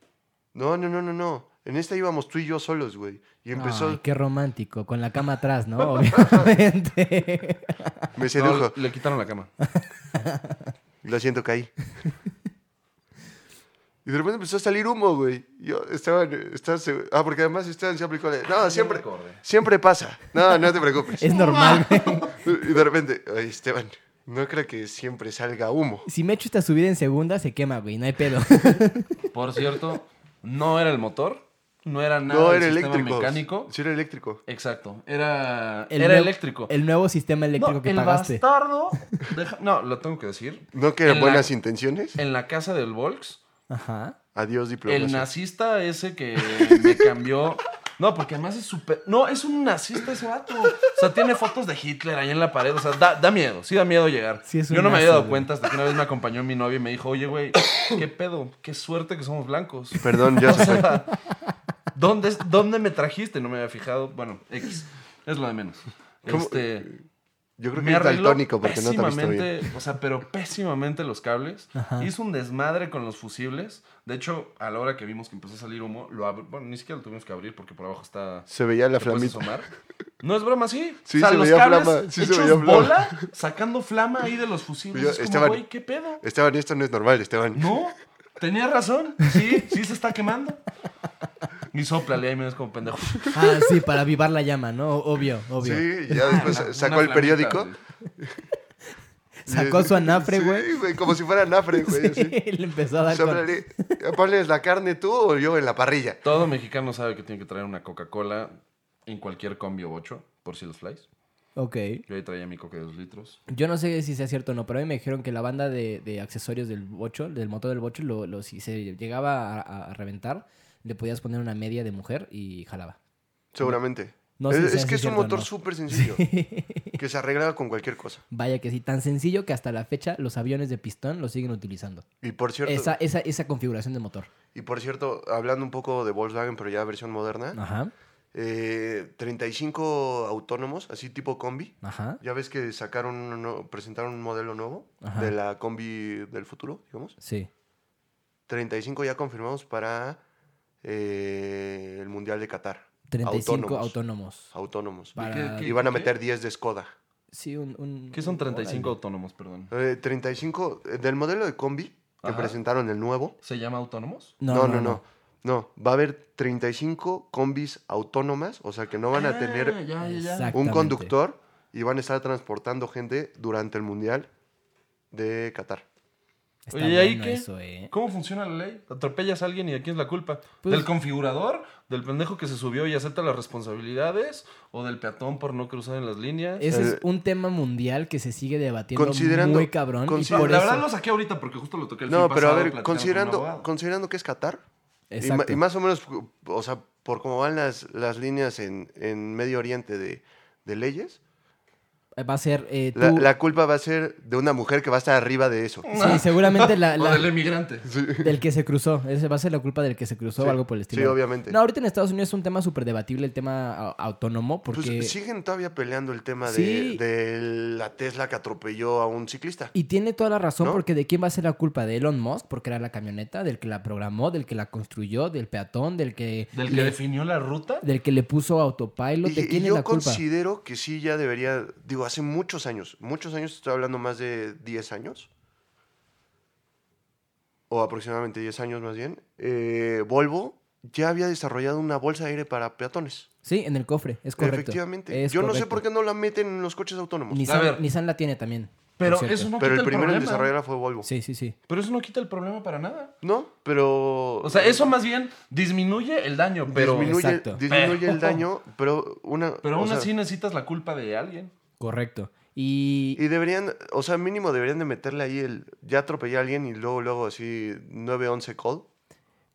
Speaker 3: No, no, no, no, no. En esta íbamos tú y yo solos, güey. Y empezó,
Speaker 2: Ay, qué romántico, con la cama atrás, ¿no? Obviamente.
Speaker 3: me
Speaker 4: No,
Speaker 3: sedujo.
Speaker 4: le quitaron la cama.
Speaker 3: Lo siento, caí. y de repente empezó a salir humo, güey. Yo estaba, estaba seg- Ah, porque además Esteban se aplicó de... No, siempre,
Speaker 4: acordé.
Speaker 3: siempre pasa. No, no te preocupes.
Speaker 2: es normal. güey.
Speaker 3: y de repente, "Ay, Esteban, no creo que siempre salga humo.
Speaker 2: Si me echo esta subida en segunda, se quema, güey. No hay pedo.
Speaker 4: Por cierto, no era el motor, no era nada
Speaker 3: No,
Speaker 4: del
Speaker 3: era
Speaker 4: sistema
Speaker 3: eléctrico.
Speaker 4: mecánico.
Speaker 3: Sí, era eléctrico.
Speaker 4: Exacto, era,
Speaker 2: El
Speaker 4: era
Speaker 2: nuevo-
Speaker 4: eléctrico.
Speaker 2: El nuevo sistema eléctrico
Speaker 4: No,
Speaker 2: que
Speaker 4: el
Speaker 2: pagaste.
Speaker 4: bastardo. deja- no, lo tengo que decir.
Speaker 3: No que
Speaker 4: En la-
Speaker 3: buenas intenciones.
Speaker 4: En la casa del Volks,
Speaker 2: Ajá.
Speaker 3: Adiós,
Speaker 4: el
Speaker 3: diplomacia.
Speaker 4: nazista ese que me cambió. No, porque además es súper. No, es un nazista ese vato. O sea, tiene fotos de Hitler ahí en la pared. O sea, da, da miedo, sí da miedo llegar.
Speaker 2: Sí, es un
Speaker 4: Yo no me
Speaker 2: nazi,
Speaker 4: había dado
Speaker 2: güey.
Speaker 4: cuenta hasta que una vez me acompañó mi novia y me dijo, oye, güey, qué pedo, qué suerte que somos blancos.
Speaker 3: Perdón, yo soy...
Speaker 4: ¿Dónde, ¿Dónde me trajiste? No me había fijado. Bueno, X. Es lo de menos.
Speaker 3: ¿Cómo?
Speaker 4: Este,
Speaker 3: Yo creo que
Speaker 4: me
Speaker 3: es
Speaker 4: arregló
Speaker 3: daltónico porque no te ha visto bien.
Speaker 4: pésimamente, O sea, pero pésimamente los cables.
Speaker 2: Ajá.
Speaker 4: Hizo un desmadre con los fusibles. De hecho, a la hora que vimos que empezó a salir humo, lo abri- bueno, ni siquiera lo tuvimos que abrir porque por abajo está...
Speaker 3: Se veía la
Speaker 4: te puedes
Speaker 3: flamita.
Speaker 4: asomar. No es broma, sí.
Speaker 3: Sí,
Speaker 4: o sea,
Speaker 3: se
Speaker 4: los
Speaker 3: veía
Speaker 4: cables
Speaker 3: flama, sí se
Speaker 4: hechos
Speaker 3: veía flama.
Speaker 4: bola, sacando flama ahí de los fusibles.
Speaker 3: Yo,
Speaker 4: es como,
Speaker 3: Esteban-
Speaker 4: güey, ¿qué pedo?
Speaker 3: Esteban, esto no es normal, Esteban.
Speaker 4: No, tenía razón. Sí, sí se está quemando. Y soplale ahí menos como pendejo.
Speaker 2: Ah, sí, para avivar la llama, ¿no? Obvio, obvio.
Speaker 3: Sí, ya después
Speaker 4: Una-
Speaker 3: Pues, sacó
Speaker 4: Ah,
Speaker 3: el
Speaker 4: una flamita,
Speaker 3: periódico.
Speaker 4: güey.
Speaker 2: Sacó su anafre, güey.
Speaker 3: Sí, güey, como si fuera anafre, güey.
Speaker 2: Sí, le empezó a dar
Speaker 3: así.
Speaker 2: con...
Speaker 3: Sóbrale, ponles la carne tú o yo en la parrilla.
Speaker 4: Todo mexicano sabe que tiene que traer una Coca-Cola en cualquier combi o bocho, por si los flies.
Speaker 2: Ok.
Speaker 4: Yo ahí traía mi coca de dos litros.
Speaker 2: Yo no sé si sea cierto o no, pero a mí me dijeron que la banda de, de accesorios del bocho, del motor del bocho, lo, lo- si se llegaba a, a reventar, le podías poner una media de mujer y jalaba.
Speaker 3: Seguramente.
Speaker 2: No sé
Speaker 3: es,
Speaker 2: si
Speaker 3: es
Speaker 2: sea
Speaker 3: que es un
Speaker 2: cierto o
Speaker 3: motor
Speaker 2: no.
Speaker 3: súper sencillo, que se arregla con cualquier cosa.
Speaker 2: Vaya que sí, tan sencillo que hasta la fecha los aviones de pistón lo siguen utilizando.
Speaker 3: Y por cierto,
Speaker 2: Esa, esa, esa configuración de motor.
Speaker 3: y por cierto, hablando un poco de Volkswagen, pero ya versión moderna,
Speaker 2: Ajá,
Speaker 3: eh, 35 autónomos, así tipo combi.
Speaker 2: ajá.
Speaker 3: Ya ves que sacaron, uno nuevo- presentaron un modelo nuevo
Speaker 2: Ajá.
Speaker 3: de la combi del futuro, digamos.
Speaker 2: Sí.
Speaker 3: 35 ya confirmados para eh, el Mundial de Qatar.
Speaker 2: 35 autónomos.
Speaker 3: Autónomos.
Speaker 2: Para-
Speaker 4: ¿Qué-
Speaker 3: Y van a
Speaker 4: qué?
Speaker 3: meter 10 de Skoda.
Speaker 2: Sí, un, un-
Speaker 4: ¿Qué son
Speaker 2: un-
Speaker 4: 35
Speaker 2: órale.
Speaker 4: autónomos, perdón?
Speaker 3: Eh, 35 eh, del modelo de combi que
Speaker 4: Ajá.
Speaker 3: presentaron el nuevo.
Speaker 4: ¿Se llama autónomos?
Speaker 2: No no no,
Speaker 3: No, va a haber 35 combis autónomas, o sea que no van a
Speaker 4: Ah,
Speaker 3: tener
Speaker 4: ya, ya, ya.
Speaker 2: Exacto.
Speaker 3: un
Speaker 2: Exactamente.
Speaker 3: conductor y van a estar transportando gente durante el Mundial de Qatar.
Speaker 2: Está
Speaker 4: Oye, ¿y ahí
Speaker 2: bueno
Speaker 4: qué?
Speaker 2: eso, eh.
Speaker 4: ¿Cómo funciona la ley? Atropellas a alguien y ¿de quién es la culpa?
Speaker 2: Pues-
Speaker 4: ¿Del configurador? ¿Del pendejo que se subió y acepta las responsabilidades? ¿O del peatón por no cruzar en las líneas?
Speaker 2: Ese es
Speaker 3: Eh,
Speaker 2: un tema mundial que se sigue debatiendo
Speaker 3: considerando-
Speaker 2: muy cabrón. y
Speaker 3: consi-
Speaker 4: Sí,
Speaker 2: por
Speaker 4: la
Speaker 2: eso-
Speaker 4: verdad lo saqué ahorita porque justo lo toqué el
Speaker 3: No,
Speaker 4: fin
Speaker 3: pero a
Speaker 4: pasado
Speaker 3: ver,
Speaker 4: platicando con un
Speaker 3: considerando,
Speaker 4: abogado.
Speaker 3: considerando que es Qatar, y, ma-
Speaker 2: Exacto.
Speaker 3: y más o menos, o sea, por cómo van las, las líneas en, en Medio Oriente de, de leyes,
Speaker 2: Va a ser eh,
Speaker 3: la,
Speaker 2: tú-
Speaker 3: la culpa va a ser de una mujer que va a estar arriba de eso.
Speaker 2: Sí, seguramente la,
Speaker 4: O
Speaker 2: la-
Speaker 4: del emigrante.
Speaker 2: del que se cruzó. Ese va a ser la culpa del que se cruzó o algo por el
Speaker 3: Sí,
Speaker 2: estilo.
Speaker 3: obviamente.
Speaker 2: No, ahorita en Estados Unidos es un tema súper debatible el tema au- autónomo porque...
Speaker 3: Pues siguen todavía peleando el tema de-
Speaker 2: Sí.
Speaker 3: de, la Tesla que atropelló a un ciclista.
Speaker 2: Y tiene toda la razón
Speaker 3: ¿No?
Speaker 2: porque de quién va a ser la culpa de Elon Musk por crear la camioneta, del que la programó, del que la construyó, del peatón, del que
Speaker 4: Del que definió la ruta.
Speaker 2: del que le puso autopilot,
Speaker 3: Y,
Speaker 2: de
Speaker 3: y
Speaker 2: quién es
Speaker 3: yo
Speaker 2: la culpa.
Speaker 3: considero que sí ya debería, digo, hace muchos años, muchos años, estoy hablando más de 10 años, o aproximadamente 10 años más bien, eh, Volvo ya había desarrollado una bolsa de aire para peatones.
Speaker 2: Sí, en el cofre, es correcto.
Speaker 3: Efectivamente.
Speaker 2: Es
Speaker 3: yo no sé
Speaker 2: correcto.
Speaker 3: por qué no la meten en los coches autónomos.
Speaker 2: Nissan,
Speaker 4: A ver.
Speaker 2: Nissan la tiene también. por
Speaker 4: Pero
Speaker 2: cierto.
Speaker 4: eso no
Speaker 3: pero
Speaker 4: quita
Speaker 3: el primero en
Speaker 4: problema.
Speaker 3: desarrollarla fue Volvo.
Speaker 2: Sí, sí, sí.
Speaker 4: Pero eso no quita el problema para nada.
Speaker 3: No, pero...
Speaker 4: O sea, eso más bien disminuye el daño, pero,
Speaker 3: disminuye,
Speaker 2: Exacto.
Speaker 3: disminuye el
Speaker 4: Pero-
Speaker 3: daño, pero una...
Speaker 4: pero
Speaker 3: o
Speaker 4: aún
Speaker 3: sea,
Speaker 4: así necesitas la culpa de alguien.
Speaker 2: Correcto. Y,
Speaker 3: Y deberían, o sea, mínimo deberían de meterle ahí el... Ya atropellé a alguien y luego, luego así 911 call.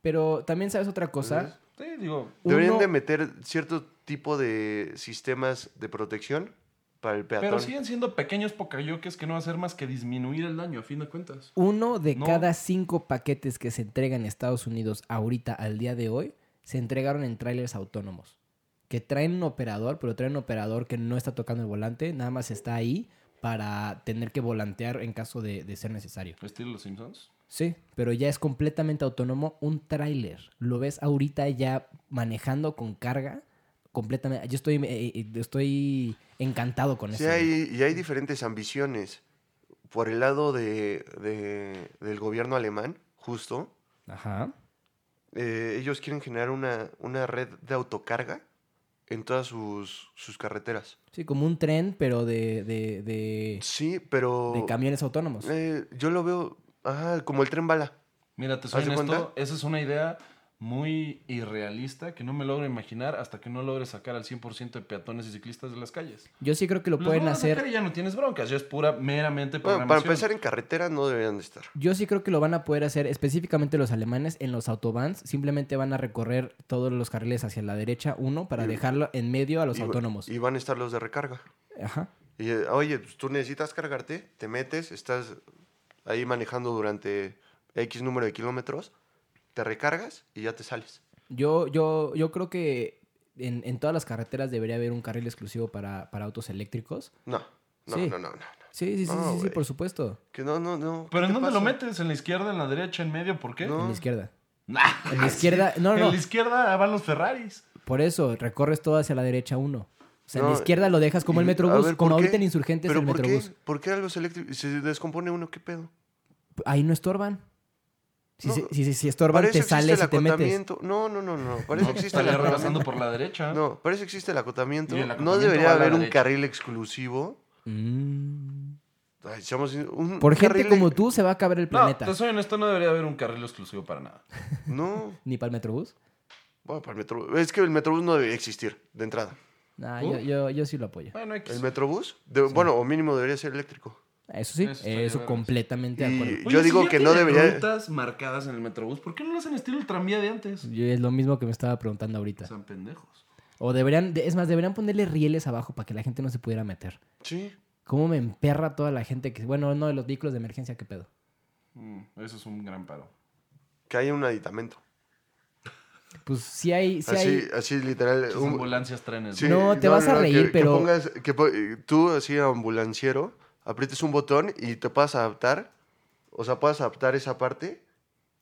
Speaker 2: pero también sabes otra cosa.
Speaker 4: Sí, digo,
Speaker 3: Deberían
Speaker 2: Uno-
Speaker 3: de meter cierto tipo de sistemas de protección para el peatón.
Speaker 4: pero siguen siendo pequeños pocayoques que no va a hacer más que disminuir el daño, a fin de cuentas.
Speaker 2: Uno de
Speaker 4: No.
Speaker 2: cada cinco paquetes que se entregan en Estados Unidos ahorita, al día de hoy, se entregaron en trailers autónomos. Que traen un operador, pero traen un operador que no está tocando el volante, nada más está ahí para tener que volantear en caso de, de ser necesario.
Speaker 4: Estilo Los Simpsons.
Speaker 2: Sí, pero ya es completamente autónomo un tráiler. Lo ves ahorita ya manejando con carga completamente. Yo estoy, eh, eh, estoy encantado con
Speaker 3: Sí,
Speaker 2: eso.
Speaker 3: hay, y hay diferentes ambiciones. Por el lado de, de- del gobierno alemán, justo,
Speaker 2: Ajá.
Speaker 3: eh, ellos quieren generar una, una red de autocarga en todas sus, sus carreteras.
Speaker 2: Sí, como un tren, pero de, de, de,
Speaker 3: Sí, pero...
Speaker 2: de camiones autónomos.
Speaker 3: Eh, yo lo veo ajá, como el tren bala.
Speaker 4: Mira, te
Speaker 3: ¿Haz de
Speaker 4: soy honesto,
Speaker 3: cuenta?
Speaker 4: esa es una idea muy irrealista que no me logro imaginar hasta que no logre sacar al 100% de peatones y ciclistas de las calles.
Speaker 2: Yo sí creo que lo
Speaker 4: Los
Speaker 2: pueden
Speaker 4: van a sacar
Speaker 2: hacer.
Speaker 4: y ya no tienes broncas, ya es pura meramente
Speaker 3: Bueno,
Speaker 4: programación.
Speaker 3: para empezar en carretera no deberían de estar.
Speaker 2: Yo sí creo que lo van a poder hacer específicamente los alemanes en los autobans. Simplemente van a recorrer todos los carriles hacia la derecha, uno, para dejarlo en medio a los
Speaker 3: Y-
Speaker 2: autónomos.
Speaker 3: Y van a estar los de recarga.
Speaker 2: Ajá.
Speaker 3: Y, eh, oye, pues, tú necesitas cargarte, te metes, estás ahí manejando durante X número de kilómetros, te recargas y ya te sales.
Speaker 2: Yo, yo, yo creo que en, en todas las carreteras debería haber un carril exclusivo para, para autos eléctricos.
Speaker 3: No, no,
Speaker 2: Sí.
Speaker 3: no, no, no, no.
Speaker 2: Sí, sí, sí,
Speaker 3: No,
Speaker 2: sí, sí,
Speaker 3: güey.
Speaker 2: por supuesto.
Speaker 3: Que no, no, no. ¿qué
Speaker 4: ¿Pero
Speaker 3: te
Speaker 4: en dónde lo
Speaker 3: pasa?
Speaker 4: metes? ¿En la izquierda, en la derecha, en medio? ¿Por qué?
Speaker 3: No.
Speaker 2: En la izquierda.
Speaker 4: Nah.
Speaker 2: En la izquierda, no,
Speaker 4: En
Speaker 2: no,
Speaker 4: la izquierda van los Ferraris.
Speaker 2: por eso recorres todo hacia la derecha uno. O sea, en
Speaker 3: No,
Speaker 2: la izquierda lo dejas como el
Speaker 3: Y- a
Speaker 2: metrobús,
Speaker 3: ver, ¿por
Speaker 2: como
Speaker 3: qué?
Speaker 2: ahorita en Insurgentes
Speaker 3: ¿Pero
Speaker 2: el
Speaker 3: por qué?
Speaker 2: metrobús.
Speaker 3: ¿Por qué algo es eléctrico? Si se descompone uno, ¿qué pedo?
Speaker 2: Ahí no estorban. Si,
Speaker 3: No,
Speaker 2: se- si, si- si estorban, te
Speaker 3: existe
Speaker 2: sales
Speaker 3: el
Speaker 2: y te metes.
Speaker 3: acotamiento. No, no, no, no. Parece que existe el
Speaker 4: Estaría
Speaker 3: acotamiento.
Speaker 4: rebasando por la derecha.
Speaker 3: No, parece que existe el acotamiento.
Speaker 4: Y el
Speaker 3: no
Speaker 4: acotamiento va
Speaker 3: debería
Speaker 4: a la
Speaker 3: haber un
Speaker 4: derecha.
Speaker 3: carril exclusivo.
Speaker 2: Mm.
Speaker 3: Ay, seamos sin- un
Speaker 2: Por gente
Speaker 3: carril-
Speaker 2: como tú se va a acabar el
Speaker 4: No,
Speaker 2: planeta.
Speaker 4: te soy honesto, no debería haber un carril exclusivo para nada.
Speaker 3: No,
Speaker 2: Ni para el metrobús.
Speaker 3: bueno, para el metrobús. Es que el metrobús no debería existir, de entrada.
Speaker 2: Nah,
Speaker 4: Uh.
Speaker 2: yo, yo, yo sí lo apoyo.
Speaker 4: Bueno, X.
Speaker 3: ¿El metrobús? De- Bueno, o mínimo debería ser eléctrico.
Speaker 2: Eso sí, eso,
Speaker 4: Eso estaría vergas.
Speaker 2: completamente de
Speaker 3: Y-
Speaker 2: acuerdo.
Speaker 3: Yo digo
Speaker 4: si ya
Speaker 3: que no
Speaker 4: tienen
Speaker 3: debería-
Speaker 4: rutas marcadas en el Metrobús, ¿por qué no lo hacen estilo el tranvía de antes?
Speaker 2: Yo- es lo mismo que me estaba preguntando ahorita.
Speaker 4: Están pendejos.
Speaker 2: O deberían, de- es más, deberían ponerle rieles abajo para que la gente no se pudiera meter.
Speaker 3: Sí.
Speaker 2: ¿Cómo me emperra toda la gente que... Bueno, no, de los vehículos de emergencia, ¿qué pedo?
Speaker 4: Mm, eso es un gran paro.
Speaker 3: Eh, Que haya un aditamento.
Speaker 2: Pues sí hay... Sí
Speaker 3: así,
Speaker 2: hay
Speaker 3: así literal.
Speaker 4: Esas
Speaker 3: un-
Speaker 4: ambulancias, trenes.
Speaker 3: sí,
Speaker 4: ¿no?
Speaker 2: No, te vas a reír,
Speaker 3: que-
Speaker 2: pero-
Speaker 3: Que pongas, que po- eh, tú, así, ambulanciero, aprietes un botón y te puedas adaptar. O sea, puedas adaptar esa parte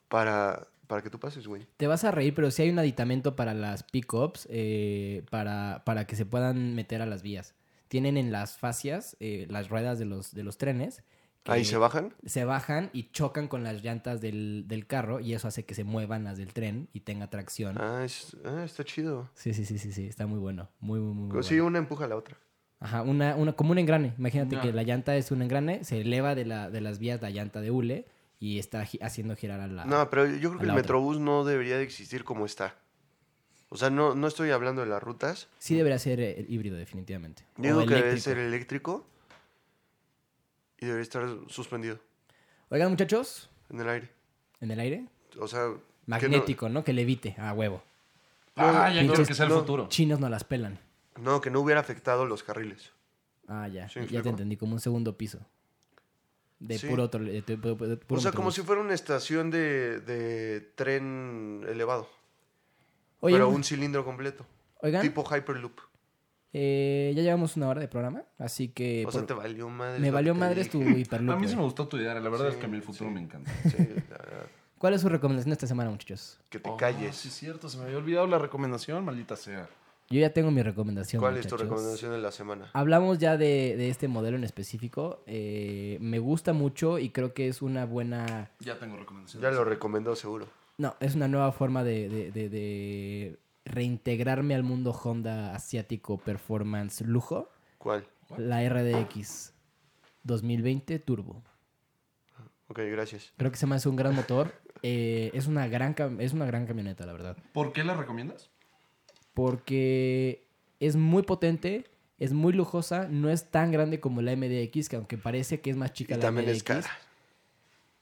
Speaker 3: para, para que tú pases, güey.
Speaker 2: te vas a reír, pero sí hay un aditamento para las pickups eh, para, para que se puedan meter a las vías. Tienen en las fascias eh, las ruedas de los, de los trenes. que
Speaker 3: Ahí se bajan.
Speaker 2: Se bajan y chocan con las llantas del, del carro y eso hace que se muevan las del tren y tenga tracción.
Speaker 3: Ah, es- ah, está chido.
Speaker 2: Sí, sí, sí, sí, sí, está muy bueno. Muy, muy, muy, muy
Speaker 3: Pues Sí,
Speaker 2: bueno.
Speaker 3: una empuja a la otra.
Speaker 2: Ajá, una, una, como un engrane. Imagínate
Speaker 4: Ya.
Speaker 2: que la llanta es un engrane, se eleva de, la, de las vías la llanta de hule y está gi- haciendo girar a la...
Speaker 3: No, pero yo
Speaker 2: a
Speaker 3: creo que
Speaker 2: Ah, la
Speaker 3: el
Speaker 2: otra.
Speaker 3: Metrobús no debería de existir como está. O sea, no, no estoy hablando de las rutas.
Speaker 2: Sí debería ser eh, el híbrido, definitivamente. O
Speaker 3: Digo que debe
Speaker 2: eléctrico.
Speaker 3: ser eléctrico y debería estar suspendido
Speaker 2: Oigan, muchachos,
Speaker 3: en el aire.
Speaker 2: en el aire.
Speaker 3: O sea... que no-
Speaker 2: Magnético, ¿no? Que levite a huevo.
Speaker 4: Ah, ya
Speaker 2: Pinches-
Speaker 4: creo que es el
Speaker 3: no.
Speaker 4: futuro.
Speaker 2: Chinos no las pelan.
Speaker 3: No, que no hubiera afectado los carriles.
Speaker 2: Ah, ya.
Speaker 3: Sí,
Speaker 2: ya te
Speaker 3: fleco.
Speaker 2: entendí, como un segundo piso. De
Speaker 3: Sí.
Speaker 2: puro trole- de- de- de- de puro
Speaker 3: o sea, como
Speaker 2: metrobús.
Speaker 3: si fuera una estación de, de tren elevado.
Speaker 2: Oye,
Speaker 3: pero un cilindro completo.
Speaker 2: oigan,
Speaker 3: Tipo Hyperloop.
Speaker 2: eh, ya llevamos una hora de programa, así que
Speaker 3: o sea,
Speaker 2: Eh, por-
Speaker 3: te valió madre.
Speaker 2: me valió madres tu hiperloop.
Speaker 4: A mí sí
Speaker 2: güey.
Speaker 4: me gustó tu idea, la verdad
Speaker 3: Sí,
Speaker 4: es que a mí el futuro
Speaker 3: sí.
Speaker 4: me encanta.
Speaker 2: ¿Cuál es su recomendación de esta semana, muchachos?
Speaker 3: Que te
Speaker 4: Oh,
Speaker 3: calles.
Speaker 4: Sí, es cierto, se me había olvidado la recomendación, maldita sea.
Speaker 2: Yo ya tengo mi recomendación.
Speaker 3: ¿Cuál es tu
Speaker 2: muchachos. Ah,
Speaker 3: recomendación de la semana?
Speaker 2: Hablamos ya de, de este modelo en específico. eh, me gusta mucho y creo que es una buena
Speaker 4: Ya tengo recomendación.
Speaker 3: Ya lo recomendó seguro.
Speaker 2: No, es una nueva forma de, de- de- de reintegrarme al mundo Honda asiático performance lujo.
Speaker 3: ¿Cuál?
Speaker 4: ¿What?
Speaker 2: La RDX 2020 Turbo.
Speaker 3: Ok, gracias.
Speaker 2: Creo que se me hace un gran motor. Eh, es, una gran, cam- es una gran camioneta, la verdad.
Speaker 4: ¿Por qué la recomiendas?
Speaker 2: Porque es muy potente, es muy lujosa, no es tan grande como la MDX, que aunque parece que es más
Speaker 3: Y
Speaker 2: chica la
Speaker 3: también
Speaker 2: MDX.
Speaker 3: es cara.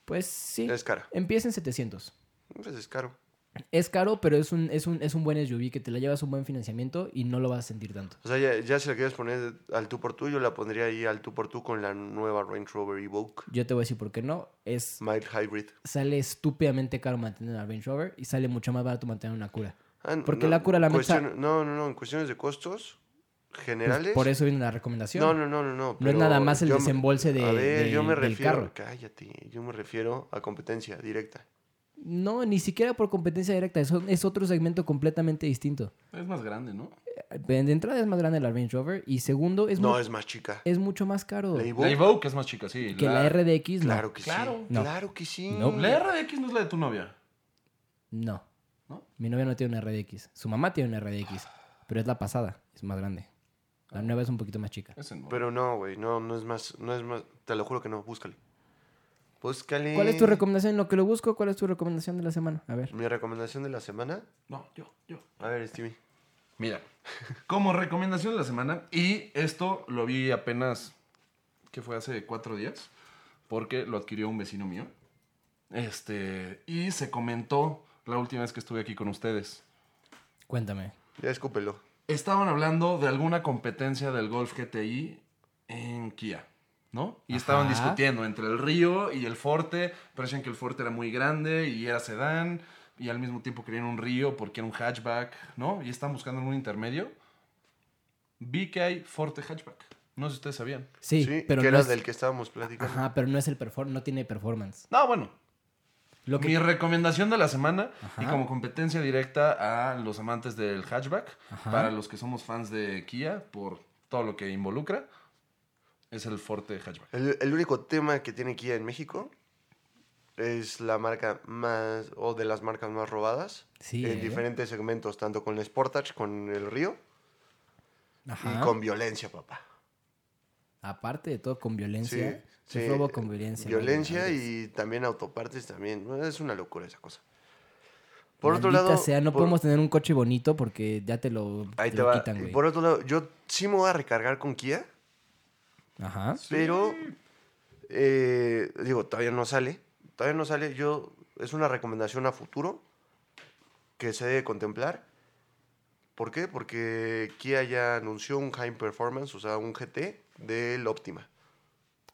Speaker 2: Pues sí.
Speaker 3: Es cara.
Speaker 2: Empieza en 700.
Speaker 3: Pues es caro.
Speaker 2: Es caro, pero es un, es un, es un buen SUV que te la llevas un buen financiamiento y no lo vas a sentir tanto.
Speaker 3: O sea, ya, ya si la quieres poner al tú por tú, yo la pondría ahí al tú por tú con la nueva Range Rover Evoque.
Speaker 2: Yo te voy a decir por qué no. Es,
Speaker 3: Mild Hybrid.
Speaker 2: sale estúpidamente caro mantener una Range Rover y sale mucho más barato mantener una cura. Pues,
Speaker 3: Ah, n-
Speaker 2: Porque
Speaker 3: no,
Speaker 2: la cura la meta-
Speaker 3: cuestión- No, no, no. En cuestiones de costos generales.
Speaker 2: por eso viene la recomendación.
Speaker 3: No, no, no, no. No,
Speaker 2: No es
Speaker 3: pero
Speaker 2: nada más el
Speaker 3: yo me-
Speaker 2: desembolse de,
Speaker 3: A ver,
Speaker 2: de-
Speaker 3: yo me
Speaker 2: del
Speaker 3: refiero.
Speaker 2: carro.
Speaker 3: Cállate. Yo me refiero a competencia directa.
Speaker 2: No, ni siquiera por competencia directa. Eso es otro segmento completamente distinto.
Speaker 4: Es más grande, ¿no?
Speaker 2: Eh, De entrada es más grande la Range Rover y segundo es,
Speaker 3: no,
Speaker 2: mu-
Speaker 3: es más chica.
Speaker 2: es mucho más caro
Speaker 3: La
Speaker 4: La
Speaker 3: Evoque,
Speaker 4: Evoque es más chica, sí.
Speaker 2: que la, RDX. no.
Speaker 3: Claro que sí.
Speaker 4: Claro.
Speaker 2: No.
Speaker 3: Claro que sí.
Speaker 2: No.
Speaker 4: La RDX no es la de tu novia.
Speaker 2: No.
Speaker 4: ¿No?
Speaker 2: Mi novia no tiene una RDX. Su mamá tiene una RDX, pero es la pasada. Es más grande. La nueva es un poquito más chica.
Speaker 4: Es en-
Speaker 3: Pero no, güey. No, no es más. No es más. Te lo juro que no. Búscale. Búscale.
Speaker 2: ¿Cuál es tu recomendación? En lo que lo busco, ¿cuál es tu recomendación de la semana? A ver.
Speaker 3: Mi recomendación de la semana.
Speaker 4: No, yo, yo.
Speaker 3: A ver, Stevie.
Speaker 4: Mira, como recomendación de la semana, y esto lo vi apenas, que fue hace cuatro días, porque lo adquirió un vecino mío. Este, y se comentó la última vez que estuve aquí con ustedes.
Speaker 2: Cuéntame.
Speaker 3: Ya escúpelo.
Speaker 4: Estaban hablando de alguna competencia del Golf GTI en Kia, ¿no? Y estaban
Speaker 2: Ajá.
Speaker 4: discutiendo entre el Río y el Forte. Parecían que el Forte era muy grande y era sedán. Y al mismo tiempo querían un Río porque era un hatchback, ¿no? Y estaban buscando algún intermedio. Vi que hay Forte hatchback. No sé si ustedes sabían.
Speaker 2: Sí, pero
Speaker 3: que
Speaker 2: no
Speaker 3: era
Speaker 2: es...
Speaker 3: del que estábamos platicando.
Speaker 2: Ajá, pero no es el performance, no tiene performance.
Speaker 4: No, bueno.
Speaker 2: Lo que...
Speaker 4: Mi recomendación de la semana y
Speaker 2: Ajá.
Speaker 4: como competencia directa a los amantes del hatchback,
Speaker 2: Ajá.
Speaker 4: para los que somos fans de Kia por todo lo que involucra, es el Forte hatchback.
Speaker 3: El, el único tema que tiene Kia en México es la marca más, o de las marcas más robadas.
Speaker 2: Sí,
Speaker 3: En
Speaker 2: ¿eh?
Speaker 3: diferentes segmentos, tanto con el Sportage, con el Río
Speaker 2: Ajá.
Speaker 3: y con violencia, papá.
Speaker 2: Aparte de todo, con
Speaker 3: Sí,
Speaker 2: violencia.
Speaker 3: sí. eh,
Speaker 2: Se robo con violencia.
Speaker 3: Violencia
Speaker 2: madre.
Speaker 3: y también autopartes también. No, Es una locura esa cosa. Por otro
Speaker 2: Maldita
Speaker 3: lado...
Speaker 2: sea, no
Speaker 3: por-
Speaker 2: podemos tener un coche bonito porque ya te lo,
Speaker 3: Ahí
Speaker 2: te
Speaker 3: te
Speaker 2: lo
Speaker 3: va.
Speaker 2: quitan,
Speaker 3: Y
Speaker 2: güey.
Speaker 3: por otro lado, yo sí me voy a recargar con Kia,
Speaker 2: Ajá.
Speaker 3: pero eh, digo, todavía no sale. Todavía no sale. Yo, es una recomendación a futuro que se debe contemplar. ¿Por qué? Porque Kia ya anunció un High Performance, o sea, un GT del Optima.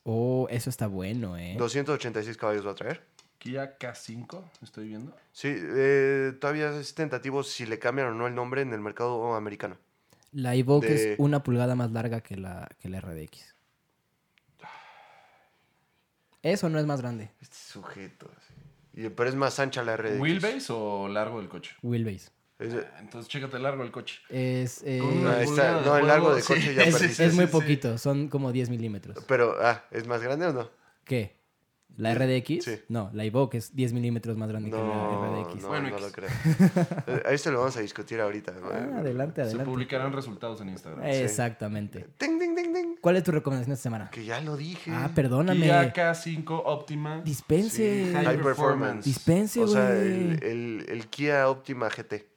Speaker 2: Oh, eso está bueno, ¿eh?
Speaker 3: 286 caballos va a traer.
Speaker 4: Kia K5, estoy viendo.
Speaker 3: Sí, eh, todavía es tentativo si le cambian o no el nombre en el mercado americano.
Speaker 2: La Evoque
Speaker 3: de-
Speaker 2: es una pulgada más larga que la, que la RDX. Eso no es más grande.
Speaker 3: Este sujeto. así. Y- pero es más ancha la red. eh,
Speaker 4: ¿Wheelbase o largo del coche?
Speaker 2: Wheelbase.
Speaker 4: Ah, Entonces, chécate largo el coche.
Speaker 2: Es, eh,
Speaker 4: Con una
Speaker 3: ahí está.
Speaker 4: pulgada
Speaker 3: No, el
Speaker 4: huevo,
Speaker 3: largo de coche ya
Speaker 2: es,
Speaker 3: perdí.
Speaker 2: es muy
Speaker 4: sí, sí.
Speaker 2: poquito, son como 10 milímetros.
Speaker 3: pero, ah, ¿es más grande o no?
Speaker 2: ¿Qué? ¿La RDX?
Speaker 3: Sí.
Speaker 2: No, la Evoque es 10 milímetros más grande
Speaker 3: No,
Speaker 2: que la RDX.
Speaker 3: no,
Speaker 4: Bueno,
Speaker 3: no
Speaker 4: X.
Speaker 3: lo creo. Eh, A esto lo vamos a discutir ahorita.
Speaker 2: Ah, adelante,
Speaker 4: Se
Speaker 2: adelante. Eh,
Speaker 4: publicarán resultados en Instagram.
Speaker 2: Exactamente.
Speaker 3: Ting, ting, ting, ting.
Speaker 2: ¿Cuál es tu recomendación esta semana?
Speaker 3: Que ya lo dije.
Speaker 2: Ah, perdóname.
Speaker 4: Kia K5 Optima.
Speaker 2: Dispense.
Speaker 4: High
Speaker 3: High
Speaker 4: performance.
Speaker 3: performance.
Speaker 2: Dispense,
Speaker 3: O sea,
Speaker 2: güey.
Speaker 3: el, el- el Kia Optima GT.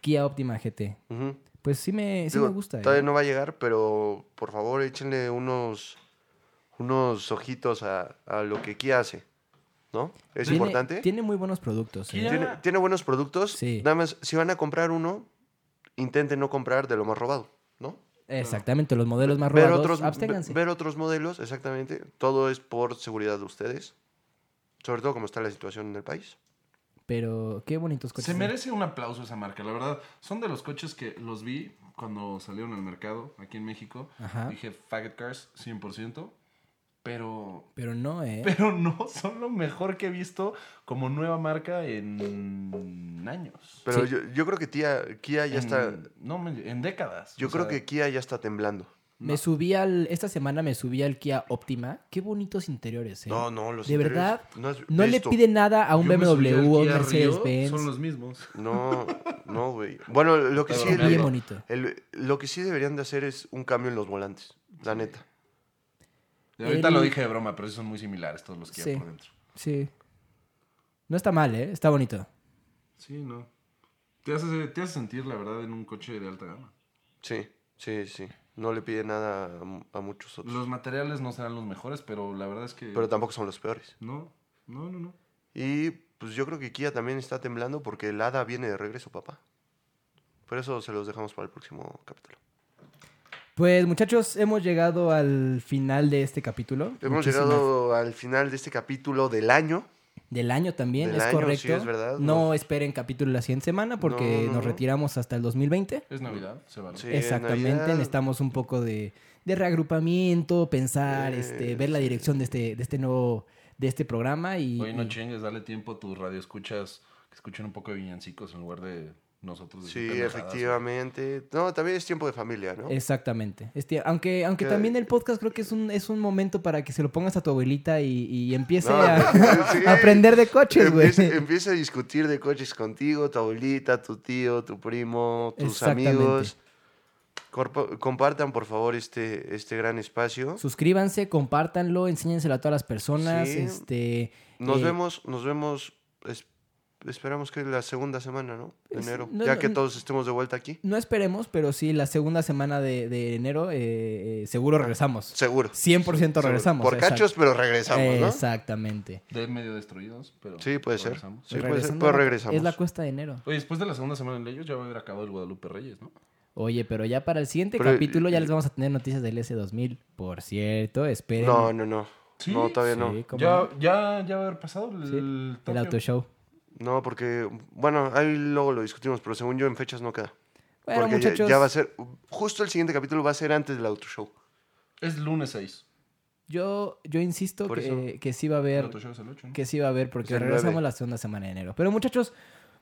Speaker 2: Kia Optima GT.
Speaker 3: Ujú.
Speaker 2: Pues sí me, sí
Speaker 3: Digo,
Speaker 2: me gusta. eh.
Speaker 3: Todavía no va a llegar, pero por favor échenle unos, unos ojitos a, a lo que Kia hace. ¿No? Es
Speaker 2: Tiene-
Speaker 3: importante.
Speaker 2: Tiene muy buenos productos. eh.
Speaker 4: Kia-
Speaker 3: Tiene, tiene buenos productos.
Speaker 2: Sí.
Speaker 3: Nada más, si van a comprar uno, intenten no comprar de lo más robado, ¿no?
Speaker 2: Exactamente, los modelos más
Speaker 3: Ver
Speaker 2: robados.
Speaker 3: otros,
Speaker 2: absténganse.
Speaker 3: ver otros modelos, exactamente. Todo es por seguridad de ustedes. Sobre todo como está la situación en el país.
Speaker 2: Pero qué bonitos coches.
Speaker 4: Se
Speaker 2: son.
Speaker 4: merece un aplauso esa marca, la verdad. Son de los coches que los vi cuando salieron al mercado aquí en México.
Speaker 2: Ajá.
Speaker 4: Dije Faggot Cars 100%, pero
Speaker 2: Pero no, eh.
Speaker 4: pero no son lo mejor que he visto como nueva marca en años.
Speaker 3: Pero
Speaker 2: Sí.
Speaker 3: yo, yo creo que tía, Kia ya
Speaker 4: En-
Speaker 3: está...
Speaker 4: No, men- en décadas.
Speaker 3: Yo
Speaker 4: O
Speaker 3: creo
Speaker 4: sea,
Speaker 3: que Kia ya está temblando.
Speaker 2: Me subí al. Esta semana me subí al Kia Optima. Qué bonitos interiores, eh.
Speaker 3: No, no, los
Speaker 2: De
Speaker 3: interiores,
Speaker 2: verdad,
Speaker 3: no has
Speaker 2: no le
Speaker 3: visto.
Speaker 2: pide nada a un
Speaker 4: yo me
Speaker 2: BMW
Speaker 4: subí al
Speaker 2: o un
Speaker 4: Kia Rio,
Speaker 2: Mercedes-Benz.
Speaker 4: Son los mismos.
Speaker 3: No, no, güey. Bueno, lo que
Speaker 4: Está
Speaker 3: sí...
Speaker 2: Qué
Speaker 4: bromeando.
Speaker 2: bien
Speaker 3: el-
Speaker 2: bonito.
Speaker 3: el- lo que sí deberían de hacer es un cambio en los volantes, la neta.
Speaker 4: Y ahorita
Speaker 2: El-
Speaker 4: lo dije de broma, pero sí son muy similares todos los que hay
Speaker 2: Sí.
Speaker 4: por dentro.
Speaker 2: Sí. No está mal, eh. Está bonito.
Speaker 4: Sí, no. Te hace, te hace sentir, la verdad, en un coche de alta gama.
Speaker 3: Sí, sí, sí. No le pide nada a, mu- a muchos otros.
Speaker 4: Los materiales no serán los mejores, pero la verdad es que...
Speaker 3: Pero tampoco son los peores.
Speaker 4: No, no, no, no.
Speaker 3: Y pues yo creo que Kia también está temblando porque el hada viene de regreso, papá. Por eso se los dejamos para el próximo capítulo.
Speaker 2: Pues muchachos, hemos llegado al final de este capítulo.
Speaker 3: Hemos
Speaker 2: Muchísimas-
Speaker 3: llegado al final de este capítulo del año.
Speaker 2: Del año también,
Speaker 3: Del
Speaker 2: es
Speaker 3: año,
Speaker 2: correcto.
Speaker 3: sí, es verdad,
Speaker 2: No,
Speaker 3: no.
Speaker 2: esperen capítulo la siguiente semana porque
Speaker 3: No, no,
Speaker 2: nos
Speaker 3: no.
Speaker 2: retiramos hasta el 2020.
Speaker 4: Es Navidad, se vale.
Speaker 3: Sí,
Speaker 2: Exactamente,
Speaker 3: Navidad.
Speaker 2: necesitamos un poco de, de reagrupamiento, pensar,
Speaker 3: Eh,
Speaker 2: este, ver la dirección de este, de este nuevo, de este programa y,
Speaker 4: Oye, no
Speaker 2: y-
Speaker 4: chingues, dale tiempo a tus radioescuchas que escuchen un poco de villancicos en lugar de nosotros. decir
Speaker 3: Sí,
Speaker 4: pendejadas,
Speaker 3: efectivamente. No, también es tiempo de familia, ¿no?
Speaker 2: exactamente. Este, aunque, aunque
Speaker 3: Que-
Speaker 2: también el podcast creo que es un, es un momento para que se lo pongas a tu abuelita y, y empiece
Speaker 3: No,
Speaker 2: a,
Speaker 3: sí. em
Speaker 2: a aprender de coches, güey.
Speaker 3: Empieza, empieza a discutir de coches contigo, tu abuelita, tu tío, tu primo, tus
Speaker 2: Exactamente.
Speaker 3: amigos. Corpo- compartan, por favor, este, este gran espacio.
Speaker 2: Suscríbanse, compártanlo, enséñenselo a todas las personas.
Speaker 3: Sí.
Speaker 2: Este,
Speaker 3: Nos
Speaker 2: eh,
Speaker 3: vemos, nos vemos. es- esperamos que la segunda semana, ¿no? De
Speaker 2: Es-
Speaker 3: enero.
Speaker 2: no,
Speaker 3: ya
Speaker 2: no,
Speaker 3: que
Speaker 2: no.
Speaker 3: todos estemos de vuelta aquí.
Speaker 2: No esperemos, pero sí, la segunda semana de, de enero eh, eh, seguro regresamos.
Speaker 3: Seguro.
Speaker 2: 100%
Speaker 3: Ah, seguro.
Speaker 2: regresamos.
Speaker 3: Por
Speaker 2: exact-
Speaker 3: cachos, pero regresamos, ¿no?
Speaker 2: Exactamente.
Speaker 4: De medio destruidos, pero...
Speaker 3: Sí, puede ser.
Speaker 4: regresamos.
Speaker 3: Sí, puede ser,
Speaker 2: Regresando
Speaker 3: pero
Speaker 2: a la-
Speaker 3: regresamos.
Speaker 2: Es la cuesta de enero.
Speaker 4: Oye, después de la segunda semana en ellos ya va a haber acabado el Guadalupe Reyes, ¿no?
Speaker 2: Oye, pero ya para el siguiente
Speaker 3: Pero- eh,
Speaker 2: capítulo ya les vamos a tener noticias del S2000. Por cierto, esperen.
Speaker 3: No, no, no.
Speaker 4: Sí,
Speaker 3: No, todavía
Speaker 2: eh. Sí,
Speaker 3: no.
Speaker 2: ¿cómo
Speaker 4: Ya,
Speaker 2: no?
Speaker 4: ya, ya va a haber pasado el,
Speaker 2: Sí, el
Speaker 4: Tokio.
Speaker 2: auto show.
Speaker 3: No, porque, bueno, ahí luego lo discutimos, pero según yo en fechas no queda.
Speaker 2: Bueno,
Speaker 3: porque ya-
Speaker 2: muchachos,
Speaker 3: ya va a ser, justo el siguiente capítulo va a ser antes del auto show.
Speaker 4: Es lunes 6.
Speaker 2: yo, yo insisto
Speaker 3: Por
Speaker 2: que,
Speaker 3: eso.
Speaker 2: que sí va a
Speaker 4: El
Speaker 2: haber
Speaker 4: auto show es el 8, ¿no?
Speaker 2: que sí va a haber porque
Speaker 3: Es el
Speaker 2: regresamos
Speaker 3: nueve.
Speaker 2: la segunda semana de enero. Pero muchachos,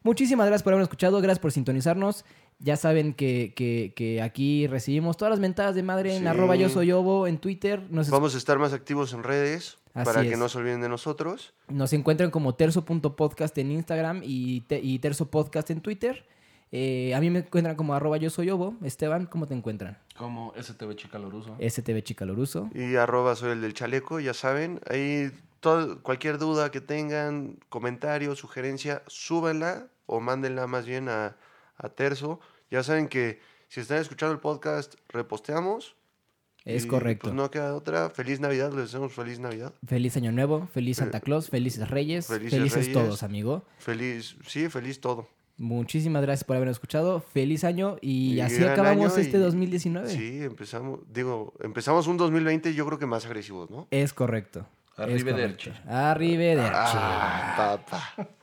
Speaker 2: muchísimas gracias por habernos escuchado, gracias por sintonizarnos. Ya saben que, que- que aquí recibimos todas las mentadas de madre en
Speaker 3: Sí.
Speaker 2: arroba yo soy Ovo, en Twitter. Nos, es-
Speaker 3: Vamos a estar más activos en redes
Speaker 2: Así
Speaker 3: para que
Speaker 2: es.
Speaker 3: no se olviden de nosotros.
Speaker 2: nos encuentran como terzo.podcast en Instagram y, te- y terzo podcast en Twitter. Eh, a mí me encuentran como arroba yo soy Ovo. Esteban, ¿cómo te encuentran?
Speaker 4: Como STV Chicaloruso.
Speaker 2: STV Chicaloruso.
Speaker 3: Y arroba soy el del chaleco, ya saben. Ahí todo- cualquier duda que tengan, comentario, sugerencia, súbanla o mándenla más bien a, a Terzo. Ya saben que si están escuchando el podcast, reposteamos
Speaker 2: Es
Speaker 3: Y,
Speaker 2: correcto.
Speaker 3: Pues no queda otra. Feliz Navidad, les deseamos feliz Navidad.
Speaker 2: Feliz Año Nuevo, feliz Santa Claus, felices Reyes,
Speaker 3: Felices
Speaker 2: felices,
Speaker 3: Reyes.
Speaker 2: todos, amigo.
Speaker 3: Feliz, sí, feliz todo.
Speaker 2: Muchísimas gracias por haber escuchado. Feliz año y,
Speaker 3: Y
Speaker 2: así
Speaker 3: gran
Speaker 2: acabamos
Speaker 3: año
Speaker 2: este
Speaker 3: y-
Speaker 2: 2019.
Speaker 3: Sí, empezamos, digo, empezamos un 2020 yo creo que más agresivos, ¿no?
Speaker 2: Es correcto. Es
Speaker 4: Arrivederci.
Speaker 2: correcto. Arrivederci.
Speaker 3: Ah, papá.